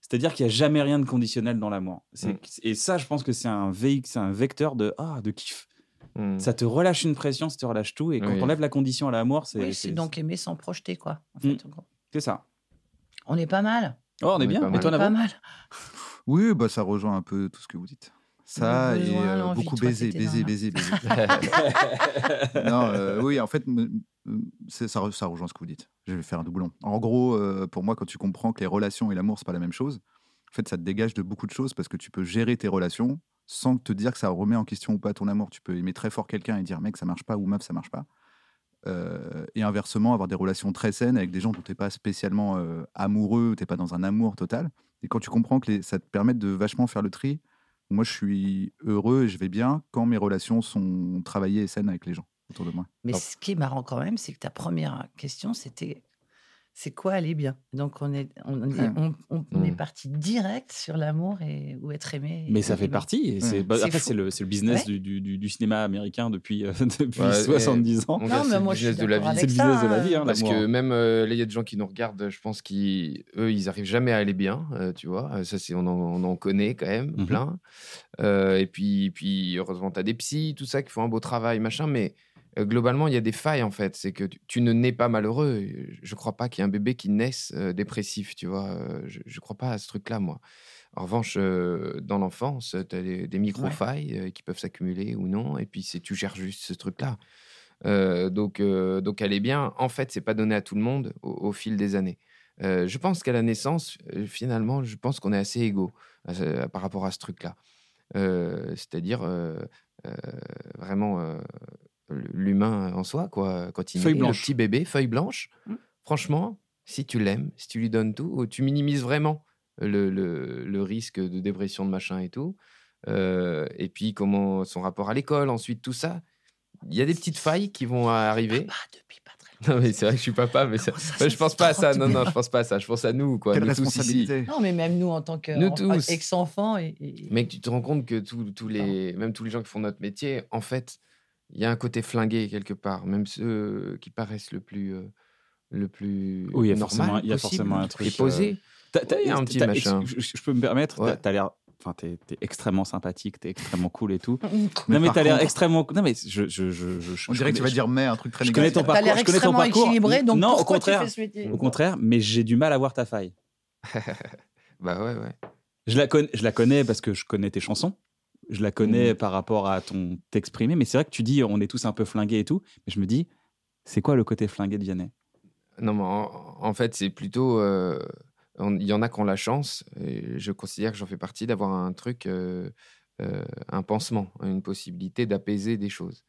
[SPEAKER 2] C'est-à-dire qu'il n'y a jamais rien de conditionnel dans l'amour. C'est-
[SPEAKER 3] Mm.
[SPEAKER 2] Et ça, je pense que c'est un véhicule, c'est un vecteur de ah, de kiff.
[SPEAKER 3] Hmm.
[SPEAKER 2] Ça te relâche une pression, ça te relâche tout. Et quand
[SPEAKER 3] Oui.
[SPEAKER 2] on enlève la condition à l'amour, c'est
[SPEAKER 1] Oui, c'est
[SPEAKER 2] c'est-
[SPEAKER 1] donc aimer sans projeter, quoi. en
[SPEAKER 2] Mm.
[SPEAKER 1] fait, en gros.
[SPEAKER 2] c'est ça.
[SPEAKER 1] On est pas mal.
[SPEAKER 2] Oh, on est
[SPEAKER 3] est
[SPEAKER 2] bien.
[SPEAKER 3] pas
[SPEAKER 2] Et
[SPEAKER 3] mal.
[SPEAKER 2] toi,
[SPEAKER 1] On est pas
[SPEAKER 2] Navo
[SPEAKER 1] mal.
[SPEAKER 4] Oui, bah, ça rejoint un peu tout ce que vous dites. Ça
[SPEAKER 1] Le
[SPEAKER 4] et
[SPEAKER 1] besoin,
[SPEAKER 4] euh,
[SPEAKER 1] l'envie,
[SPEAKER 4] beaucoup
[SPEAKER 1] toi,
[SPEAKER 4] baiser,
[SPEAKER 1] t'étais
[SPEAKER 4] baiser,
[SPEAKER 1] dans
[SPEAKER 4] baiser, baiser.
[SPEAKER 3] [laughs]
[SPEAKER 4] non, euh, oui, en fait, m- m- c'est- ça, re- ça rejoint ce que vous dites. Je vais faire un doublon. En gros, euh, pour moi, quand tu comprends que les relations et l'amour, c'est pas la même chose, en fait, ça te dégage de beaucoup de choses parce que tu peux gérer tes relations sans te dire que ça remet en question ou pas ton amour. Tu peux aimer très fort quelqu'un et dire mec, ça marche pas ou meuf, ça marche pas. Euh, et inversement, avoir des relations très saines avec des gens dont tu n'es pas spécialement euh, amoureux, tu n'es pas dans un amour total. Et quand tu comprends que les- ça te permet de vachement faire le tri, moi je suis heureux et je vais bien quand mes relations sont travaillées et saines avec les gens autour de moi.
[SPEAKER 1] Mais
[SPEAKER 3] Non.
[SPEAKER 1] ce qui est marrant quand même, c'est que ta première question, c'était c'est quoi aller bien Donc on est, on, on est,
[SPEAKER 4] Ouais.
[SPEAKER 1] on- on- on est
[SPEAKER 3] Mm.
[SPEAKER 1] parti direct sur l'amour et ou être aimé. et
[SPEAKER 2] Mais ça
[SPEAKER 1] aimer.
[SPEAKER 2] fait partie. et c'est-
[SPEAKER 4] Ouais.
[SPEAKER 2] bah,
[SPEAKER 1] Mm. C'est
[SPEAKER 2] après,
[SPEAKER 1] fou.
[SPEAKER 2] c'est le, c'est le business
[SPEAKER 1] Ouais.
[SPEAKER 2] du- du, du- du cinéma américain depuis, euh, depuis [laughs]
[SPEAKER 3] Ouais, et-
[SPEAKER 2] 70 ans.
[SPEAKER 3] Mon
[SPEAKER 1] Ah, Non,
[SPEAKER 3] gars,
[SPEAKER 1] mais
[SPEAKER 3] c'est le
[SPEAKER 1] moi, je suis
[SPEAKER 3] business de la
[SPEAKER 1] d'accord
[SPEAKER 3] vie.
[SPEAKER 2] C'est le
[SPEAKER 1] avec ça,
[SPEAKER 2] business de la
[SPEAKER 1] hein.
[SPEAKER 2] vie. hein,
[SPEAKER 3] Parce
[SPEAKER 2] l'amour.
[SPEAKER 3] que même euh, là, il y a des gens qui nous regardent, je pense qu'ils, eux, ils arrivent jamais à aller bien, euh, tu vois. Euh, Ça, c'est on en, on en connaît quand même
[SPEAKER 2] Mhm.
[SPEAKER 3] plein. Euh, et puis, puis heureusement, tu as des psys, tout ça, qui font un beau travail, machin. Mais euh, globalement, il y a des failles en fait. C'est que tu, tu ne nais pas malheureux. Je crois pas qu'il y ait un bébé qui naisse euh, dépressif, tu vois. Euh, Je, je crois pas à ce truc-là, moi. En revanche, euh, dans l'enfance, tu as des, des micro-failles euh, qui peuvent s'accumuler ou non. Et puis, c'est tu gères juste ce truc-là. Euh, donc, euh, donc elle est bien. En fait, c'est pas donné à tout le monde au, au fil des années. Euh, je pense qu'à la naissance, euh, finalement, je pense qu'on est assez égaux à ce- par rapport à ce truc-là. Euh, C'est-à-dire euh, euh, vraiment euh, l'humain en soi, quoi. Quand il
[SPEAKER 2] Feuille
[SPEAKER 3] est né,
[SPEAKER 2] blanche.
[SPEAKER 3] le petit bébé, feuille blanche. Franchement, si tu l'aimes, si tu lui donnes tout, tu minimises vraiment le, le- le risque de dépression de machin et tout. Euh, et puis comment son rapport à l'école, ensuite tout ça. Il y a des petites failles qui vont arriver. [laughs]
[SPEAKER 1] Papa, depuis pas très longtemps.
[SPEAKER 3] Non mais c'est vrai que je suis papa,
[SPEAKER 1] [laughs]
[SPEAKER 3] mais ça-
[SPEAKER 1] Comment ça,
[SPEAKER 3] Ouais,
[SPEAKER 1] ça
[SPEAKER 3] je pense
[SPEAKER 1] fait
[SPEAKER 3] pas à ça.
[SPEAKER 1] 30
[SPEAKER 3] Non non, je pense pas à ça. Je pense à nous quoi.
[SPEAKER 4] Quelle
[SPEAKER 3] nous tous ici.
[SPEAKER 4] responsabilité
[SPEAKER 1] Non, mais même nous en tant que
[SPEAKER 3] Nous
[SPEAKER 1] en-
[SPEAKER 3] tous.
[SPEAKER 1] ex-enfants et, et-
[SPEAKER 3] Mec, tu te rends compte que tous tous les, même tous les gens qui font notre métier, en fait, il y a un côté flingué quelque part. Même ceux qui paraissent le plus, euh, le plus
[SPEAKER 2] Oui, il y a
[SPEAKER 3] normal
[SPEAKER 2] forcément- il y a
[SPEAKER 3] possible,
[SPEAKER 2] forcément un
[SPEAKER 3] et
[SPEAKER 2] truc, euh,
[SPEAKER 3] posé.
[SPEAKER 2] T'as- t'as-
[SPEAKER 3] Oui, un
[SPEAKER 2] t'as-
[SPEAKER 3] petit
[SPEAKER 2] t'as-
[SPEAKER 3] machin.
[SPEAKER 2] Je, je- je peux me permettre, t'as-
[SPEAKER 3] Ouais.
[SPEAKER 2] t'as l'air. Enfin, t'es t'es extrêmement sympathique, t'es extrêmement cool et tout.
[SPEAKER 4] Mais
[SPEAKER 2] non, mais
[SPEAKER 4] par
[SPEAKER 2] t'as l'air
[SPEAKER 4] contre,
[SPEAKER 2] extrêmement. Non, mais je. je, je, je- je-
[SPEAKER 4] On dirait que tu vas
[SPEAKER 2] je-
[SPEAKER 4] dire mais un truc très
[SPEAKER 2] Je connais
[SPEAKER 4] négatif.
[SPEAKER 2] ton
[SPEAKER 1] T'as
[SPEAKER 2] parcours.
[SPEAKER 1] l'air
[SPEAKER 2] Je connais ton
[SPEAKER 1] extrêmement
[SPEAKER 2] parcours.
[SPEAKER 1] équilibré, donc
[SPEAKER 2] non, au
[SPEAKER 1] pourquoi tu
[SPEAKER 2] contraire.
[SPEAKER 1] fais ce métier
[SPEAKER 2] Au contraire, mais j'ai du mal à voir ta faille.
[SPEAKER 3] Bah ouais ouais.
[SPEAKER 2] Je la, connais, je la connais parce que je connais tes chansons. Je la connais
[SPEAKER 3] Mhm.
[SPEAKER 2] par rapport à ton t'exprimer. Mais c'est vrai que tu dis, on est tous un peu flingués et tout. Mais je me dis, c'est quoi le côté flingué de Vianney
[SPEAKER 3] Non, mais en, en fait, c'est plutôt. euh, on- Il y en a qui ont la chance, et je considère que j'en fais partie, d'avoir un truc, euh, euh, un pansement, une possibilité d'apaiser des choses.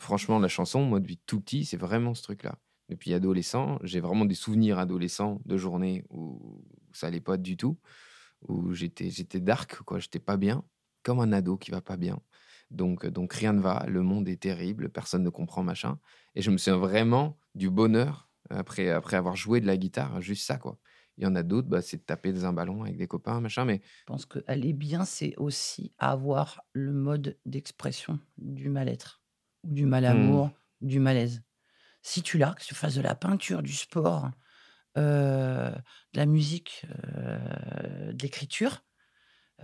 [SPEAKER 3] Franchement, la chanson, moi, depuis tout petit, c'est vraiment ce truc-là. Depuis adolescent, j'ai vraiment des souvenirs adolescents de journées où ça allait pas du tout, où j'étais j'étais dark, quoi. J'étais pas bien, comme un ado qui va pas bien. Donc, donc rien ne va, le monde est terrible, personne ne comprend machin. Et je me souviens vraiment du bonheur après, après avoir joué de la guitare, juste ça quoi. Il y en a d'autres, bah, c'est de taper des ballon avec des copains, machin, mais
[SPEAKER 1] Je pense que aller bien, c'est aussi avoir le mode d'expression du mal-être, ou du mal-amour,
[SPEAKER 2] Hmm.
[SPEAKER 1] ou du malaise. Si tu l'as, que tu fasses de la peinture, du sport, euh, de la musique, euh, de l'écriture,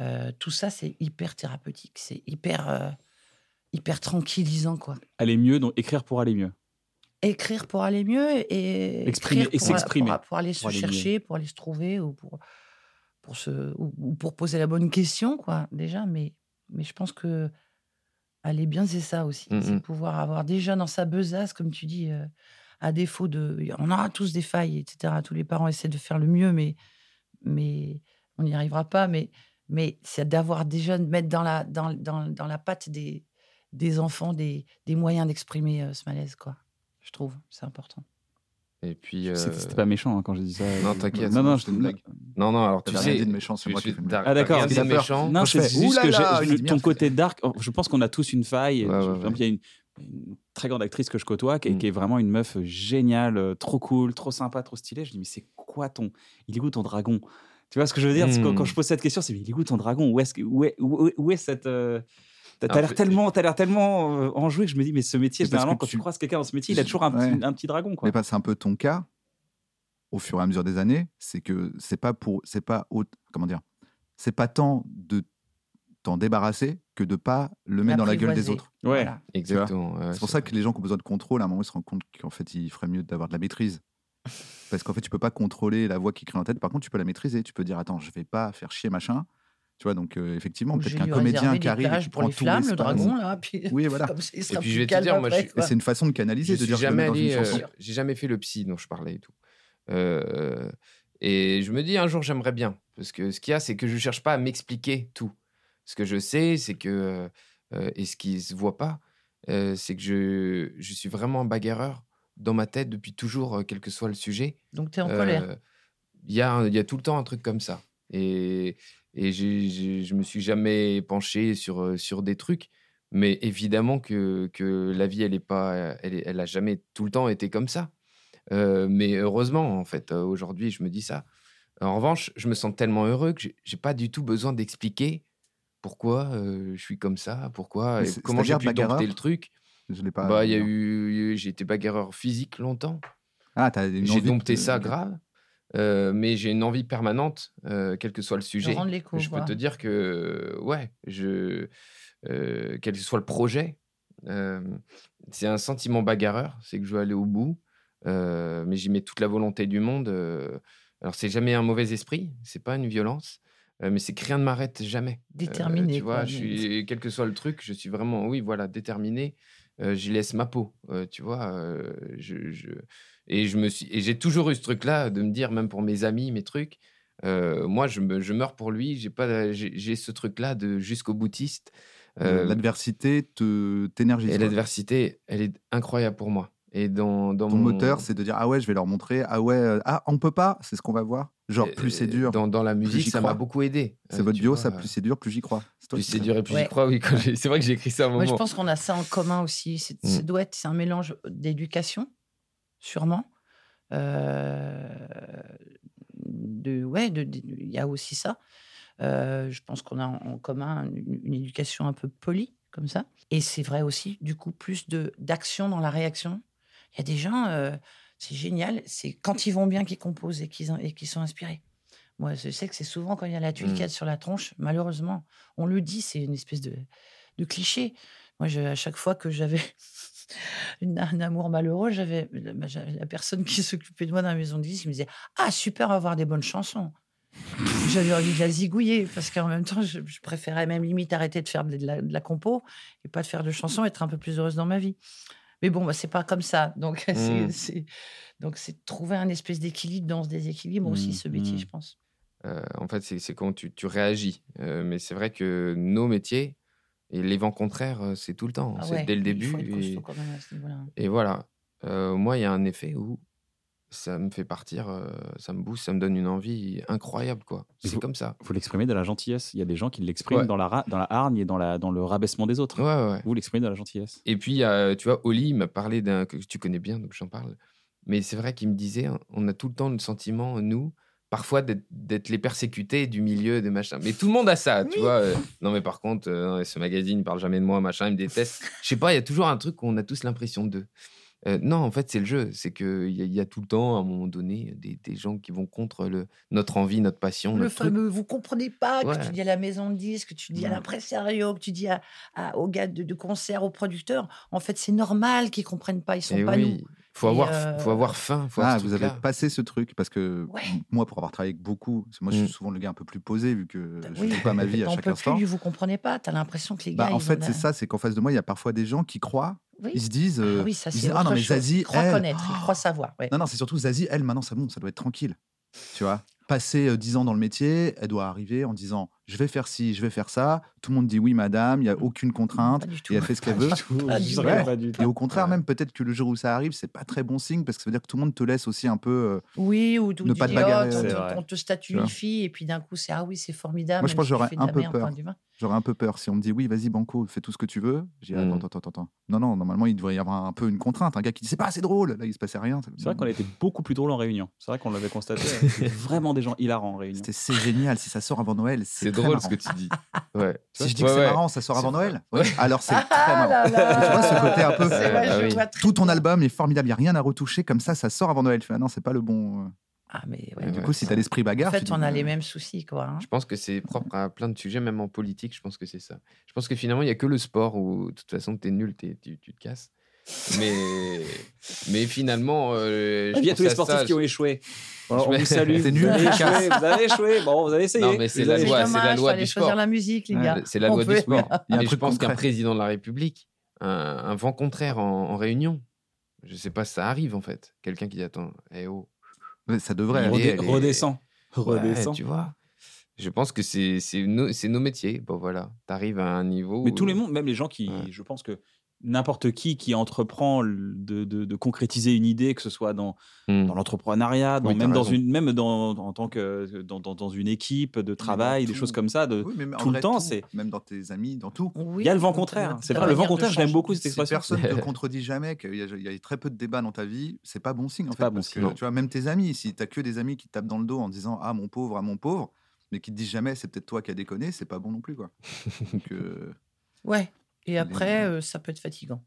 [SPEAKER 1] euh, tout ça, c'est hyper thérapeutique, c'est hyper, euh, hyper tranquillisant, quoi.
[SPEAKER 2] Aller mieux, donc écrire pour aller mieux.
[SPEAKER 1] Écrire pour aller mieux et
[SPEAKER 2] Exprimer-
[SPEAKER 1] écrire
[SPEAKER 2] et
[SPEAKER 1] pour,
[SPEAKER 2] s'exprimer.
[SPEAKER 1] pour- pour aller se
[SPEAKER 2] Pour aller mieux.
[SPEAKER 1] chercher, pour aller se trouver ou pour, pour, se, ou, ou pour poser la bonne question, quoi, déjà. Mais, mais je pense que aller bien, c'est ça aussi.
[SPEAKER 4] Mmh
[SPEAKER 3] Mm,
[SPEAKER 1] C'est
[SPEAKER 3] mm.
[SPEAKER 1] pouvoir avoir déjà dans sa besace, comme tu dis, euh, à défaut de. On aura tous des failles, etc. Tous les parents essaient de faire le mieux, mais, mais on n'y arrivera pas. Mais, mais c'est d'avoir déjà, de mettre dans la, dans, dans, dans la patte des, des enfants des, des moyens d'exprimer euh, ce malaise, quoi. Je trouve, c'est important.
[SPEAKER 3] et puis euh,
[SPEAKER 2] C'était c'était pas méchant hein, quand je dis ça.
[SPEAKER 3] Non, t'inquiète,
[SPEAKER 2] Non, non,
[SPEAKER 4] c'était une
[SPEAKER 2] je-
[SPEAKER 4] blague.
[SPEAKER 3] non non alors tu
[SPEAKER 4] T'avais rien
[SPEAKER 3] sais
[SPEAKER 4] dit de méchant, c'est
[SPEAKER 3] tu-
[SPEAKER 4] moi qui
[SPEAKER 3] tu-
[SPEAKER 4] fais une
[SPEAKER 3] t'as-
[SPEAKER 4] blague.
[SPEAKER 2] Ah,
[SPEAKER 3] t'as
[SPEAKER 2] d'accord,
[SPEAKER 3] rien dit
[SPEAKER 4] ça
[SPEAKER 3] de
[SPEAKER 4] peur.
[SPEAKER 3] méchant.
[SPEAKER 2] Non,
[SPEAKER 4] Quand
[SPEAKER 2] c'est
[SPEAKER 4] je fais,
[SPEAKER 2] juste
[SPEAKER 4] Ouh là
[SPEAKER 2] que j'ai-
[SPEAKER 4] là,
[SPEAKER 2] je-
[SPEAKER 4] il est bien,
[SPEAKER 2] ton
[SPEAKER 4] ce
[SPEAKER 2] côté dark. oh, Je pense qu'on a tous une faille.
[SPEAKER 3] Ouais,
[SPEAKER 2] Par
[SPEAKER 3] ouais,
[SPEAKER 2] exemple, Il y a une, une très grande actrice que je côtoie qui, est-
[SPEAKER 3] Mm.
[SPEAKER 2] qui est vraiment une meuf géniale, euh, trop cool, trop sympa, trop stylée. Je dis, mais c'est quoi ton. Il est où ton dragon Tu vois ce que je veux dire C'est quand,
[SPEAKER 3] Mm.
[SPEAKER 2] quand je pose cette question, c'est mais il est où ton dragon Où est-ce que- où est, où est- où est cette. euh, T'as t'as
[SPEAKER 3] Ah,
[SPEAKER 2] l'air
[SPEAKER 3] mais-
[SPEAKER 2] tellement, t'as l'air tellement euh, enjoué que je me dis, mais ce métier,
[SPEAKER 4] Mais parce
[SPEAKER 2] généralement,
[SPEAKER 4] que
[SPEAKER 2] quand tu
[SPEAKER 4] tu-
[SPEAKER 2] croises quelqu'un dans ce métier, il a toujours un,
[SPEAKER 4] Ouais.
[SPEAKER 2] petit, un petit dragon. Quoi.
[SPEAKER 4] Mais pas, c'est un peu ton cas au fur et à mesure des années, c'est que c'est pas pour c'est pas au- comment dire, c'est pas tant de t'en débarrasser que de pas le mettre dans la gueule des
[SPEAKER 1] L'apprivoiser.
[SPEAKER 4] autres.
[SPEAKER 2] Ouais.
[SPEAKER 1] Voilà.
[SPEAKER 3] exactement ouais,
[SPEAKER 4] C'est pour ça que les gens qui ont besoin de contrôle, à un moment, ils se rendent compte qu'en fait, il ferait mieux d'avoir de la
[SPEAKER 2] [laughs]
[SPEAKER 4] maîtrise. Parce qu'en fait, tu peux pas contrôler la voix qui crie en tête. Par contre, tu peux la maîtriser. Tu peux dire, attends, je vais pas faire chier machin. Tu vois, donc euh, effectivement,
[SPEAKER 1] Ou
[SPEAKER 4] peut-être
[SPEAKER 1] j'ai
[SPEAKER 4] qu'un
[SPEAKER 1] lui
[SPEAKER 4] comédien
[SPEAKER 1] réservé
[SPEAKER 4] qui
[SPEAKER 1] des
[SPEAKER 4] arrive et
[SPEAKER 1] plages
[SPEAKER 4] qui
[SPEAKER 1] pour
[SPEAKER 4] prend
[SPEAKER 1] les
[SPEAKER 4] tout
[SPEAKER 1] flammes, le
[SPEAKER 4] l'espace.
[SPEAKER 1] dragon là, [laughs] puis
[SPEAKER 4] Oui, voilà.
[SPEAKER 1] comme ça, il sera
[SPEAKER 3] puis,
[SPEAKER 1] plus
[SPEAKER 3] je vais te
[SPEAKER 1] calme
[SPEAKER 3] dire, moi,
[SPEAKER 1] après,
[SPEAKER 3] je-
[SPEAKER 4] Et
[SPEAKER 1] quoi.
[SPEAKER 4] c'est une façon de
[SPEAKER 3] Je
[SPEAKER 4] canaliser, de
[SPEAKER 3] suis
[SPEAKER 4] dire que
[SPEAKER 3] jamais
[SPEAKER 4] dans une
[SPEAKER 3] allé, euh,
[SPEAKER 4] chanson.
[SPEAKER 3] j'ai jamais fait le psy dont je parlais et tout. Euh, et je me dis un jour j'aimerais bien, parce que ce qu'il y a, c'est que je cherche pas à m'expliquer tout. Ce que je sais, c'est que euh, et ce qui se voit pas, euh, c'est que je je suis vraiment un bagarreur dans ma tête depuis toujours, euh, quel que soit le sujet.
[SPEAKER 1] Donc, tu es en
[SPEAKER 3] Euh,
[SPEAKER 1] colère.
[SPEAKER 3] Il y, a un- il y a tout le temps un truc comme ça. Et, et j'ai- j'ai- je me suis jamais penché sur, euh, sur des trucs. Mais évidemment que, que la vie, elle est pas, elle, est- elle a jamais tout le temps été comme ça. Euh, mais heureusement, en fait, euh, aujourd'hui, je me dis ça. En revanche, je me sens tellement heureux que j'ai- j'ai pas du tout besoin d'expliquer pourquoi euh, je suis comme ça, pourquoi,
[SPEAKER 4] Mais
[SPEAKER 3] et
[SPEAKER 4] c'est-
[SPEAKER 3] comment j'ai
[SPEAKER 4] c'est-à-dire
[SPEAKER 3] pu dompter
[SPEAKER 4] bagarreur
[SPEAKER 3] le truc.
[SPEAKER 4] Je l'ai pas.
[SPEAKER 3] Bah, il y a eu, j'ai été bagarreur physique longtemps.
[SPEAKER 4] Ah, t'as une
[SPEAKER 3] J'ai
[SPEAKER 4] envie de-
[SPEAKER 3] dompté ça grave, euh, mais j'ai une envie permanente, euh, quel que soit le
[SPEAKER 1] Je
[SPEAKER 3] sujet.
[SPEAKER 1] rendre l'écho.
[SPEAKER 3] Je peux
[SPEAKER 1] quoi.
[SPEAKER 3] te dire que, euh, ouais, je, euh, quel que soit le projet, euh, c'est un sentiment bagarreur, c'est que je veux aller au bout, euh, mais j'y mets toute la volonté du monde. euh. alors, c'est jamais un mauvais esprit, c'est pas une violence, euh, mais c'est que rien ne m'arrête jamais. Euh,
[SPEAKER 1] Déterminé,
[SPEAKER 3] tu vois,
[SPEAKER 1] quoi,
[SPEAKER 3] je
[SPEAKER 1] mais-
[SPEAKER 3] suis, quel que soit le truc, je suis vraiment, oui, voilà, déterminé. Euh, j'y laisse ma peau, euh, tu vois. euh, je, je- Et je me suis, et j'ai toujours eu ce truc-là de me dire, même pour mes amis, mes trucs. euh, moi, je, me, je meurs pour lui. J'ai pas, j'ai j'ai ce truc-là de jusqu'au boutiste. Euh,
[SPEAKER 4] Euh, L'adversité te t'énergise.
[SPEAKER 3] et
[SPEAKER 4] quoi.
[SPEAKER 3] l'adversité, elle est incroyable pour moi. Et dans, dans
[SPEAKER 4] Ton
[SPEAKER 3] mon
[SPEAKER 4] moteur, c'est de dire ah ouais, je vais leur montrer. Ah ouais, euh, ah on peut pas. C'est ce qu'on va voir. Genre
[SPEAKER 3] euh,
[SPEAKER 4] plus c'est dur.
[SPEAKER 3] Dans, dans la musique,
[SPEAKER 4] j'y
[SPEAKER 3] ça
[SPEAKER 4] crois.
[SPEAKER 3] m'a beaucoup aidé.
[SPEAKER 4] C'est
[SPEAKER 3] Euh,
[SPEAKER 4] votre
[SPEAKER 3] tu
[SPEAKER 4] bio,
[SPEAKER 3] vois,
[SPEAKER 4] ça
[SPEAKER 3] euh,
[SPEAKER 4] plus c'est dur, plus j'y crois. toi
[SPEAKER 3] Plus
[SPEAKER 4] qui
[SPEAKER 3] c'est
[SPEAKER 4] fais-
[SPEAKER 3] dur et plus
[SPEAKER 1] Ouais.
[SPEAKER 3] j'y crois. Oui, quand j'ai- c'est vrai que j'ai écrit ça à un
[SPEAKER 1] Moi, je
[SPEAKER 3] moment.
[SPEAKER 1] pense qu'on a ça en commun aussi. C'est
[SPEAKER 3] Mm.
[SPEAKER 1] ça doit être- c'est un mélange d'éducation, sûrement. Euh, de, ouais, de- de- il y a aussi ça. Euh, je pense qu'on a en en commun une, une éducation un peu polie, comme ça. Et c'est vrai aussi, du coup, plus de- d'action dans la réaction. Il y a des gens, euh, c'est génial, c'est quand ils vont bien qu'ils composent et qu'ils en- et qu'ils sont inspirés. Moi, je sais que c'est souvent quand il y a la tuile
[SPEAKER 3] Mm.
[SPEAKER 1] qui est sur la tronche, malheureusement. On le dit, c'est une espèce de, de cliché. Moi, je- à chaque fois que j'avais une- un amour malheureux, j'avais bah, j'avais la personne qui s'occupait de moi dans la maison de disques qui me disait Ah, super, on va avoir des bonnes chansons. [laughs] J'avais envie de la zigouiller parce qu'en même temps, je, je préférais même limite arrêter de faire de la, de la compo et pas de faire de chansons, être un peu plus heureuse dans ma vie. Mais bon, bah, c'est pas comme ça. Donc, [laughs] c'est-
[SPEAKER 3] Mm.
[SPEAKER 1] c'est donc c'est de trouver un espèce d'équilibre dans ce déséquilibre aussi,
[SPEAKER 3] Mmh.
[SPEAKER 2] Mm,
[SPEAKER 1] ce métier,
[SPEAKER 2] mm.
[SPEAKER 1] je pense.
[SPEAKER 3] Euh, en fait, c'est c'est quand tu, tu réagis. Euh, mais c'est vrai que nos métiers, et les vents contraires, euh, c'est tout le temps.
[SPEAKER 1] Ah
[SPEAKER 3] c'est
[SPEAKER 1] ouais,
[SPEAKER 3] dès le
[SPEAKER 1] il
[SPEAKER 3] début.
[SPEAKER 1] faut être
[SPEAKER 3] et-
[SPEAKER 1] costaud quand même à ce niveau-là.
[SPEAKER 3] Et voilà, Euh, moi, il y a un effet où ça me fait partir, euh, ça me booste, ça me donne une envie incroyable, quoi.
[SPEAKER 2] Et
[SPEAKER 3] C'est comme ça.
[SPEAKER 2] Vous l'exprimez de la gentillesse. Il y a des gens qui l'expriment
[SPEAKER 3] Ouais.
[SPEAKER 2] dans, la ra- dans la hargne et dans, la, dans le rabaissement des autres.
[SPEAKER 3] Ouais, ouais. ouais.
[SPEAKER 2] Vous l'exprimez de la gentillesse.
[SPEAKER 3] Et puis, euh, tu vois, Oli il m'a parlé d'un que tu connais bien, donc j'en parle. Mais c'est vrai qu'il me disait, hein, on a tout le temps le sentiment, nous, parfois d'être- d'être les persécutés du milieu, des machins. Mais tout le monde a ça, tu vois. euh, non, mais par contre, euh, non, mais ce magazine, il parle jamais de moi, machin, il me déteste. Je sais pas, il y a toujours un truc où on a tous l'impression d'eux. Euh, non, en fait, c'est le jeu. C'est qu'il y, a- il y a tout le temps, à un moment donné, des, des gens qui vont contre le, notre envie, notre passion,
[SPEAKER 1] Le
[SPEAKER 3] notre truc.
[SPEAKER 1] fameux, vous comprenez pas, que
[SPEAKER 3] Ouais.
[SPEAKER 1] tu dis à la maison de disques, que tu dis à
[SPEAKER 2] Ouais.
[SPEAKER 1] l'impresario, que tu dis à, à- aux gars de, de concert, aux producteurs. En fait, c'est normal qu'ils comprennent pas, ils sont
[SPEAKER 3] Eh
[SPEAKER 1] pas
[SPEAKER 3] oui, faut
[SPEAKER 1] Et,
[SPEAKER 3] avoir,
[SPEAKER 1] euh,
[SPEAKER 3] faut avoir faim. Faut avoir
[SPEAKER 4] Ah,
[SPEAKER 3] ce
[SPEAKER 4] vous avez
[SPEAKER 3] truc-là.
[SPEAKER 4] passé ce truc parce que
[SPEAKER 1] Ouais.
[SPEAKER 4] m- moi, pour avoir travaillé avec beaucoup, parce que moi, je
[SPEAKER 3] Mm.
[SPEAKER 4] suis souvent le gars un peu plus posé vu que
[SPEAKER 1] nous.
[SPEAKER 4] je joue
[SPEAKER 1] [laughs]
[SPEAKER 4] pas ma vie à
[SPEAKER 1] T'en
[SPEAKER 4] chaque
[SPEAKER 1] peux
[SPEAKER 4] instant.
[SPEAKER 1] plus, vous comprenez pas, t'as l'impression que les gars.
[SPEAKER 4] Bah, en
[SPEAKER 1] ils
[SPEAKER 4] fait,
[SPEAKER 1] en
[SPEAKER 4] c'est
[SPEAKER 1] a-
[SPEAKER 4] ça, c'est qu'en face de moi, il y a parfois des gens qui croient,
[SPEAKER 1] Oui.
[SPEAKER 4] ils se disent,
[SPEAKER 1] Ah
[SPEAKER 4] euh,
[SPEAKER 1] oui, ça
[SPEAKER 4] ils
[SPEAKER 1] c'est
[SPEAKER 4] disent,
[SPEAKER 1] autre
[SPEAKER 4] ah non, mais
[SPEAKER 1] chose.
[SPEAKER 4] Zazie,
[SPEAKER 1] il croit
[SPEAKER 4] elle,
[SPEAKER 1] connaître, il
[SPEAKER 4] oh,
[SPEAKER 1] croit savoir. ouais.
[SPEAKER 4] Non, non, c'est surtout Zazie, elle, maintenant, c'est bon, ça doit être tranquille. Tu vois Passer euh, 10 ans dans le métier, elle doit arriver en disant je vais faire ci, je vais faire ça. Tout le monde dit oui, madame, il n'y a aucune contrainte.
[SPEAKER 1] Pas du tout.
[SPEAKER 4] Et elle fait ce qu'elle veut.
[SPEAKER 1] Pas du
[SPEAKER 2] Je
[SPEAKER 1] tout.
[SPEAKER 2] dirais
[SPEAKER 4] Ouais.
[SPEAKER 2] pas du tout.
[SPEAKER 4] Et au contraire,
[SPEAKER 3] Ouais.
[SPEAKER 4] même peut-être que le jour où ça arrive, c'est pas très bon signe parce que ça veut dire que tout le monde te laisse aussi un peu. euh,
[SPEAKER 1] [laughs] Oui, ou
[SPEAKER 4] Ne
[SPEAKER 1] d'où
[SPEAKER 4] pas te
[SPEAKER 1] tu
[SPEAKER 4] bagarrer,
[SPEAKER 2] c'est
[SPEAKER 1] on,
[SPEAKER 2] vrai.
[SPEAKER 1] te- on te statuifie, et puis d'un coup, c'est ah oui, c'est formidable.
[SPEAKER 4] Moi, je
[SPEAKER 1] même
[SPEAKER 4] pense
[SPEAKER 1] si
[SPEAKER 4] que j'aurais
[SPEAKER 1] tu fais de
[SPEAKER 4] un
[SPEAKER 1] la
[SPEAKER 4] peu
[SPEAKER 1] merde,
[SPEAKER 4] peur.
[SPEAKER 1] point d'humain.
[SPEAKER 4] J'aurais un peu peur. Si on me dit oui, vas-y, Banco, fais tout ce que tu veux, je dis
[SPEAKER 3] Mm.
[SPEAKER 4] attends, attends, attends, attends. Non, non, normalement, il devrait y avoir un peu une contrainte. Un gars qui dit c'est pas assez drôle, là, il se passait rien.
[SPEAKER 2] C'est vrai qu'on était beaucoup plus drôle en réunion. C'est vrai qu'on l'avait [laughs] constaté. C'était vraiment des gens hilarants en réunion.
[SPEAKER 4] C'était c'est génial. Si ça sort avant Noël, c'est
[SPEAKER 3] C'est
[SPEAKER 4] très
[SPEAKER 3] drôle
[SPEAKER 4] marrant.
[SPEAKER 3] ce que tu
[SPEAKER 1] [laughs]
[SPEAKER 3] dis. Ouais.
[SPEAKER 4] Si je dis
[SPEAKER 3] Ouais,
[SPEAKER 4] que c'est
[SPEAKER 3] ouais.
[SPEAKER 4] marrant, ça sort
[SPEAKER 3] C'est
[SPEAKER 4] avant
[SPEAKER 3] vrai.
[SPEAKER 4] Noël. oui,
[SPEAKER 3] [laughs]
[SPEAKER 4] Alors c'est très marrant.
[SPEAKER 1] Ah là là.
[SPEAKER 4] Mais tu vois ce côté un peu.
[SPEAKER 1] C'est vrai,
[SPEAKER 3] Ah
[SPEAKER 1] je
[SPEAKER 3] oui.
[SPEAKER 1] vois très
[SPEAKER 4] Tout ton
[SPEAKER 1] bien.
[SPEAKER 4] album est formidable, il n'y a rien à retoucher, comme ça, ça sort avant Noël. Tu fais, ah non, c'est pas le bon. euh.
[SPEAKER 1] Ah, mais ouais.
[SPEAKER 3] Ouais,
[SPEAKER 4] Du
[SPEAKER 3] ouais.
[SPEAKER 4] coup, si t'as l'esprit
[SPEAKER 1] En
[SPEAKER 4] bagarre. tu
[SPEAKER 1] fait,
[SPEAKER 4] dis,
[SPEAKER 1] on a les
[SPEAKER 4] euh,
[SPEAKER 1] mêmes soucis, quoi. hein.
[SPEAKER 3] Je pense que c'est propre à plein de sujets, même en politique, je pense que c'est ça. Je pense que finalement, il n'y a que le sport où, de toute façon, t'es nul, t'es- tu, tu te casses.
[SPEAKER 1] [laughs]
[SPEAKER 3] Mais, mais finalement. euh, je
[SPEAKER 2] Il y a
[SPEAKER 3] pense
[SPEAKER 2] tous les
[SPEAKER 3] à
[SPEAKER 2] sportifs
[SPEAKER 3] ça,
[SPEAKER 2] qui ont échoué. Voilà,
[SPEAKER 3] Je
[SPEAKER 2] on
[SPEAKER 3] vais-
[SPEAKER 2] vous salue.
[SPEAKER 4] C'est nul,
[SPEAKER 2] Vous avez
[SPEAKER 4] les
[SPEAKER 2] échoué. Vous avez échoué. Bon, vous avez essayé.
[SPEAKER 3] Non, mais c'est
[SPEAKER 2] Vous
[SPEAKER 3] la
[SPEAKER 2] avez
[SPEAKER 1] C'est
[SPEAKER 3] loi,
[SPEAKER 2] échoué.
[SPEAKER 3] c'est
[SPEAKER 1] dommage,
[SPEAKER 3] la loi
[SPEAKER 1] fallait
[SPEAKER 3] du
[SPEAKER 1] choisir
[SPEAKER 3] sport.
[SPEAKER 1] la musique, les
[SPEAKER 4] Ouais,
[SPEAKER 1] gars.
[SPEAKER 3] je- C'est la
[SPEAKER 1] On
[SPEAKER 3] loi du
[SPEAKER 1] peut-
[SPEAKER 3] sport.
[SPEAKER 4] [laughs] Il y a un
[SPEAKER 3] Mais je
[SPEAKER 4] truc
[SPEAKER 3] pense qu'un
[SPEAKER 4] concret.
[SPEAKER 3] président de la République, un, un vent contraire en, en réunion, je sais pas, ça arrive en fait. Quelqu'un qui dit Attends, eh oh.
[SPEAKER 4] ouais, Ça devrait.
[SPEAKER 3] Il
[SPEAKER 4] aller,
[SPEAKER 3] est-
[SPEAKER 2] Redé-
[SPEAKER 4] aller.
[SPEAKER 3] elle
[SPEAKER 2] Redescend.
[SPEAKER 3] Ouais,
[SPEAKER 2] Redescend.
[SPEAKER 3] tu vois. Je pense que c'est c'est nos, c'est nos métiers. Bon, voilà. T'arrives à un niveau.
[SPEAKER 2] Mais
[SPEAKER 3] où-
[SPEAKER 2] tous les mondes, même les gens qui,
[SPEAKER 3] Ouais.
[SPEAKER 2] je pense que n'importe qui qui entreprend le- de, de- de concrétiser une idée, que ce soit dans,
[SPEAKER 3] Hmm.
[SPEAKER 2] dans l'entrepreneuriat, dans-
[SPEAKER 4] Oui, t'as
[SPEAKER 2] même, dans
[SPEAKER 4] raison.
[SPEAKER 2] une, même dans, en tant que, dans, dans- dans une équipe de travail, des
[SPEAKER 4] tout.
[SPEAKER 2] choses comme ça. de-
[SPEAKER 4] Oui, mais en
[SPEAKER 2] tout le
[SPEAKER 4] vrai,
[SPEAKER 2] temps, c'est-
[SPEAKER 4] Même dans tes amis, dans tout.
[SPEAKER 1] Oui,
[SPEAKER 2] Il y a le vent
[SPEAKER 1] donc,
[SPEAKER 2] contraire.
[SPEAKER 1] euh,
[SPEAKER 2] C'est
[SPEAKER 1] ta
[SPEAKER 2] vrai, le vent
[SPEAKER 1] manière de
[SPEAKER 2] contraire, je l'aime
[SPEAKER 1] changer.
[SPEAKER 2] beaucoup cette
[SPEAKER 4] Si
[SPEAKER 2] expression. [laughs]
[SPEAKER 4] personne ne te contredit jamais, qu'il y, a- il y a très peu de débats dans ta vie, c'est pas bon signe. en
[SPEAKER 2] C'est
[SPEAKER 4] fait,
[SPEAKER 2] pas bon
[SPEAKER 4] parce
[SPEAKER 2] signe,
[SPEAKER 4] que,
[SPEAKER 2] non.
[SPEAKER 4] Tu vois, même tes amis, si t'as que des amis qui te tapent dans le dos en disant Ah, mon pauvre, ah, mon pauvre, mais qui te disent jamais C'est peut-être toi qui as déconné, c'est pas bon non
[SPEAKER 2] [laughs]
[SPEAKER 4] plus. quoi. Donc, euh,
[SPEAKER 1] Ouais. Et
[SPEAKER 4] est-
[SPEAKER 1] après, euh, ça peut être fatigant.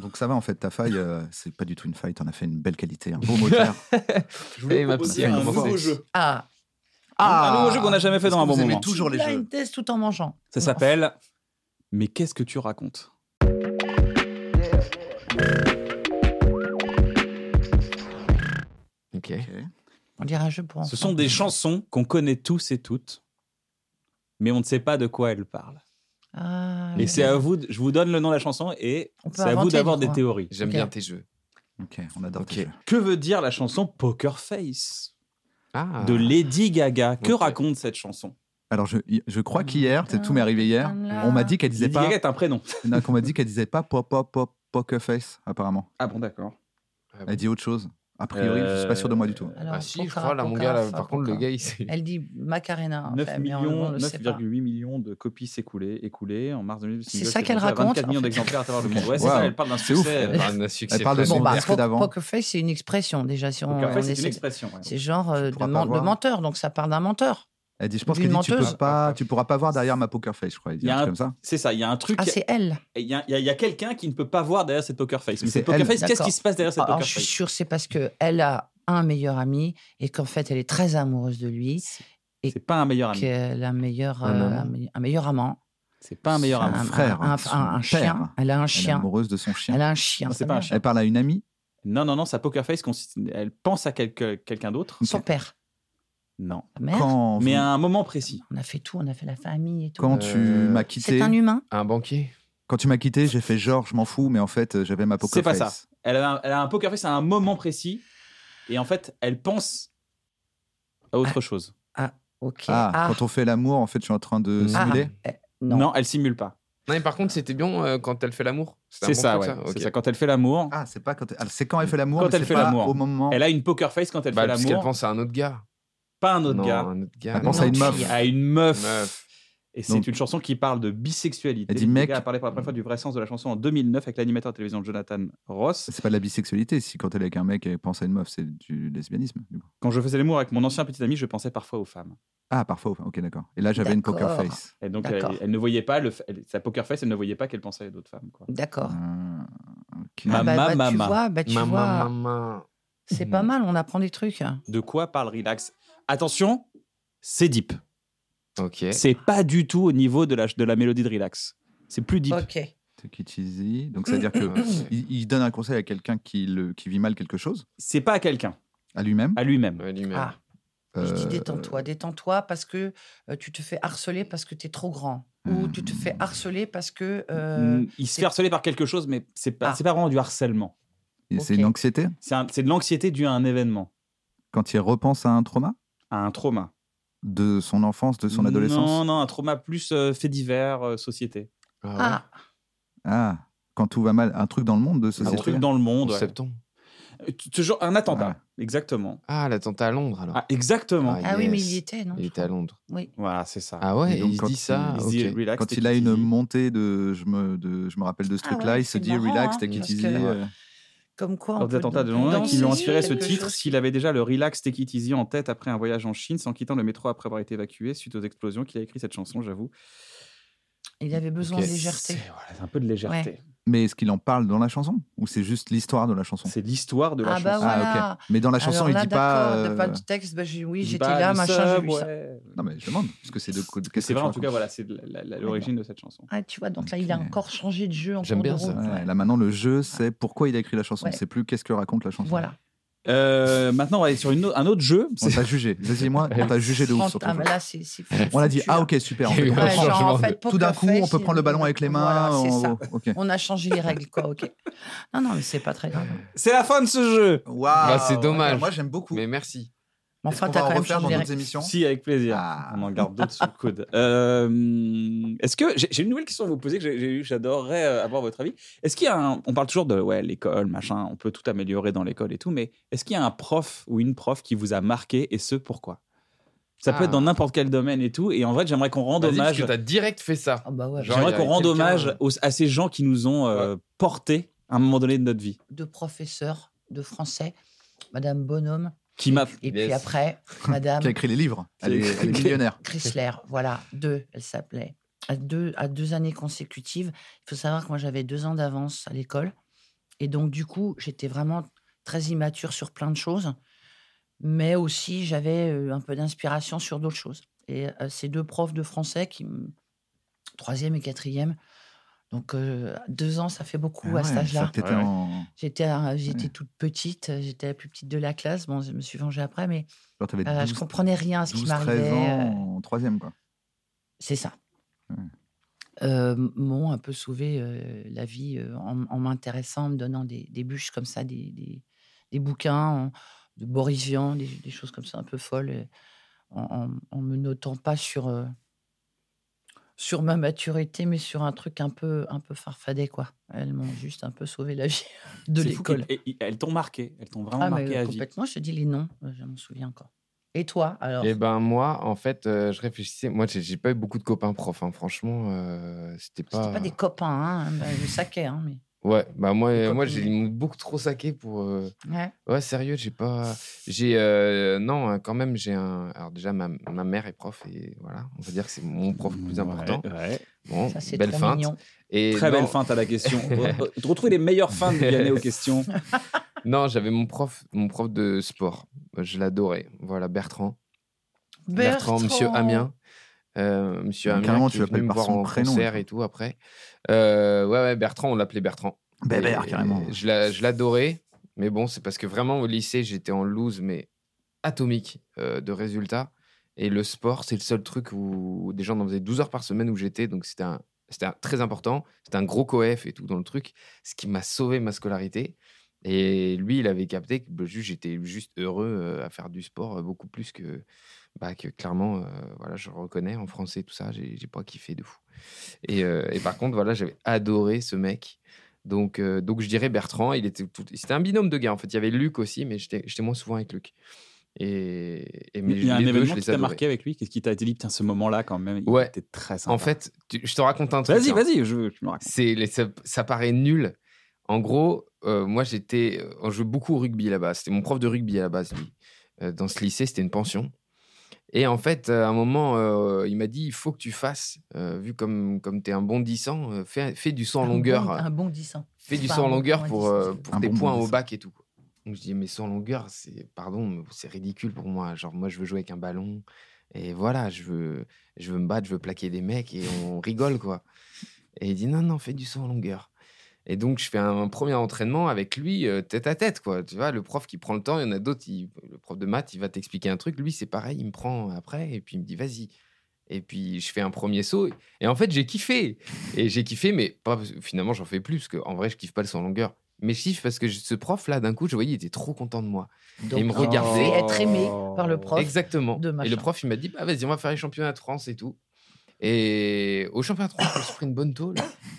[SPEAKER 4] donc ça va, en fait, ta faille, euh, c'est pas du tout une faille, t'en as fait une belle qualité, un
[SPEAKER 2] [laughs]
[SPEAKER 4] beau moteur.
[SPEAKER 2] Je voulais
[SPEAKER 3] Eh, ma
[SPEAKER 2] proposer
[SPEAKER 3] petite
[SPEAKER 2] un
[SPEAKER 3] fille,
[SPEAKER 2] nouveau
[SPEAKER 3] comment
[SPEAKER 2] jeu.
[SPEAKER 1] Ah,
[SPEAKER 2] Un nouveau jeu qu'on n'a jamais fait
[SPEAKER 4] Est-ce
[SPEAKER 2] dans un
[SPEAKER 4] que
[SPEAKER 2] bon
[SPEAKER 4] vous aimez
[SPEAKER 2] moment.
[SPEAKER 4] toujours les jeux.
[SPEAKER 1] une thèse tout en mangeant.
[SPEAKER 2] Ça
[SPEAKER 1] Non.
[SPEAKER 2] s'appelle Mais qu'est-ce que tu racontes
[SPEAKER 3] Ok.
[SPEAKER 1] On dirait un jeu pour
[SPEAKER 2] Ce
[SPEAKER 1] enfants.
[SPEAKER 2] sont des chansons qu'on connaît tous et toutes, mais on ne sait pas de quoi elles parlent.
[SPEAKER 1] Ah,
[SPEAKER 2] Et
[SPEAKER 1] oui.
[SPEAKER 2] c'est à vous, de- je vous donne le nom de la chanson et
[SPEAKER 1] On peut
[SPEAKER 2] c'est à vous
[SPEAKER 1] inventer,
[SPEAKER 2] d'avoir
[SPEAKER 1] je
[SPEAKER 2] des
[SPEAKER 1] crois.
[SPEAKER 2] théories.
[SPEAKER 3] J'aime
[SPEAKER 1] Ok.
[SPEAKER 3] bien tes jeux.
[SPEAKER 4] Ok, on adore
[SPEAKER 3] Ok.
[SPEAKER 4] tes jeux.
[SPEAKER 2] Que veut dire la chanson Poker Face
[SPEAKER 3] Ah.
[SPEAKER 2] de Lady Gaga Que
[SPEAKER 3] Ok.
[SPEAKER 2] raconte cette chanson
[SPEAKER 4] Alors, je, je crois
[SPEAKER 1] Ah,
[SPEAKER 4] qu'hier, c'est tout m'est arrivé hier,
[SPEAKER 1] Voilà.
[SPEAKER 4] on m'a dit qu'elle disait
[SPEAKER 2] Lady
[SPEAKER 4] pas,
[SPEAKER 2] Gaga est un prénom.
[SPEAKER 4] non, qu'on m'a dit qu'elle disait pas pop pop pop poker face apparemment.
[SPEAKER 2] Ah bon, d'accord.
[SPEAKER 3] Ah bon.
[SPEAKER 4] Elle dit autre chose. A priori, je suis pas sûr de moi du tout.
[SPEAKER 1] Alors,
[SPEAKER 3] ah si, je
[SPEAKER 1] Pocara,
[SPEAKER 3] crois, là, mon
[SPEAKER 1] Pocara,
[SPEAKER 3] gars, là,
[SPEAKER 1] Fa,
[SPEAKER 3] par contre, le
[SPEAKER 1] Pocara.
[SPEAKER 3] gars, il s'est.
[SPEAKER 1] Elle dit Macarena. en
[SPEAKER 2] 9
[SPEAKER 1] fait, Euh, mais on- on
[SPEAKER 2] millions,
[SPEAKER 1] le sait pas.
[SPEAKER 2] 9,8 millions de copies s'écoulées, écoulées en mars 2018.
[SPEAKER 1] C'est ça qu'elle raconte,
[SPEAKER 2] 24
[SPEAKER 1] en
[SPEAKER 2] millions
[SPEAKER 1] fait.
[SPEAKER 2] d'exemplaires à travers le monde. Ouais, c'est
[SPEAKER 4] Wow.
[SPEAKER 2] ça, elle parle d'un
[SPEAKER 4] C'est ouf.
[SPEAKER 2] succès.
[SPEAKER 3] [laughs]
[SPEAKER 4] [laughs]
[SPEAKER 3] Elle parle d'un succès
[SPEAKER 4] parle de
[SPEAKER 3] planétaire.
[SPEAKER 4] son
[SPEAKER 1] Bon, bah,
[SPEAKER 4] Parce que d'avant.
[SPEAKER 1] poker face, c'est une expression déjà. Si on,
[SPEAKER 2] Poker Face,
[SPEAKER 1] on
[SPEAKER 2] c'est une
[SPEAKER 1] essaie-
[SPEAKER 2] expression. ouais.
[SPEAKER 1] c'est genre euh, de,
[SPEAKER 4] pourras pas
[SPEAKER 1] men-
[SPEAKER 4] le
[SPEAKER 1] de
[SPEAKER 4] voir.
[SPEAKER 1] menteur, donc ça parle d'un menteur.
[SPEAKER 4] Elle dit, je pense
[SPEAKER 1] Une
[SPEAKER 4] qu'elle dit, tu peux
[SPEAKER 1] menteuse.
[SPEAKER 4] pas, tu pourras pas voir derrière ma poker face, je crois. Elle dit
[SPEAKER 2] Il y a
[SPEAKER 4] un
[SPEAKER 2] un-
[SPEAKER 4] truc comme ça.
[SPEAKER 2] C'est ça, il y a un truc,
[SPEAKER 1] Ah,
[SPEAKER 2] il y a-
[SPEAKER 1] c'est elle.
[SPEAKER 2] il y a, il y a- il y a quelqu'un qui ne peut pas voir derrière cette poker face. Mais
[SPEAKER 4] C'est
[SPEAKER 2] cette poker
[SPEAKER 4] elle.
[SPEAKER 2] face, qu'est-ce
[SPEAKER 1] D'accord.
[SPEAKER 2] qui se passe derrière cette
[SPEAKER 1] Alors,
[SPEAKER 2] poker
[SPEAKER 1] Ah, je suis
[SPEAKER 2] face
[SPEAKER 1] sûre, c'est parce qu'elle a un meilleur ami et qu'en fait, elle est très amoureuse de lui, Et-
[SPEAKER 2] C'est pas un meilleur ami.
[SPEAKER 1] qu'elle a un meilleur,
[SPEAKER 3] Un
[SPEAKER 1] euh,
[SPEAKER 3] amant.
[SPEAKER 1] un me- un meilleur amant.
[SPEAKER 2] C'est pas un meilleur
[SPEAKER 1] C'est
[SPEAKER 2] ami.
[SPEAKER 4] un- frère,
[SPEAKER 1] Un,
[SPEAKER 4] son
[SPEAKER 1] un- un
[SPEAKER 4] père.
[SPEAKER 1] chien. Elle a un
[SPEAKER 4] Elle est
[SPEAKER 1] chien.
[SPEAKER 4] amoureuse de son chien.
[SPEAKER 1] Elle a un chien.
[SPEAKER 2] Non, Ah, c'est
[SPEAKER 1] sa
[SPEAKER 2] pas un
[SPEAKER 1] mère.
[SPEAKER 2] chien.
[SPEAKER 4] Elle parle à une amie.
[SPEAKER 2] Non, non, non, sa poker face, consiste- elle pense à quelque- quelqu'un d'autre.
[SPEAKER 1] Son père.
[SPEAKER 2] Non.
[SPEAKER 1] Sa mère.
[SPEAKER 4] Quand,
[SPEAKER 2] Mais à un moment précis.
[SPEAKER 1] On a fait tout, on a fait la famille et tout.
[SPEAKER 4] quand tu
[SPEAKER 3] Euh,
[SPEAKER 4] m'as
[SPEAKER 1] C'est
[SPEAKER 4] quitté,
[SPEAKER 1] un humain.
[SPEAKER 3] Un banquier.
[SPEAKER 4] quand tu m'as quitté, j'ai fait genre, je m'en fous, mais en fait, euh, j'avais ma poker
[SPEAKER 2] C'est pas
[SPEAKER 4] face.
[SPEAKER 2] ça. Elle a, un, elle a un poker face à un moment précis. Et en fait, elle pense à autre chose.
[SPEAKER 1] Ok.
[SPEAKER 4] Ah,
[SPEAKER 1] Ah,
[SPEAKER 4] quand on fait l'amour, en fait, je suis en train de
[SPEAKER 3] Ah.
[SPEAKER 4] simuler.
[SPEAKER 1] eh,
[SPEAKER 2] Non.
[SPEAKER 1] non.
[SPEAKER 2] elle simule pas.
[SPEAKER 3] Non, mais par contre, c'était bien euh, quand elle fait l'amour. C'était un
[SPEAKER 2] C'est
[SPEAKER 3] bon
[SPEAKER 2] ça,
[SPEAKER 3] truc,
[SPEAKER 2] ouais.
[SPEAKER 3] Ok.
[SPEAKER 2] C'est ça. Quand elle fait l'amour,
[SPEAKER 4] Ah, c'est pas quand elle... ah, c'est quand elle fait l'amour,
[SPEAKER 2] Quand
[SPEAKER 4] mais
[SPEAKER 2] elle
[SPEAKER 4] c'est
[SPEAKER 2] fait
[SPEAKER 4] pas
[SPEAKER 2] l'amour.
[SPEAKER 4] au moment.
[SPEAKER 2] elle a une poker face quand elle
[SPEAKER 3] Bah,
[SPEAKER 2] fait
[SPEAKER 3] parce qu'elle
[SPEAKER 2] l'amour.
[SPEAKER 3] pense à un autre gars.
[SPEAKER 2] Pas un autre
[SPEAKER 3] Non,
[SPEAKER 2] gars.
[SPEAKER 3] Un autre gars.
[SPEAKER 4] Elle pense à une meuf.
[SPEAKER 1] fille.
[SPEAKER 2] À une meuf.
[SPEAKER 3] Meuf.
[SPEAKER 2] Et c'est
[SPEAKER 4] Donc-
[SPEAKER 2] une chanson qui parle de bisexualité.
[SPEAKER 4] Elle dit mec- euh,
[SPEAKER 2] Le gars a parlé pour la première fois du vrai sens de la chanson en 2009 avec l'animateur de télévision Jonathan Ross.
[SPEAKER 4] C'est pas de la bisexualité. Si quand elle est avec un mec, elle pense à une meuf, c'est du lesbianisme. du coup.
[SPEAKER 2] Quand je faisais l'amour avec mon ancien petit ami, je pensais parfois aux femmes.
[SPEAKER 4] Ah, parfois. enfin, Ok, d'accord. Et là, j'avais une poker
[SPEAKER 1] D'accord.
[SPEAKER 4] face.
[SPEAKER 2] Et donc, elle,
[SPEAKER 1] D'accord.
[SPEAKER 2] elle ne voyait pas, le, f- elle- sa poker face, elle ne voyait pas qu'elle pensait à d'autres femmes. Quoi.
[SPEAKER 1] D'accord.
[SPEAKER 4] Ah, ok.
[SPEAKER 2] Ma-
[SPEAKER 1] Ah bah,
[SPEAKER 2] Mama,
[SPEAKER 1] bah, tu
[SPEAKER 2] mama.
[SPEAKER 1] vois, bah, tu
[SPEAKER 3] Maman,
[SPEAKER 1] vois,
[SPEAKER 3] maman.
[SPEAKER 1] c'est
[SPEAKER 3] Mm.
[SPEAKER 1] pas mal, on apprend des trucs.
[SPEAKER 2] De quoi parle Relax Attention, c'est deep.
[SPEAKER 3] Ok.
[SPEAKER 2] C'est pas du tout au niveau de la, de la mélodie de Relax. C'est plus deep.
[SPEAKER 1] Ok.
[SPEAKER 4] Take it easy. Donc, c'est-à-dire
[SPEAKER 1] [clears throat]
[SPEAKER 4] que
[SPEAKER 3] Ouais.
[SPEAKER 4] il, il donne un conseil à quelqu'un qui, le- qui vit mal quelque chose,
[SPEAKER 2] C'est pas à quelqu'un,
[SPEAKER 4] à lui-même.
[SPEAKER 2] à lui-même.
[SPEAKER 3] Ouais, lui-même.
[SPEAKER 1] Ah, je dis
[SPEAKER 4] Euh,
[SPEAKER 1] détends-toi, détends-toi parce que euh, tu te fais harceler parce que t'es trop grand. Ou tu te fais harceler parce que. euh,
[SPEAKER 2] Mm, Il se
[SPEAKER 1] c'est-
[SPEAKER 2] fait harceler par quelque chose, mais c'est pas,
[SPEAKER 1] Ah.
[SPEAKER 2] c'est pas vraiment du harcèlement.
[SPEAKER 4] et C'est
[SPEAKER 1] ok.
[SPEAKER 4] une anxiété
[SPEAKER 2] C'est un- c'est de l'anxiété due à un événement,
[SPEAKER 4] quand il repense à un trauma
[SPEAKER 2] à un trauma.
[SPEAKER 4] de son enfance, de son adolescence.
[SPEAKER 2] Non, non, un trauma plus euh, fait divers, euh, société.
[SPEAKER 3] Ah ouais.
[SPEAKER 1] Ah,
[SPEAKER 4] Ah, quand tout va mal, un truc dans le monde de
[SPEAKER 2] Un
[SPEAKER 4] société.
[SPEAKER 2] truc dans le monde.
[SPEAKER 3] En
[SPEAKER 2] ouais.
[SPEAKER 3] septembre.
[SPEAKER 2] Euh, t- Toujours un attentat. Exactement.
[SPEAKER 3] Ah, l'attentat à Londres alors.
[SPEAKER 2] Ah, exactement.
[SPEAKER 3] Ah,
[SPEAKER 1] ah oui, mais
[SPEAKER 3] yes.
[SPEAKER 1] il y était, non
[SPEAKER 3] il
[SPEAKER 1] je
[SPEAKER 3] était à Londres.
[SPEAKER 1] Oui.
[SPEAKER 2] Voilà, c'est ça.
[SPEAKER 3] Ah ouais,
[SPEAKER 4] Et
[SPEAKER 3] et
[SPEAKER 4] donc,
[SPEAKER 3] il se
[SPEAKER 4] quand
[SPEAKER 3] dit ça.
[SPEAKER 2] Il
[SPEAKER 3] ok.
[SPEAKER 2] se dit relax,
[SPEAKER 4] Quand
[SPEAKER 2] take
[SPEAKER 4] il a
[SPEAKER 2] it
[SPEAKER 4] une
[SPEAKER 2] easy.
[SPEAKER 4] montée de je me, de- je me rappelle de ce
[SPEAKER 1] Ah
[SPEAKER 4] truc-là,
[SPEAKER 1] ouais,
[SPEAKER 4] il se
[SPEAKER 1] c'est
[SPEAKER 4] dit
[SPEAKER 1] marrant,
[SPEAKER 4] relax,
[SPEAKER 1] hein,
[SPEAKER 4] take it
[SPEAKER 1] parce
[SPEAKER 4] easy.
[SPEAKER 1] que-
[SPEAKER 4] euh,
[SPEAKER 1] Comme quoi. on
[SPEAKER 2] Lors des
[SPEAKER 1] peut
[SPEAKER 2] attentats de
[SPEAKER 1] dan-
[SPEAKER 2] Londres qui lui ont
[SPEAKER 1] danser
[SPEAKER 2] inspiré ce
[SPEAKER 1] quelque
[SPEAKER 2] titre,
[SPEAKER 1] chose.
[SPEAKER 2] s'il avait déjà le Relax Take It Easy en tête après un voyage en Chine, sans quitter le métro après avoir été évacué suite aux explosions, qu'il a écrit cette chanson, j'avoue.
[SPEAKER 1] Il avait besoin
[SPEAKER 3] Ok.
[SPEAKER 1] de légèreté.
[SPEAKER 2] C'est voilà, c'est un peu de légèreté.
[SPEAKER 4] Mais est-ce qu'il en parle dans la chanson Ou c'est juste l'histoire de la chanson
[SPEAKER 2] C'est l'histoire de la
[SPEAKER 1] Ah
[SPEAKER 2] chanson.
[SPEAKER 1] bah ouais.
[SPEAKER 4] Ah,
[SPEAKER 1] Voilà.
[SPEAKER 4] ok. Mais dans la chanson,
[SPEAKER 1] Alors
[SPEAKER 4] il
[SPEAKER 1] là,
[SPEAKER 4] dit pas.
[SPEAKER 1] d'accord, de
[SPEAKER 4] euh,
[SPEAKER 1] pas de texte, bah, j'ai- oui,
[SPEAKER 2] Il dit
[SPEAKER 1] j'étais
[SPEAKER 2] pas,
[SPEAKER 1] là,
[SPEAKER 2] le
[SPEAKER 1] machin, j'ai
[SPEAKER 2] sub,
[SPEAKER 1] vu ça.
[SPEAKER 2] ouais.
[SPEAKER 4] Non, mais je demande, parce que c'est de qu'est-ce que
[SPEAKER 2] C'est
[SPEAKER 4] tu
[SPEAKER 2] vrai, en tout
[SPEAKER 4] racontes
[SPEAKER 2] cas, voilà, c'est la- la- la- l'origine de cette chanson.
[SPEAKER 1] Ah, tu vois, donc là, il a
[SPEAKER 4] Ok.
[SPEAKER 1] encore changé de jeu en
[SPEAKER 3] J'aime
[SPEAKER 1] cours de
[SPEAKER 3] bien ça.
[SPEAKER 1] route.
[SPEAKER 4] Ouais,
[SPEAKER 1] Ouais.
[SPEAKER 4] Là maintenant, le jeu, c'est pourquoi il a écrit la chanson.
[SPEAKER 1] Ouais.
[SPEAKER 4] C'est plus qu'est-ce que raconte la chanson.
[SPEAKER 1] Voilà.
[SPEAKER 2] Euh, maintenant, on va aller sur une au- un autre jeu.
[SPEAKER 4] On
[SPEAKER 2] C'est-
[SPEAKER 4] t'a jugé. Vas-y, moi, on t'a jugé de
[SPEAKER 1] Ah,
[SPEAKER 4] ouf. sur ton
[SPEAKER 1] mais
[SPEAKER 4] jeu.
[SPEAKER 1] là, c'est. c'est
[SPEAKER 4] On a dit
[SPEAKER 1] foutu,
[SPEAKER 4] ah
[SPEAKER 1] là.
[SPEAKER 4] ok super. on
[SPEAKER 3] Il y a eu
[SPEAKER 4] fait
[SPEAKER 3] un
[SPEAKER 4] comme
[SPEAKER 1] Ouais,
[SPEAKER 4] ça.
[SPEAKER 3] changement
[SPEAKER 1] genre, en
[SPEAKER 3] de-
[SPEAKER 1] fait,
[SPEAKER 4] Tout d'un
[SPEAKER 1] poker
[SPEAKER 4] coup, on
[SPEAKER 1] face,
[SPEAKER 4] peut prendre le
[SPEAKER 1] il-
[SPEAKER 4] ballon avec les mains.
[SPEAKER 1] euh, Voilà, c'est
[SPEAKER 4] on-
[SPEAKER 1] ça.
[SPEAKER 4] ok.
[SPEAKER 1] On a changé les règles, quoi, ok. Non, non, mais c'est pas très grave.
[SPEAKER 2] C'est la fin de ce jeu.
[SPEAKER 4] Waouh.
[SPEAKER 3] Bah, c'est dommage.
[SPEAKER 4] Moi, j'aime beaucoup.
[SPEAKER 3] Mais merci.
[SPEAKER 1] Mais
[SPEAKER 4] Est-ce
[SPEAKER 1] enfin,
[SPEAKER 4] qu'on
[SPEAKER 1] t'as
[SPEAKER 4] va en
[SPEAKER 1] quand même
[SPEAKER 4] refaire
[SPEAKER 1] changé
[SPEAKER 4] dans
[SPEAKER 1] les
[SPEAKER 4] d'autres
[SPEAKER 1] règles.
[SPEAKER 4] émissions
[SPEAKER 2] Si, avec plaisir.
[SPEAKER 4] Ah.
[SPEAKER 2] On en garde d'autres sous le
[SPEAKER 3] [laughs]
[SPEAKER 2] coude. Euh, Est-ce que j'ai j'ai une nouvelle question à vous poser que j'ai- j'ai eue, j'adorerais euh, avoir votre avis. Est-ce qu'il y a un, on parle toujours de ouais l'école machin, on peut tout améliorer dans l'école et tout, mais est-ce qu'il y a un prof ou une prof qui vous a marqué et ce pourquoi Ça peut
[SPEAKER 3] Ah.
[SPEAKER 2] être dans n'importe quel domaine et tout. Et en vrai, j'aimerais qu'on rende
[SPEAKER 3] Vas-y, parce que
[SPEAKER 2] hommage.
[SPEAKER 3] t'as direct fait ça.
[SPEAKER 1] Ah, bah ouais,
[SPEAKER 3] Genre, il
[SPEAKER 2] J'aimerais
[SPEAKER 3] y
[SPEAKER 2] qu'on
[SPEAKER 3] avait
[SPEAKER 2] rende
[SPEAKER 3] quelqu'un,
[SPEAKER 2] hommage
[SPEAKER 3] euh,
[SPEAKER 2] aux- à ces gens qui nous ont euh, portés à un moment donné de notre vie,
[SPEAKER 1] de professeur de français, Madame Bonhomme,
[SPEAKER 2] qui m'a
[SPEAKER 1] et
[SPEAKER 3] Yes.
[SPEAKER 1] puis
[SPEAKER 4] [laughs]
[SPEAKER 1] après, Madame
[SPEAKER 4] Qui a écrit les livres Elle
[SPEAKER 2] Qui a
[SPEAKER 4] est,
[SPEAKER 2] écrit-
[SPEAKER 1] [laughs]
[SPEAKER 4] elle est millionnaire.
[SPEAKER 1] Chrysler, voilà, deux, elle s'appelait, à deux, à deux années consécutives. Il faut savoir que moi, j'avais deux ans d'avance à l'école. Et donc, du coup, j'étais vraiment très immature sur plein de choses, mais aussi j'avais euh, un peu d'inspiration sur d'autres choses. Et euh, ces deux profs de français, qui, m- troisième et quatrième, donc euh, deux ans, ça fait beaucoup
[SPEAKER 4] Ah
[SPEAKER 1] à cet âge-là.
[SPEAKER 4] T'étais
[SPEAKER 2] Ouais, ouais.
[SPEAKER 4] en.
[SPEAKER 1] J'étais euh, j'étais
[SPEAKER 4] Ouais.
[SPEAKER 1] toute petite, euh, j'étais la plus petite de la classe. Bon, je me suis vengée après, mais
[SPEAKER 4] Genre, t'avais
[SPEAKER 1] euh, je
[SPEAKER 4] 12,
[SPEAKER 1] comprenais rien à ce qui
[SPEAKER 4] 12, 13
[SPEAKER 1] m'arrivait.
[SPEAKER 4] ans
[SPEAKER 1] euh,
[SPEAKER 4] en troisième, quoi.
[SPEAKER 1] C'est ça.
[SPEAKER 4] Ouais.
[SPEAKER 1] Euh, m'ont un peu sauvé euh, la vie euh, en, en m'intéressant, en me donnant des, des bûches comme ça, des, des, des bouquins en- de Boris Vian, des, des choses comme ça un peu folles, euh, en, en, en me notant pas sur, euh, sur ma maturité, mais sur un truc un peu, un peu farfadet, quoi. Elles m'ont juste un peu sauvé la vie [laughs] de
[SPEAKER 2] C'est fou
[SPEAKER 1] l'école.
[SPEAKER 2] qu'elles- et- et- Elles t'ont marqué, elles t'ont vraiment
[SPEAKER 1] Ah, mais
[SPEAKER 2] marqué à vie.
[SPEAKER 1] complètement, je te dis les noms, euh, je m'en souviens encore. Et toi, alors
[SPEAKER 3] Eh ben moi, en fait, euh, je réfléchissais. Moi, j'ai- j'ai pas eu beaucoup de copains profs. hein. Franchement, euh, c'était pas.
[SPEAKER 1] C'était pas des copains, hein, bah, le saké, hein, mais.
[SPEAKER 3] Ouais, bah moi,
[SPEAKER 1] des
[SPEAKER 3] euh, moi,
[SPEAKER 1] copines.
[SPEAKER 3] j'ai ils m'ont beaucoup trop saqué pour. euh,
[SPEAKER 1] Ouais.
[SPEAKER 3] Ouais, sérieux, j'ai pas. J'ai euh, non, hein, quand même, j'ai un. Alors déjà, ma, ma mère est prof et voilà, on va dire que c'est mon prof le plus
[SPEAKER 2] Ouais,
[SPEAKER 4] Mmh,
[SPEAKER 3] important.
[SPEAKER 2] ouais.
[SPEAKER 3] Bon,
[SPEAKER 1] Ça, c'est
[SPEAKER 3] belle
[SPEAKER 1] trop
[SPEAKER 3] feinte.
[SPEAKER 1] mignon.
[SPEAKER 3] Et
[SPEAKER 2] Très belle
[SPEAKER 3] non,
[SPEAKER 2] feinte à la
[SPEAKER 3] [laughs]
[SPEAKER 2] question. Re- re- Retrouvez les meilleures feintes de Vianney aux questions.
[SPEAKER 3] Non, j'avais mon prof, mon prof de sport. Je l'adorais. Voilà, Bertrand. Bertrand, Monsieur Amiens. Euh, monsieur
[SPEAKER 4] Donc,
[SPEAKER 3] Amiens,
[SPEAKER 4] carrément,
[SPEAKER 3] qui
[SPEAKER 4] tu
[SPEAKER 3] est venu
[SPEAKER 4] l'appelles
[SPEAKER 3] me
[SPEAKER 4] par
[SPEAKER 3] voir
[SPEAKER 4] son
[SPEAKER 3] en
[SPEAKER 4] prénom,
[SPEAKER 3] concert
[SPEAKER 4] quoi.
[SPEAKER 3] et tout après. Euh, ouais, ouais, Bertrand, on l'appelait Bertrand.
[SPEAKER 2] Bah,
[SPEAKER 4] Bébert,
[SPEAKER 3] Et
[SPEAKER 4] carrément.
[SPEAKER 3] Je l'a- je l'adorais, mais bon, c'est parce que vraiment au lycée, j'étais en loose, mais atomique euh, de résultats. Et le sport, c'est le seul truc où des gens en faisaient 12 heures par semaine où j'étais, donc c'était un- c'était un- très important. C'était un gros coef et tout dans le truc, ce qui m'a sauvé ma scolarité. Et lui, il avait capté que bah, juste, j'étais juste heureux euh, à faire du sport euh, beaucoup plus que, bah, que clairement, euh, voilà, je le reconnais en français, tout ça, j'ai j'ai pas kiffé de fou. Et, euh, et par contre, voilà, j'avais adoré ce mec. Donc, euh, donc je dirais Bertrand, il était, tout- c'était un binôme de gars en fait. Il y avait Luc aussi, mais j'étais j'étais moins souvent avec Luc. Et, et mais
[SPEAKER 2] Il y a un
[SPEAKER 3] les deux,
[SPEAKER 2] événement
[SPEAKER 3] je les
[SPEAKER 2] qui t'a
[SPEAKER 3] adorais.
[SPEAKER 2] marqué avec lui. Qu'est-ce qui t'a dit, putain, ce moment-là quand même Il
[SPEAKER 3] Ouais.
[SPEAKER 2] était très sympa.
[SPEAKER 3] En fait, tu- je te raconte un truc.
[SPEAKER 2] vas-y,
[SPEAKER 3] hein.
[SPEAKER 2] vas-y, je, je me raconte.
[SPEAKER 3] C'est les- ça, ça paraît nul. En gros, euh, moi j'étais, euh, on jouait beaucoup au rugby là-bas. C'était mon prof de rugby à la base, lui. Euh, dans ce lycée, c'était une pension. Et en fait, euh, à un moment, euh, il m'a dit, il faut que tu fasses, euh, vu comme comme t'es un bondissant, euh, fais, fais du saut en
[SPEAKER 1] Un
[SPEAKER 3] longueur.
[SPEAKER 1] bon- un bon 10 ans.
[SPEAKER 3] fais du
[SPEAKER 1] Pas
[SPEAKER 3] saut en
[SPEAKER 1] un bon
[SPEAKER 3] longueur pour,
[SPEAKER 1] bondissant,
[SPEAKER 3] euh,
[SPEAKER 1] c'est-
[SPEAKER 3] pour
[SPEAKER 4] Un
[SPEAKER 3] des
[SPEAKER 4] bon
[SPEAKER 3] points au
[SPEAKER 4] bondissant.
[SPEAKER 3] bac et tout. Donc je dis, mais sans longueur, c'est, pardon, mais c'est ridicule pour moi. Genre, moi, je veux jouer avec un ballon. Et voilà, je veux, je veux me battre, je veux plaquer des mecs et
[SPEAKER 4] [laughs]
[SPEAKER 3] on rigole, quoi. Et il dit, non, non, fais du saut en longueur. Et donc, je fais un, un premier entraînement avec lui, euh, tête à tête, quoi. Tu vois, le prof qui prend le temps, il y en a d'autres, il- le prof de maths, il va t'expliquer un truc. Lui, c'est pareil, il me prend après et puis il me dit, vas-y. Et puis, je fais un premier saut. Et en fait, j'ai kiffé. Et j'ai kiffé, mais pas, parce que finalement, j'en fais plus, parce qu'en vrai, je kiffe pas le saut en longueur. Mais je kiffe parce que je- ce prof-là, d'un coup, je voyais, il était trop content de moi.
[SPEAKER 1] Donc,
[SPEAKER 3] il me
[SPEAKER 1] tu
[SPEAKER 3] regardait.
[SPEAKER 1] fais être aimé par le prof.
[SPEAKER 3] Exactement.
[SPEAKER 1] de
[SPEAKER 3] et
[SPEAKER 1] machin.
[SPEAKER 3] le prof, il m'a dit, bah, vas-y, on va faire les championnats de France et tout. Et au championnat de France, je me suis pris une bonne tôle.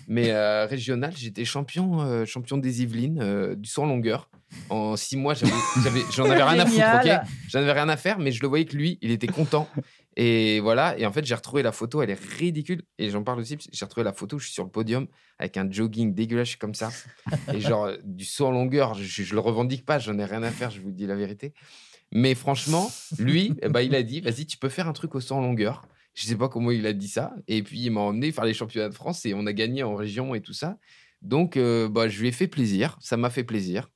[SPEAKER 3] Mais euh, régional, j'étais champion, euh, champion des Yvelines euh, du saut en longueur. En six mois, j'avais- j'avais- j'en avais rien à foutre, ok
[SPEAKER 1] Génial.
[SPEAKER 3] J'en avais rien à faire, mais je le voyais que lui, il était content. Et voilà, et en fait, j'ai retrouvé la photo, elle est ridicule. Et j'en parle aussi, parce que j'ai retrouvé la photo, je suis sur le podium avec un jogging dégueulasse, je suis comme ça. Et genre, euh, du saut en longueur, je, je le revendique pas, j'en ai rien à faire, je vous dis la vérité. Mais franchement, lui, eh ben, il a dit, vas-y, tu peux faire un truc au saut en longueur. Je sais pas comment il a dit ça. Et puis, il m'a emmené faire les championnats de France et on a gagné en région et tout ça. Donc, euh, bah, je lui ai fait plaisir, ça m'a fait plaisir.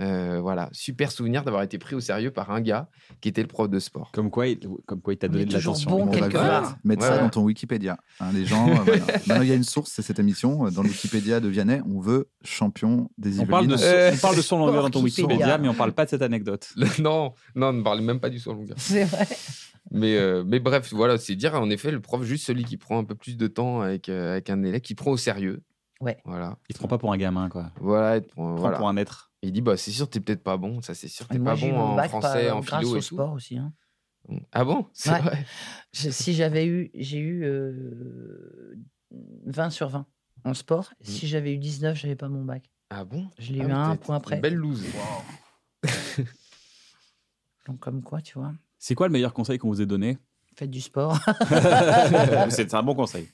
[SPEAKER 3] Euh, voilà, super souvenir d'avoir été pris au sérieux par un gars qui était le prof de sport.
[SPEAKER 2] Comme quoi, il, comme quoi, il t'a
[SPEAKER 1] On
[SPEAKER 2] donné
[SPEAKER 1] est
[SPEAKER 2] de
[SPEAKER 1] toujours
[SPEAKER 2] l'attention.
[SPEAKER 1] bon
[SPEAKER 4] On va
[SPEAKER 1] quelque
[SPEAKER 4] vite
[SPEAKER 1] part.
[SPEAKER 4] mettre
[SPEAKER 3] Ouais,
[SPEAKER 4] ça
[SPEAKER 3] ouais.
[SPEAKER 4] dans ton Wikipédia. hein, les gens, euh,
[SPEAKER 2] [laughs]
[SPEAKER 4] voilà. Maintenant, il y a une source, c'est cette émission. euh, Dans le Wikipédia de Vianney, on veut champion des
[SPEAKER 2] On parle, de,
[SPEAKER 4] Yvelines.
[SPEAKER 3] Euh,
[SPEAKER 2] on parle de son longueur dans ton
[SPEAKER 1] Wikipédia.
[SPEAKER 2] Wikipédia, mais on parle pas de cette anecdote.
[SPEAKER 3] [laughs] non, non, ne parle même pas du saut en longueur.
[SPEAKER 1] C'est vrai.
[SPEAKER 3] Mais, euh, mais bref, voilà, c'est dire en effet le prof, juste celui qui prend un peu plus de temps avec, euh, avec un élève, qui prend au sérieux.
[SPEAKER 1] Ouais.
[SPEAKER 3] Voilà.
[SPEAKER 2] Il te prend pas pour un gamin, quoi.
[SPEAKER 3] Voilà, il, te prend-
[SPEAKER 2] Il te prend
[SPEAKER 3] voilà.
[SPEAKER 2] pour un être.
[SPEAKER 3] il dit bah c'est sûr t'es peut-être pas bon, ça c'est sûr t'es
[SPEAKER 1] Moi,
[SPEAKER 3] pas
[SPEAKER 1] j'ai eu
[SPEAKER 3] bon
[SPEAKER 1] mon
[SPEAKER 3] en
[SPEAKER 1] bac par-
[SPEAKER 3] français, en
[SPEAKER 1] grâce
[SPEAKER 3] philo
[SPEAKER 1] au
[SPEAKER 3] et tout.
[SPEAKER 1] sport aussi. hein.
[SPEAKER 3] Ah bon C'est
[SPEAKER 1] Ouais.
[SPEAKER 3] vrai.
[SPEAKER 1] Je- si j'avais eu, j'ai eu euh, 20 sur 20 en sport. Si j'avais eu 19, j'avais pas mon bac.
[SPEAKER 3] Ah bon
[SPEAKER 1] Je l'ai
[SPEAKER 3] Mm. Ah
[SPEAKER 1] eu
[SPEAKER 3] oui,
[SPEAKER 1] à un
[SPEAKER 3] t'es-
[SPEAKER 1] point
[SPEAKER 3] t'es
[SPEAKER 1] près.
[SPEAKER 3] une Belle loose.
[SPEAKER 1] Donc comme quoi, tu vois,
[SPEAKER 2] C'est quoi le meilleur conseil qu'on vous ait
[SPEAKER 3] [laughs]
[SPEAKER 2] donné
[SPEAKER 1] faites du sport.
[SPEAKER 2] C'est un bon conseil.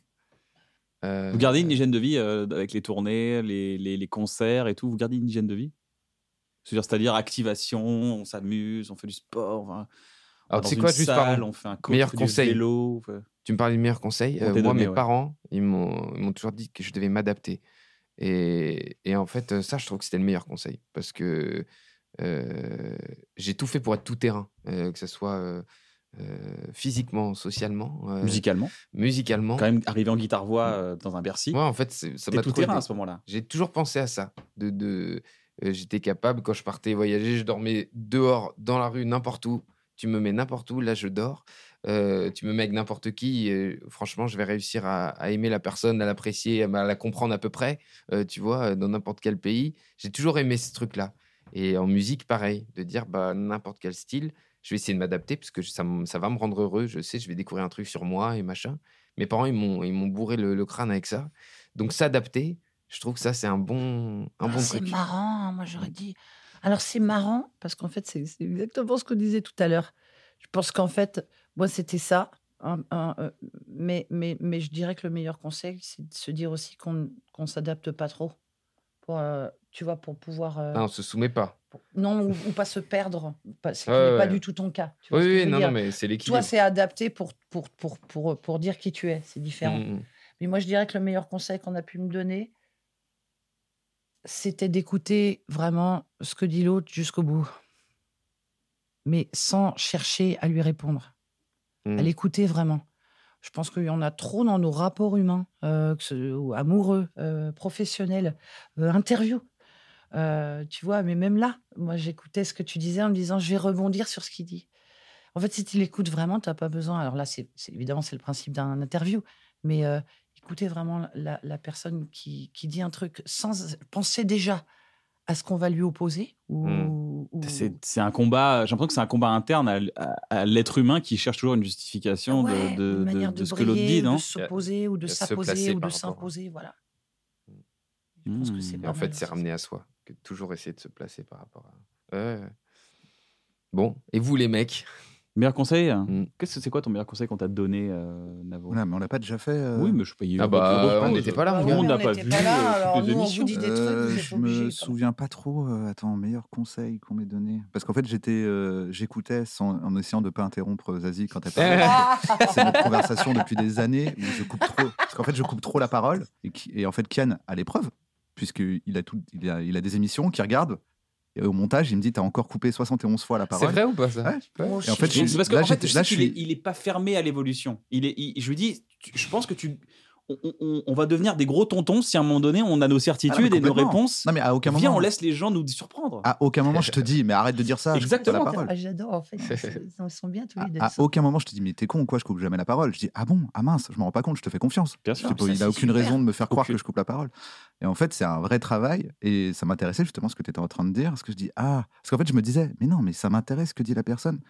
[SPEAKER 3] Euh,
[SPEAKER 2] Vous gardez une hygiène de vie euh, avec les tournées, les, les- les concerts et tout Vous gardez une hygiène de vie C'est-à-dire- C'est-à-dire activation, on s'amuse, on fait du sport, on va dans
[SPEAKER 3] Alors, tu sais
[SPEAKER 2] une
[SPEAKER 3] quoi, juste
[SPEAKER 2] salle,
[SPEAKER 3] par
[SPEAKER 2] on fait un cours,
[SPEAKER 3] meilleur
[SPEAKER 2] du
[SPEAKER 3] conseil.
[SPEAKER 2] vélo. on fait-
[SPEAKER 3] Tu me parles du meilleur conseil.
[SPEAKER 2] On
[SPEAKER 3] Euh,
[SPEAKER 2] t'est
[SPEAKER 3] moi,
[SPEAKER 2] donné,
[SPEAKER 3] mes
[SPEAKER 2] ouais.
[SPEAKER 3] parents, ils m'ont ils m'ont toujours dit que je devais m'adapter. Et, et en fait, euh, ça, je trouve que c'était le meilleur conseil. Parce que euh, j'ai tout fait pour être tout terrain, euh, que ce soit euh, euh, physiquement, socialement, euh,
[SPEAKER 2] Musicalement,
[SPEAKER 3] musicalement.
[SPEAKER 2] quand même arrivé en guitare-voix euh, dans un Bercy,
[SPEAKER 3] Moi, en fait, c'est- ça
[SPEAKER 2] t'es
[SPEAKER 3] m'a
[SPEAKER 2] tout
[SPEAKER 3] bah, trop
[SPEAKER 2] terrain à
[SPEAKER 3] aidé.
[SPEAKER 2] ce moment-là.
[SPEAKER 3] J'ai toujours pensé à ça. De, de- euh, J'étais capable, quand je partais voyager, je dormais dehors, dans la rue, n'importe où. Tu me mets n'importe où, là je dors. Euh, tu me mets avec n'importe qui. euh, franchement, je vais réussir à, à aimer la personne, à l'apprécier, à ma- à la comprendre à peu près. euh, tu vois, euh, dans n'importe quel pays. J'ai toujours aimé ce truc-là. Et en musique, pareil, de dire bah, n'importe quel style, je vais essayer de m'adapter parce que ça, m- ça va me rendre heureux. Je sais, je vais découvrir un truc sur moi et machin. Mes parents, ils m'ont ils m'ont bourré le, le crâne avec ça. Donc s'adapter, je trouve que ça, c'est un bon, un
[SPEAKER 1] Ah,
[SPEAKER 3] bon Mmh.
[SPEAKER 1] c'est
[SPEAKER 3] truc.
[SPEAKER 1] marrant, hein, moi j'aurais dit. Alors c'est marrant parce qu'en fait c'est c'est exactement ce qu'on disait tout à l'heure. Je pense qu'en fait, moi c'était ça. hein, hein, euh, mais, mais, mais je dirais que le meilleur conseil, c'est de se dire aussi qu'on qu'on s'adapte pas trop. Pour, euh, tu vois, pour pouvoir... euh,
[SPEAKER 3] Ah, on se soumet pas.
[SPEAKER 1] pour- non,
[SPEAKER 3] [laughs]
[SPEAKER 1] ou, ou pas se perdre. Pas, ce qui
[SPEAKER 3] Ouais,
[SPEAKER 1] n'est pas
[SPEAKER 3] ouais.
[SPEAKER 1] du tout ton cas. tu vois
[SPEAKER 3] Oui,
[SPEAKER 1] ce que je
[SPEAKER 3] oui,
[SPEAKER 1] veux
[SPEAKER 3] non,
[SPEAKER 1] dire.
[SPEAKER 3] non, mais c'est l'équilibre.
[SPEAKER 1] Toi, c'est adapté pour, pour, pour, pour, pour dire qui tu es. C'est différent.
[SPEAKER 3] Mm, mm.
[SPEAKER 1] Mais moi, je dirais que le meilleur conseil qu'on a pu me donner, c'était d'écouter vraiment ce que dit l'autre jusqu'au bout. Mais sans chercher à lui répondre,
[SPEAKER 3] Mm.
[SPEAKER 1] à l'écouter vraiment. Je pense qu'il y en a trop dans nos rapports humains, euh, que ce- ou amoureux, euh, professionnels, euh, interviews. Euh, tu vois, mais même là, moi, j'écoutais ce que tu disais en me disant, je vais rebondir sur ce qu'il dit. En fait, si tu l'écoutes vraiment, tu n'as pas besoin. Alors là, c'est c'est- évidemment, c'est le principe d'un interview, mais euh, écoutez vraiment la, la personne qui, qui dit un truc sans penser déjà à ce qu'on va lui opposer ou, ou-
[SPEAKER 2] C'est c'est un combat, j'ai l'impression que c'est un combat interne à, l- à- à l'être humain qui cherche toujours une justification de-
[SPEAKER 1] Ouais,
[SPEAKER 2] de,
[SPEAKER 1] une
[SPEAKER 2] de-
[SPEAKER 1] manière
[SPEAKER 2] de ce que l'autre
[SPEAKER 1] briller,
[SPEAKER 2] dit,
[SPEAKER 1] ou
[SPEAKER 2] non
[SPEAKER 1] de s'opposer ou de
[SPEAKER 3] de se
[SPEAKER 1] s'apposer
[SPEAKER 3] placer
[SPEAKER 1] ou de
[SPEAKER 3] par rapport à-
[SPEAKER 1] s'imposer, voilà. Je pense que c'est
[SPEAKER 2] Hmm.
[SPEAKER 3] Et
[SPEAKER 1] pas
[SPEAKER 3] en
[SPEAKER 1] mal
[SPEAKER 3] fait,
[SPEAKER 1] aussi.
[SPEAKER 3] c'est ramené à soi. Que toujours essayer de se placer par rapport à. Ouais, ouais. Bon, et vous les mecs
[SPEAKER 2] Meilleur conseil
[SPEAKER 3] Mm.
[SPEAKER 2] Qu'est-ce que c'est quoi ton meilleur conseil qu'on t'a donné, euh, Navo
[SPEAKER 4] Voilà, mais on l'a pas déjà fait. euh,
[SPEAKER 2] Oui, mais je paye.
[SPEAKER 3] Ah bah, on n'était pas là,
[SPEAKER 1] Bah
[SPEAKER 3] mon
[SPEAKER 1] ouais,
[SPEAKER 3] gars.
[SPEAKER 2] on
[SPEAKER 1] mais
[SPEAKER 2] n'a
[SPEAKER 1] on
[SPEAKER 2] pas
[SPEAKER 1] n'était
[SPEAKER 2] vu
[SPEAKER 1] pas là,
[SPEAKER 2] euh,
[SPEAKER 1] alors
[SPEAKER 2] toutes les
[SPEAKER 1] nous, on vous
[SPEAKER 2] émissions.
[SPEAKER 1] dit des trucs, vous êtes
[SPEAKER 4] euh, je
[SPEAKER 1] obligés, quand
[SPEAKER 4] me
[SPEAKER 1] même.
[SPEAKER 4] souviens pas trop. euh, attends, meilleur conseil qu'on m'ait donné. Parce qu'en fait, j'étais, euh, j'écoutais sans- en essayant de pas interrompre euh, Zazie quand elle parlait.
[SPEAKER 1] Ah
[SPEAKER 4] C'est notre conversation depuis des années où je coupe trop. Parce qu'en fait, je coupe trop la parole. Et, qui- et en fait, Kian a l'épreuve, puisqu'il a, tout, il a, il a des émissions qu'il regarde. Et au montage, il me dit T'as encore coupé 71 fois la
[SPEAKER 3] C'est
[SPEAKER 4] parole.
[SPEAKER 3] vrai ou pas ça
[SPEAKER 4] Ouais.
[SPEAKER 1] Oh,
[SPEAKER 4] Et en fait,
[SPEAKER 1] shit.
[SPEAKER 4] je-
[SPEAKER 2] Mais c'est parce que
[SPEAKER 4] là,
[SPEAKER 2] en fait,
[SPEAKER 4] j'étais-
[SPEAKER 2] je
[SPEAKER 4] là,
[SPEAKER 2] sais
[SPEAKER 4] je
[SPEAKER 2] qu'il est-
[SPEAKER 4] suis-
[SPEAKER 2] il est pas fermé à l'évolution. Il est, il- je lui dis, tu- je pense que tu, on, on- on va devenir des gros tontons si à un moment donné on a nos certitudes et nos
[SPEAKER 4] complètement.
[SPEAKER 2] réponses.
[SPEAKER 4] Non, Ah, mais à aucun
[SPEAKER 2] Viens,
[SPEAKER 4] moment. hein. Ah.
[SPEAKER 2] on laisse les gens nous surprendre.
[SPEAKER 4] À aucun
[SPEAKER 2] [laughs]
[SPEAKER 4] moment, je te dis Mais arrête de dire ça. je coupe pas
[SPEAKER 2] Exactement.
[SPEAKER 4] la parole.
[SPEAKER 1] Ah, J'adore, en fait. Ils sont- ils sont bien tous les deux.
[SPEAKER 4] À, à aucun moment, je te dis Mais t'es con ou quoi Je coupe jamais la parole. Je dis Ah bon Ah mince, je m'en rends pas compte, je te fais confiance.
[SPEAKER 2] Bien
[SPEAKER 4] Je sais pas,
[SPEAKER 1] ça,
[SPEAKER 4] il
[SPEAKER 1] c'est
[SPEAKER 4] a aucune
[SPEAKER 1] super.
[SPEAKER 4] raison de me faire croire
[SPEAKER 2] Aucune.
[SPEAKER 4] que je coupe la parole. Et en fait, c'est un vrai travail. Et ça m'intéressait justement ce que tu étais en train de dire. Parce que je dis, ah, parce qu'en fait, je me disais, mais non, mais ça m'intéresse ce que dit la personne.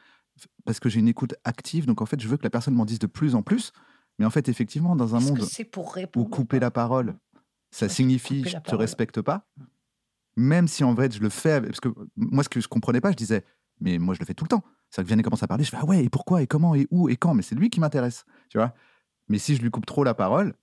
[SPEAKER 4] F- Parce que j'ai une écoute active. Donc en fait, je veux que la personne m'en dise de plus en plus. Mais en fait, effectivement, dans un
[SPEAKER 1] Est-ce que
[SPEAKER 4] monde
[SPEAKER 1] c'est pour
[SPEAKER 4] où
[SPEAKER 1] répondre ou
[SPEAKER 4] couper
[SPEAKER 1] pas
[SPEAKER 4] la parole, ça
[SPEAKER 1] Ouais,
[SPEAKER 4] signifie
[SPEAKER 1] couper
[SPEAKER 4] je
[SPEAKER 1] la
[SPEAKER 4] te
[SPEAKER 1] parole.
[SPEAKER 4] respecte pas, même si en vrai, je le fais. avec- Parce que moi, ce que je comprenais pas, je disais, mais moi, je le fais tout le temps. C'est-à-dire que Vianney commence à parler, je fais, ah ouais, et pourquoi, et comment, et où, et quand, mais c'est lui qui m'intéresse. Tu vois mais si je lui coupe trop la parole,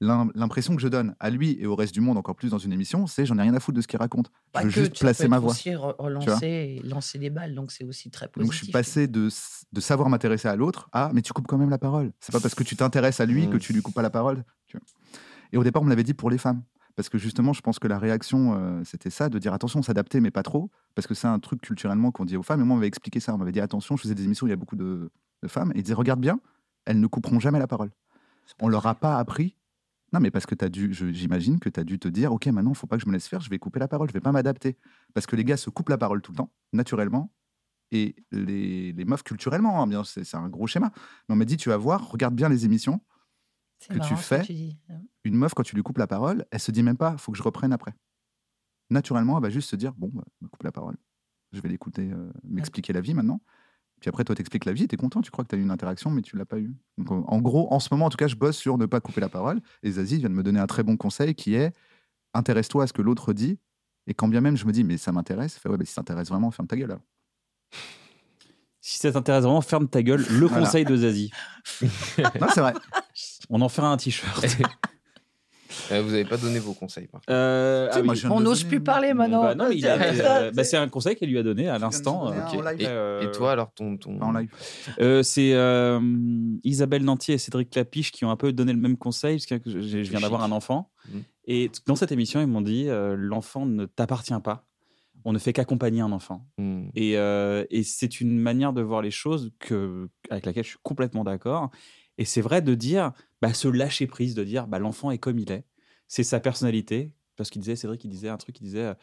[SPEAKER 4] l'im- l'impression que je donne à lui et au reste du monde, encore plus dans une émission, c'est j'en ai rien à foutre de ce qu'il raconte.
[SPEAKER 1] Pas
[SPEAKER 4] je veux
[SPEAKER 1] Bah, que,
[SPEAKER 4] juste
[SPEAKER 1] ça
[SPEAKER 4] placer
[SPEAKER 1] peut
[SPEAKER 4] ma
[SPEAKER 1] être
[SPEAKER 4] voix.
[SPEAKER 1] aussi re-
[SPEAKER 4] Tu vois
[SPEAKER 1] relancer et lancer des balles, donc c'est aussi très positif.
[SPEAKER 4] Donc je suis passé de, s- de savoir m'intéresser à l'autre à mais tu coupes quand même la parole. C'est pas parce que tu t'intéresses à lui
[SPEAKER 3] Mm.
[SPEAKER 4] que tu lui coupes pas la parole. tu vois. Et au départ, on me l'avait dit pour les femmes. Parce que justement, je pense que la réaction, euh, c'était ça, de dire attention, s'adapter, mais pas trop. Parce que c'est un truc culturellement qu'on dit aux femmes. Et moi, on m'avait expliqué ça. On m'avait dit attention, je faisais des émissions où il y a beaucoup de, de femmes. Et ils disaient regarde bien, elles ne couperont jamais la parole. On leur a pas appris. Non, mais parce que t'as dû, je- j'imagine que tu as dû te dire ok, maintenant, faut pas que je me laisse faire, je vais couper la parole, je vais pas m'adapter. Parce que les gars se coupent la parole tout le temps, naturellement et les, les meufs culturellement, hein, bien c'est c'est un gros schéma. Mais on m'a dit, tu vas voir, regarde bien les émissions.
[SPEAKER 1] C'est
[SPEAKER 4] que tu
[SPEAKER 1] marrant ce
[SPEAKER 4] fais.
[SPEAKER 1] dis.
[SPEAKER 4] Une meuf, quand tu lui coupes la parole, elle se dit même pas, faut que je reprenne après. Naturellement, elle va juste se dire, bon, bah, je me coupe la parole. Je vais l'écouter, euh, m'expliquer la vie maintenant. Puis après, toi, t'expliques la vie, t'es content, tu crois que t'as eu une interaction, mais tu l'as pas eu. Donc, en- en gros, en ce moment, en tout cas, je bosse sur ne pas couper la parole. Et Zazie vient de me donner un très bon conseil qui est, intéresse-toi à ce que l'autre dit. Et quand bien même je me dis, mais ça m'intéresse, fait, ouais, mais si ça t'intéresse vraiment, ferme ta
[SPEAKER 2] [laughs]
[SPEAKER 4] gueule. alors.
[SPEAKER 2] Si ça t'intéresse vraiment, ferme ta gueule. Le
[SPEAKER 4] Voilà.
[SPEAKER 2] conseil de Zazie.
[SPEAKER 4] Non, c'est vrai.
[SPEAKER 2] On en fera un
[SPEAKER 4] [laughs]
[SPEAKER 2] t-shirt.
[SPEAKER 3] Euh, Vous n'avez pas donné vos conseils, par contre.
[SPEAKER 2] Euh, ah
[SPEAKER 4] Tu sais, moi,
[SPEAKER 2] oui.
[SPEAKER 4] je viens de
[SPEAKER 1] On
[SPEAKER 4] le
[SPEAKER 1] n'ose
[SPEAKER 4] donner,
[SPEAKER 1] plus
[SPEAKER 4] moi.
[SPEAKER 1] parler maintenant.
[SPEAKER 2] Bah non, mais il a-
[SPEAKER 1] Ça,
[SPEAKER 2] euh, bah, c'est un conseil qu'elle lui a donné à
[SPEAKER 4] viens de
[SPEAKER 2] l'instant.
[SPEAKER 4] me donner
[SPEAKER 2] Ok.
[SPEAKER 4] un en live.
[SPEAKER 2] Et, euh,
[SPEAKER 3] Et toi, alors, ton. ton...
[SPEAKER 4] Pas en live.
[SPEAKER 2] Euh, c'est euh, Isabelle Nantier et Cédric Clapiche qui ont un peu donné le même conseil, parce que je, je viens
[SPEAKER 3] Chic.
[SPEAKER 2] d'avoir un enfant.
[SPEAKER 3] Mhm.
[SPEAKER 2] Et t- dans cette émission, ils m'ont dit euh, l'enfant ne t'appartient pas. On ne fait qu'accompagner un enfant.
[SPEAKER 1] [laughs]
[SPEAKER 3] Hmm.
[SPEAKER 2] Et, euh, et c'est une manière de voir les choses que, avec laquelle je suis complètement d'accord. Et c'est vrai de dire, bah, se lâcher prise, de dire, bah, l'enfant est comme il est. C'est sa personnalité. Parce qu'il disait, Cédric, il disait un truc, il disait, euh,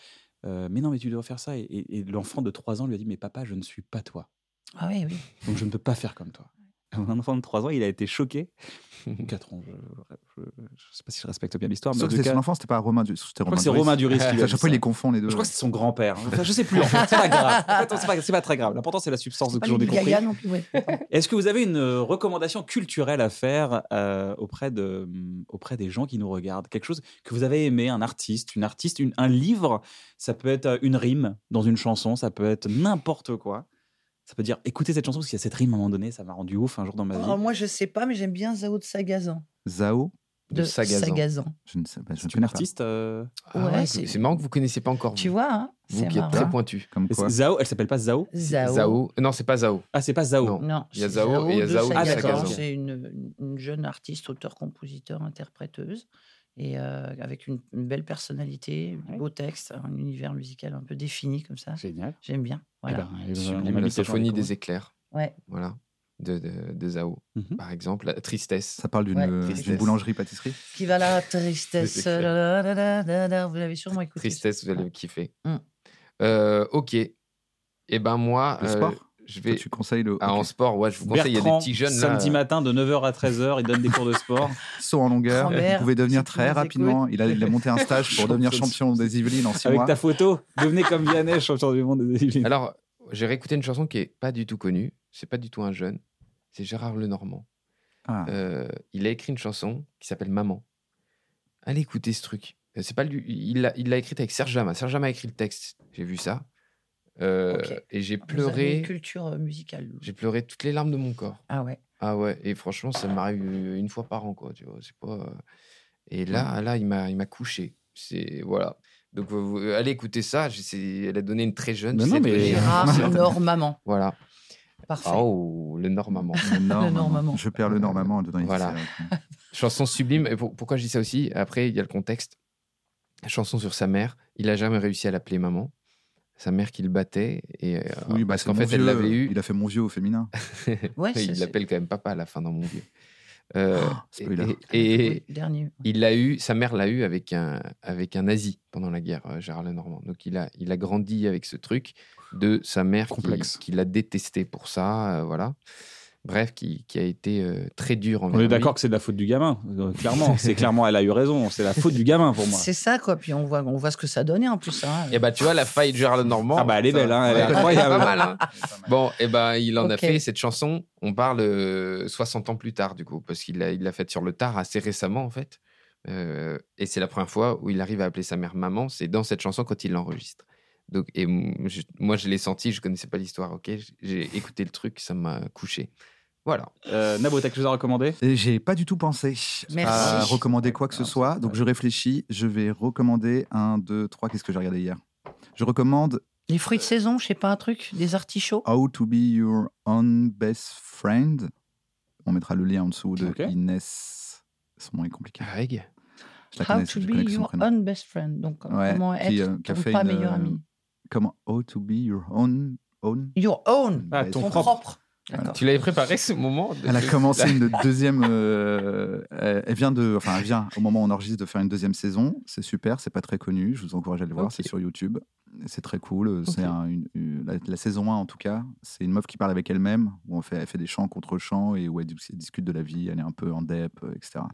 [SPEAKER 2] euh, mais non, mais tu dois faire ça. Et, et- et l'enfant de 3 ans lui a dit, mais papa, je ne suis pas toi.
[SPEAKER 1] Ah oui, oui.
[SPEAKER 2] Donc je ne peux pas faire comme toi. Un enfant de 3 ans, il a été choqué. 4 ans, je ne sais pas si je respecte bien l'histoire, mais en
[SPEAKER 4] Sauf que
[SPEAKER 2] tout
[SPEAKER 4] c'est
[SPEAKER 2] cas,
[SPEAKER 4] son enfant, c'était pas Romain Du- c'était
[SPEAKER 2] je crois
[SPEAKER 4] Romain
[SPEAKER 2] que c'est
[SPEAKER 4] Duris.
[SPEAKER 2] Romain Duris qui lui
[SPEAKER 4] [laughs] À
[SPEAKER 2] a dit
[SPEAKER 4] chaque fois, il
[SPEAKER 2] ça.
[SPEAKER 4] les confond les deux.
[SPEAKER 2] Je crois que c'est son grand-père. hein. Enfin, je sais plus. En fait, c'est pas grave. En fait, c'est pas, c'est pas très grave. L'important, c'est la substance de
[SPEAKER 1] Pas
[SPEAKER 2] que j'en ai
[SPEAKER 1] Lady
[SPEAKER 2] compris.
[SPEAKER 1] Gaga non plus. ouais.
[SPEAKER 2] Est-ce que vous avez une euh, recommandation culturelle à faire euh, auprès, de, hum, auprès des gens qui nous regardent Quelque chose que vous avez aimé, un artiste, une artiste, une- un livre Ça peut être euh, une rime dans une chanson, ça peut être n'importe quoi. Ça peut dire écoutez cette chanson parce qu'il y a cette rime à un moment donné, ça m'a rendu ouf un jour dans ma vie.
[SPEAKER 1] Alors, moi, je sais pas, mais j'aime bien Zao de Sagazan.
[SPEAKER 4] Zao,
[SPEAKER 3] De Sagazan.
[SPEAKER 4] je ne sais pas. Je ne
[SPEAKER 2] C'est une
[SPEAKER 4] connais pas.
[SPEAKER 2] artiste. euh,
[SPEAKER 3] Ah
[SPEAKER 1] Ouais,
[SPEAKER 3] ouais,
[SPEAKER 1] c'est-
[SPEAKER 3] c'est marrant que vous connaissiez pas encore.
[SPEAKER 1] Tu
[SPEAKER 3] vous.
[SPEAKER 1] vois, hein,
[SPEAKER 3] Vous
[SPEAKER 1] c'est
[SPEAKER 3] qui êtes
[SPEAKER 1] marrant.
[SPEAKER 3] très pointu.
[SPEAKER 4] Comme quoi.
[SPEAKER 2] Zao, elle s'appelle pas Zao
[SPEAKER 1] Zao.
[SPEAKER 3] Zao. Non, c'est pas Zao.
[SPEAKER 2] Ah, c'est pas Zao.
[SPEAKER 3] Non.
[SPEAKER 1] Non,
[SPEAKER 3] Il y a
[SPEAKER 1] c'est
[SPEAKER 3] Zao et il y a
[SPEAKER 1] de
[SPEAKER 3] Zao de
[SPEAKER 1] Sagazan.
[SPEAKER 2] Sagazan.
[SPEAKER 1] Ah, C'est une, une jeune artiste, auteur, compositeur, interpréteuse, et euh, avec une, une belle personnalité,
[SPEAKER 2] Ouais.
[SPEAKER 1] beau texte, un univers musical un peu défini comme
[SPEAKER 3] Ah,
[SPEAKER 1] ça.
[SPEAKER 2] Génial.
[SPEAKER 1] J'aime bien.
[SPEAKER 2] Eh
[SPEAKER 1] Voilà.
[SPEAKER 2] ben, elle-
[SPEAKER 3] Sur
[SPEAKER 2] elle m'a mis
[SPEAKER 3] la
[SPEAKER 2] cette
[SPEAKER 3] symphonie
[SPEAKER 2] chanson.
[SPEAKER 3] des éclairs.
[SPEAKER 1] Ouais.
[SPEAKER 3] Voilà. De, de, de Zao,
[SPEAKER 2] Mhm.
[SPEAKER 3] par exemple. La tristesse.
[SPEAKER 4] Ça parle d'une
[SPEAKER 1] Ouais.
[SPEAKER 4] euh,
[SPEAKER 3] Tristesse.
[SPEAKER 4] d'une boulangerie-pâtisserie.
[SPEAKER 1] Qui va la
[SPEAKER 3] C'est
[SPEAKER 1] tristesse.
[SPEAKER 3] clair.
[SPEAKER 1] la, la, la, la, la. Vous l'avez sûrement écouté. Mmh.
[SPEAKER 3] Tristesse, vous allez kiffer.
[SPEAKER 1] Mm.
[SPEAKER 3] Euh, ok. Et ben moi,
[SPEAKER 4] Le
[SPEAKER 3] euh,
[SPEAKER 4] sport
[SPEAKER 3] Je
[SPEAKER 4] Toi,
[SPEAKER 3] vais
[SPEAKER 4] tu conseilles le
[SPEAKER 3] Ah, en
[SPEAKER 4] hockey.
[SPEAKER 3] sport, ouais, je vous conseille, il y a des
[SPEAKER 2] Bertrand,
[SPEAKER 3] petits jeunes là. euh,
[SPEAKER 2] samedi matin de 9h à 13h, il donne des cours de sport.
[SPEAKER 3] [laughs]
[SPEAKER 4] saut en longueur.
[SPEAKER 1] Tremblay,
[SPEAKER 4] Vous pouvez devenir
[SPEAKER 1] si tu nous
[SPEAKER 4] très
[SPEAKER 1] écoutes.
[SPEAKER 4] rapidement. Il a, il a monté un stage pour devenir
[SPEAKER 2] Champion
[SPEAKER 4] champion des Yvelines en six
[SPEAKER 2] Avec
[SPEAKER 4] mois.
[SPEAKER 2] ta photo, devenez comme Vianney, champion du monde des Yvelines.
[SPEAKER 3] Alors, j'ai réécouté une chanson qui est pas du tout connue, c'est pas du tout un jeune, c'est Gérard Lenormand.
[SPEAKER 4] Ah,
[SPEAKER 3] Euh, il a écrit une chanson qui s'appelle Maman. Allez écouter ce truc. Euh, C'est pas lui, il l'a il l'a écrite avec Serge Jama. Serge Jama a écrit le texte. J'ai vu ça. Euh,
[SPEAKER 1] Ok.
[SPEAKER 3] Et j'ai
[SPEAKER 1] Vous avez Une
[SPEAKER 3] pleuré.
[SPEAKER 1] culture euh, musicale.
[SPEAKER 3] J'ai pleuré toutes les larmes de mon corps.
[SPEAKER 1] Ah ouais.
[SPEAKER 3] Ah ouais. Et franchement, ça m'arrive une fois par an, quoi. Tu vois, c'est pas. euh, Et là, là, il m'a, il m'a couché. C'est voilà. Donc, vous- vous- allez écouter ça. J'ai- c'est- Elle a donné une très jeune.
[SPEAKER 2] Mais
[SPEAKER 3] j'essaie
[SPEAKER 2] non,
[SPEAKER 3] de
[SPEAKER 2] mais-
[SPEAKER 3] donner-
[SPEAKER 1] Gérard Normand.
[SPEAKER 3] Voilà.
[SPEAKER 1] Parfait.
[SPEAKER 3] Ah, Oh, [laughs] le normament.
[SPEAKER 4] énorme.
[SPEAKER 1] Normand.
[SPEAKER 4] Je perds le normalement. dedans.
[SPEAKER 3] Voilà. Chanson sublime. Et pour- pourquoi je dis ça aussi Après, il y a le contexte. Chanson sur sa mère. Il a jamais réussi à l'appeler maman. Sa mère qui le battait. Et, euh,
[SPEAKER 4] Oui, bah,
[SPEAKER 3] parce
[SPEAKER 4] c'est
[SPEAKER 3] qu'en
[SPEAKER 4] mon
[SPEAKER 3] fait, elle
[SPEAKER 4] vieux.
[SPEAKER 3] l'avait eu.
[SPEAKER 4] Il a fait mon vieux
[SPEAKER 3] [laughs]
[SPEAKER 4] au féminin.
[SPEAKER 1] Ouais,
[SPEAKER 3] oh. il l'appelle quand même papa à la fin dans mon vieux. Euh,
[SPEAKER 4] Oh, spoiler.
[SPEAKER 3] et- et- et-
[SPEAKER 1] Oui, dernier.
[SPEAKER 3] il l'a eu, sa mère l'a eu avec un, avec un nazi pendant la guerre, euh, Gérard Lenormand. Donc il a, il a grandi avec ce truc de sa mère qui-
[SPEAKER 2] Complexe.
[SPEAKER 3] qui, l'a détesté pour ça, euh, voilà. Bref, qui, qui a été euh, très dur envers
[SPEAKER 2] On est
[SPEAKER 3] lui.
[SPEAKER 2] d'accord que c'est de la faute du gamin, euh, clairement. C'est clairement, elle a eu raison. C'est la faute du gamin pour moi.
[SPEAKER 1] C'est ça, quoi. Puis on voit, on voit ce que ça donnait en plus. hein.
[SPEAKER 3] Et bah tu vois, la faille de Gérard Lenormand.
[SPEAKER 2] Ah bah elle est
[SPEAKER 3] putain,
[SPEAKER 2] belle, hein, elle est
[SPEAKER 3] ouais,
[SPEAKER 2] incroyable.
[SPEAKER 3] pas mal, hein. Bon, et ben il en
[SPEAKER 1] Ok.
[SPEAKER 3] a fait cette chanson. On parle euh, 60 ans plus tard du coup, parce qu'il l'a il l'a faite sur le tard assez récemment en fait. Euh, et c'est la première fois où il arrive à appeler sa mère maman. C'est dans cette chanson quand il l'enregistre. Donc et m- je- moi je l'ai senti, je connaissais pas l'histoire. Ok, J- j'ai écouté le truc, ça m'a couché. Voilà.
[SPEAKER 2] Euh, Nabo, t'as quelque chose à recommander
[SPEAKER 4] Et J'ai pas du tout pensé à
[SPEAKER 1] Merci.
[SPEAKER 4] recommander quoi que ce soit, donc je réfléchis. Je vais recommander un, deux, trois. Qu'est-ce que j'ai regardé hier Je recommande
[SPEAKER 1] Les fruits de saison, je sais pas, un truc, des artichauts.
[SPEAKER 4] How to be your own best friend. On mettra le lien en dessous de
[SPEAKER 2] Ok.
[SPEAKER 4] Inès. Son nom est compliqué.
[SPEAKER 3] Greg,
[SPEAKER 4] Je la
[SPEAKER 1] How
[SPEAKER 4] connais,
[SPEAKER 1] to
[SPEAKER 4] je
[SPEAKER 1] be
[SPEAKER 4] connais que son
[SPEAKER 1] your
[SPEAKER 4] prénom.
[SPEAKER 1] own best friend. Donc,
[SPEAKER 4] Ouais,
[SPEAKER 1] comment
[SPEAKER 4] qui,
[SPEAKER 1] être
[SPEAKER 4] euh, qui a
[SPEAKER 1] ton
[SPEAKER 4] fait
[SPEAKER 1] pas
[SPEAKER 4] une,
[SPEAKER 1] meilleur
[SPEAKER 4] euh,
[SPEAKER 1] ami.
[SPEAKER 4] Comment How to be your own own.
[SPEAKER 1] Your own.
[SPEAKER 2] Ah,
[SPEAKER 4] best
[SPEAKER 2] ton
[SPEAKER 1] Ton
[SPEAKER 4] friend.
[SPEAKER 2] propre.
[SPEAKER 1] propre. D'accord.
[SPEAKER 3] tu l'avais préparé ce moment de-
[SPEAKER 4] Elle a commencé une deuxième. euh, euh, elle vient de, enfin, elle vient au moment où on enregistre de faire une deuxième saison. C'est super, c'est pas très connu. Je vous encourage à aller voir.
[SPEAKER 3] Ok.
[SPEAKER 4] C'est sur YouTube. C'est très cool. euh, C'est
[SPEAKER 1] Ok.
[SPEAKER 4] un- une- une- la, la saison 1 en tout cas. C'est une meuf qui parle avec elle-même où on fait, elle fait des chants contre chants et où elle, dis- elle discute de la vie. Elle est un peu en dep, euh, etc. Ah,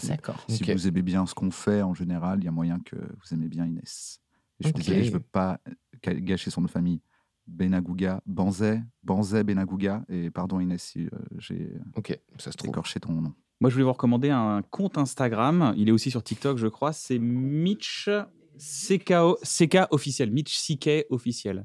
[SPEAKER 4] c'est-
[SPEAKER 1] D'accord.
[SPEAKER 4] Si
[SPEAKER 3] Ok.
[SPEAKER 4] vous aimez bien ce qu'on fait en général, il y a moyen que vous aimez bien Inès. Et je suis
[SPEAKER 3] Ok.
[SPEAKER 4] désolé, je veux pas ca- gâcher son nom de famille. Benagouga, Banzai, Banzai Benagouga. Et pardon Inès si euh, j'ai
[SPEAKER 3] Ok, ça se trouve.
[SPEAKER 4] écorché ton nom.
[SPEAKER 2] Moi, je voulais vous recommander un compte Instagram. Il est aussi sur TikTok, je crois. C'est Mitch CKO, CK officiel. Mitch CK officiel.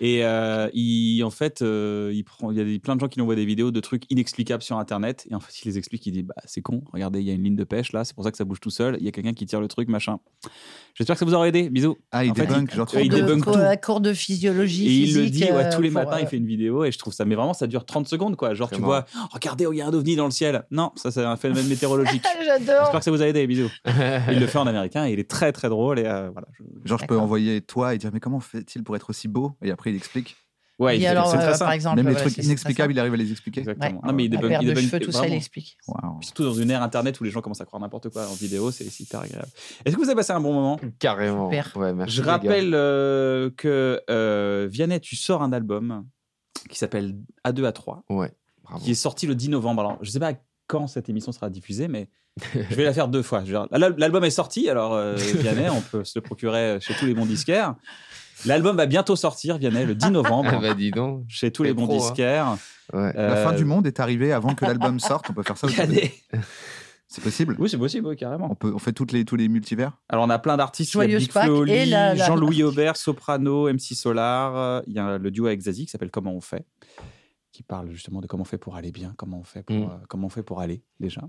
[SPEAKER 2] Et euh, il, en fait, euh, il, prend, il y a des- plein de gens qui lui envoient des vidéos de trucs inexplicables sur Internet. Et en fait, il les explique. Il dit bah, C'est con, regardez, il y a une ligne de pêche là, c'est pour ça que ça bouge tout seul. Il y a quelqu'un qui tire le truc, machin. J'espère que ça vous aura aidé. Bisous.
[SPEAKER 4] Ah, il
[SPEAKER 2] En fait,
[SPEAKER 4] débunk, genre
[SPEAKER 2] il
[SPEAKER 4] tu-
[SPEAKER 1] Cours de-
[SPEAKER 2] débunk
[SPEAKER 1] cours-
[SPEAKER 2] tout.
[SPEAKER 1] La cours de physiologie.
[SPEAKER 2] Et il le
[SPEAKER 1] physique,
[SPEAKER 2] dit ouais,
[SPEAKER 1] euh,
[SPEAKER 2] tous les
[SPEAKER 1] pour,
[SPEAKER 2] matins,
[SPEAKER 1] euh,
[SPEAKER 2] il fait une vidéo et je trouve ça. Mais vraiment, ça dure 30 secondes, quoi. Genre,
[SPEAKER 3] Très
[SPEAKER 2] tu
[SPEAKER 3] marrant.
[SPEAKER 2] vois, Oh, regardez, oh, il y a un ovni dans le ciel. Non, ça, c'est un
[SPEAKER 1] [laughs]
[SPEAKER 2] phénomène météorologique.
[SPEAKER 1] Ah, J'adore.
[SPEAKER 2] J'espère que ça vous a aidé. Bisous.
[SPEAKER 3] [laughs]
[SPEAKER 2] Il le fait en américain et il est très, très drôle. Et euh, voilà. je-
[SPEAKER 4] Genre, je peux
[SPEAKER 1] D'accord.
[SPEAKER 4] envoyer toi et dire Mais comment fait-il pour être aussi beau Et après, il explique.
[SPEAKER 2] Ouais,
[SPEAKER 1] Et
[SPEAKER 2] il-
[SPEAKER 1] alors,
[SPEAKER 2] c'est
[SPEAKER 1] euh,
[SPEAKER 2] très
[SPEAKER 1] par
[SPEAKER 2] simple.
[SPEAKER 1] exemple,
[SPEAKER 4] Même les
[SPEAKER 1] voilà, c'est-
[SPEAKER 4] trucs
[SPEAKER 1] c'est
[SPEAKER 4] inexplicables, il arrive à les expliquer.
[SPEAKER 2] Exactement.
[SPEAKER 1] Ouais.
[SPEAKER 2] Non, mais il
[SPEAKER 1] La
[SPEAKER 2] débunk-
[SPEAKER 1] paire
[SPEAKER 2] il
[SPEAKER 1] de
[SPEAKER 2] débunk-
[SPEAKER 1] cheveux, tout ça, il
[SPEAKER 2] vraiment.
[SPEAKER 1] explique.
[SPEAKER 4] Waouh.
[SPEAKER 2] Surtout dans une ère internet où les gens commencent à croire n'importe quoi en vidéo, c'est c'est hyper agréable. Est-ce que vous avez passé un bon moment
[SPEAKER 3] Carrément.
[SPEAKER 1] Super.
[SPEAKER 3] Ouais, merci,
[SPEAKER 2] Je
[SPEAKER 3] les gars.
[SPEAKER 2] rappelle euh, que euh, Vianney, tu sors un album qui s'appelle A2 à 3,
[SPEAKER 3] Ouais. Bravo.
[SPEAKER 2] qui est sorti le 10 novembre. Alors, je sais pas quand cette émission sera diffusée, mais je vais la faire deux fois. Je vais- L'al- L'album est sorti, alors euh, Vianney, on peut se le procurer chez tous les bons disquaires. L'album va bientôt sortir, Vianney, le 10
[SPEAKER 3] Ah
[SPEAKER 2] novembre,
[SPEAKER 3] bah dis donc.
[SPEAKER 2] chez tous les
[SPEAKER 3] t'es
[SPEAKER 2] bons
[SPEAKER 3] pro, hein.
[SPEAKER 2] disquaires.
[SPEAKER 3] Ouais.
[SPEAKER 4] La fin
[SPEAKER 2] Euh, [laughs]
[SPEAKER 4] du monde est arrivée avant que l'album sorte. On peut faire ça. aussi.
[SPEAKER 2] Vianney.
[SPEAKER 4] C'est possible
[SPEAKER 2] Oui, c'est possible, oui, carrément.
[SPEAKER 4] on, peut, on fait toutes les, tous les multivers
[SPEAKER 2] Alors, on a plein d'artistes. Il y a
[SPEAKER 1] Joyeuse
[SPEAKER 2] Big Flo
[SPEAKER 1] Pâques
[SPEAKER 2] Oli,
[SPEAKER 1] et la- la-
[SPEAKER 2] Jean-Louis Aubert, Soprano, MC Solar. euh, Il y a le duo avec Zazie qui s'appelle Comment on fait qui parle justement de comment on fait pour aller bien, comment on fait pour,
[SPEAKER 3] Mm.
[SPEAKER 2] euh, comment on fait pour aller déjà.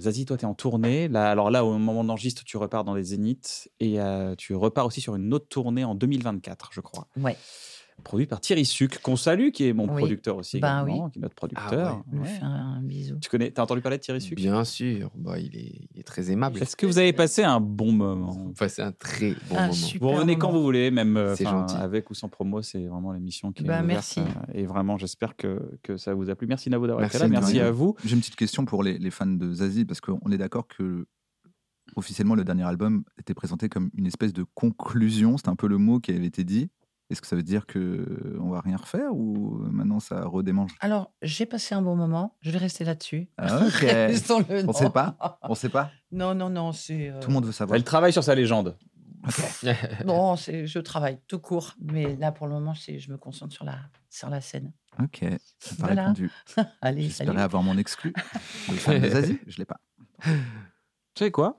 [SPEAKER 2] Zazie, toi, tu es en tournée. Là, alors là, au moment d'enregistre, tu repars dans les Zéniths et euh, tu repars aussi sur une autre tournée en 2024, je crois.
[SPEAKER 1] Ouais.
[SPEAKER 2] Produit par Thierry Suc, qu'on salue, qui est mon
[SPEAKER 1] Oui.
[SPEAKER 2] producteur aussi
[SPEAKER 1] Ben
[SPEAKER 2] également, qui est notre producteur.
[SPEAKER 1] Je lui
[SPEAKER 2] Ouais.
[SPEAKER 1] fais un bisou.
[SPEAKER 2] Tu connais, t'as entendu parler de Thierry Suc
[SPEAKER 3] Ah Bien sûr, bah, il, est, il est très aimable.
[SPEAKER 2] Est-ce que vous avez passé un bon moment
[SPEAKER 3] Enfin, c'est un très bon
[SPEAKER 1] Un
[SPEAKER 3] moment. [laughs]
[SPEAKER 1] super
[SPEAKER 2] Vous revenez
[SPEAKER 1] moment.
[SPEAKER 2] quand vous voulez, même euh,
[SPEAKER 3] C'est
[SPEAKER 2] enfin,
[SPEAKER 3] gentil.
[SPEAKER 2] avec ou sans promo, c'est vraiment l'émission qui est
[SPEAKER 1] Bah,
[SPEAKER 2] ouverte,
[SPEAKER 1] merci.
[SPEAKER 2] euh, Et vraiment, j'espère que, que ça vous a plu. Merci Navo d'avoir
[SPEAKER 3] Merci
[SPEAKER 2] été là.
[SPEAKER 3] de
[SPEAKER 2] Merci
[SPEAKER 4] rien.
[SPEAKER 2] à vous.
[SPEAKER 4] J'ai une petite question pour les, les fans de Zazie, parce qu'on est d'accord que officiellement le dernier album était présenté comme une espèce de conclusion, c'est un peu le mot qui avait été dit. Est-ce que ça veut dire que euh, on va rien refaire ou euh, maintenant ça redémange
[SPEAKER 1] Alors, j'ai passé un bon moment. Je vais rester là-dessus.
[SPEAKER 4] Ah, ok.
[SPEAKER 1] [laughs] Restons-le,
[SPEAKER 4] On
[SPEAKER 1] non.
[SPEAKER 4] sait pas. On sait pas.
[SPEAKER 1] [laughs] Non, non, non, c'est. euh,
[SPEAKER 4] Tout le monde veut savoir.
[SPEAKER 2] Elle travaille sur sa légende.
[SPEAKER 1] Non, c'est, je travaille tout court. Mais là, pour le moment, c'est, je me concentre sur la, sur la scène.
[SPEAKER 4] Ok. Ça m'a
[SPEAKER 1] Voilà.
[SPEAKER 4] répondu.
[SPEAKER 1] [laughs] Allez, salut.
[SPEAKER 4] J'espérais avoir mon exclu. de fan des Asie. Je l'ai pas.
[SPEAKER 2] Tu sais quoi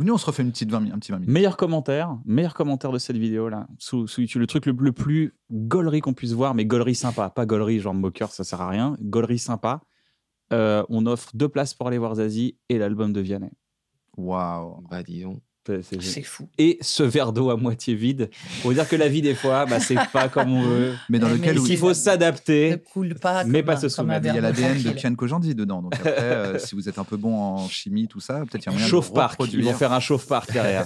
[SPEAKER 4] Venez, on se refait une petite 20, mi- un petit 20 minutes.
[SPEAKER 2] Meilleur commentaire, meilleur commentaire de cette vidéo là, sous, sous YouTube, le truc le, le plus gaulerie qu'on puisse voir, mais gaulerie sympa, pas gaulerie genre moqueur, ça sert à rien, gaulerie sympa. Euh, on offre deux places pour aller voir Zazie et l'album de Vianney.
[SPEAKER 4] Waouh.
[SPEAKER 3] Bah, dis donc.
[SPEAKER 2] C'est-
[SPEAKER 1] [laughs]
[SPEAKER 2] c'est-
[SPEAKER 1] C'est fou.
[SPEAKER 2] Et ce verre d'eau à moitié vide. On veut dire que la vie des fois, bah, c'est pas comme on
[SPEAKER 4] [laughs]
[SPEAKER 2] veut.
[SPEAKER 4] Mais dans
[SPEAKER 1] Mais
[SPEAKER 4] lequel
[SPEAKER 1] c'est
[SPEAKER 4] où
[SPEAKER 2] Il faut
[SPEAKER 1] Ne
[SPEAKER 2] s'adapter.
[SPEAKER 1] coule pas.
[SPEAKER 2] Mais
[SPEAKER 1] comme
[SPEAKER 2] pas
[SPEAKER 1] un-
[SPEAKER 2] se
[SPEAKER 1] comme un
[SPEAKER 2] soumettre.
[SPEAKER 4] il y a
[SPEAKER 1] verre d'eau
[SPEAKER 4] l'ADN de
[SPEAKER 1] tranquille.
[SPEAKER 4] Kian Kojandi dedans. Donc après, euh, si vous êtes un peu bon en chimie, tout ça, peut-être il y a moyen
[SPEAKER 2] Chauffe
[SPEAKER 4] de
[SPEAKER 2] parc. Ils
[SPEAKER 4] reproduire.
[SPEAKER 2] vont faire un chauffe parc
[SPEAKER 4] [laughs]
[SPEAKER 2] derrière.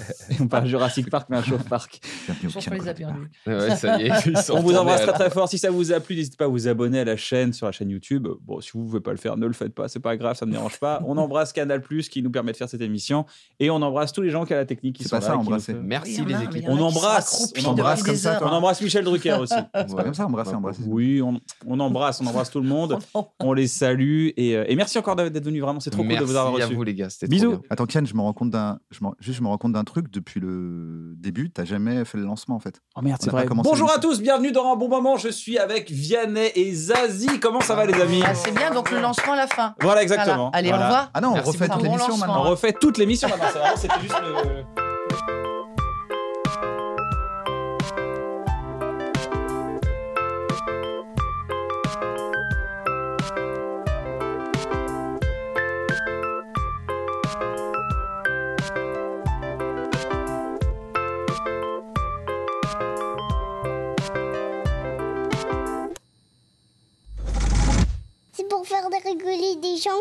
[SPEAKER 2] pas Jurassic Park, mais un chauffe parc.
[SPEAKER 4] Bienvenue au
[SPEAKER 1] Je pense
[SPEAKER 4] Kian
[SPEAKER 1] qu'on les a
[SPEAKER 4] Kojandi Park.
[SPEAKER 1] perdus.
[SPEAKER 2] [laughs]
[SPEAKER 3] Ouais, ça y est, ils sont
[SPEAKER 2] On vous embrasse
[SPEAKER 3] retournés
[SPEAKER 2] très
[SPEAKER 3] à
[SPEAKER 2] très fort. Si ça vous a plu, n'hésitez pas à vous abonner à la chaîne sur la chaîne YouTube. Bon, si vous ne pouvez pas le faire, ne le faites pas, c'est pas grave, ça ne me dérange pas. On embrasse Canal Plus qui nous permet de faire cette émission et on embrasse tous les gens qui ont la technique qui
[SPEAKER 4] C'est
[SPEAKER 2] sont
[SPEAKER 4] pas
[SPEAKER 2] là
[SPEAKER 4] ça,
[SPEAKER 2] et qui nous
[SPEAKER 4] embrasser.
[SPEAKER 2] font-
[SPEAKER 3] la- Merci
[SPEAKER 1] Oui, il y en a,
[SPEAKER 3] les
[SPEAKER 1] mais il
[SPEAKER 3] équipes.
[SPEAKER 1] y en a qui
[SPEAKER 2] On
[SPEAKER 1] sont
[SPEAKER 2] embrasse,
[SPEAKER 1] accroupis
[SPEAKER 2] on
[SPEAKER 1] depuis
[SPEAKER 4] embrasse comme
[SPEAKER 1] des
[SPEAKER 4] ça,
[SPEAKER 1] heures.
[SPEAKER 2] On embrasse Michel Drucker
[SPEAKER 4] [laughs]
[SPEAKER 2] aussi.
[SPEAKER 4] Ah, C'est pas comme ça, embrasser, embrasser.
[SPEAKER 2] bah, Oui, on, on embrasse, on embrasse tout le
[SPEAKER 4] [laughs]
[SPEAKER 2] monde. On les salue et, euh, et merci encore d'être venu. Vraiment, c'est trop
[SPEAKER 3] Merci
[SPEAKER 2] cool de vous avoir
[SPEAKER 3] à
[SPEAKER 2] reçu.
[SPEAKER 3] vous les gars, c'était
[SPEAKER 2] Bisous.
[SPEAKER 3] trop bien.
[SPEAKER 4] Attends, Kian, je me rends compte d'un, je me- juste, je me rends compte d'un truc. Depuis le début, t'as jamais fait le lancement en fait.
[SPEAKER 2] Oh merde,
[SPEAKER 4] On
[SPEAKER 2] c'est
[SPEAKER 4] a pas
[SPEAKER 2] vrai.
[SPEAKER 4] commencé
[SPEAKER 2] Bonjour à
[SPEAKER 4] l'émission.
[SPEAKER 2] tous, bienvenue dans un bon moment. Je suis avec Vianney et Zazie. Comment ça va les amis
[SPEAKER 1] [laughs] Ah, c'est bien, donc le lancement à la fin.
[SPEAKER 2] Voilà
[SPEAKER 1] Voilà.
[SPEAKER 2] exactement.
[SPEAKER 1] Allez,
[SPEAKER 2] Voilà.
[SPEAKER 1] au revoir.
[SPEAKER 4] Ah non,
[SPEAKER 3] Merci
[SPEAKER 4] on refait
[SPEAKER 3] beaucoup.
[SPEAKER 4] toute
[SPEAKER 3] Bon
[SPEAKER 4] l'émission
[SPEAKER 1] lancement.
[SPEAKER 4] maintenant.
[SPEAKER 2] On refait toute l'émission maintenant. c'est vraiment- C'était juste le.
[SPEAKER 6] C'est pour faire de rigoler des gens.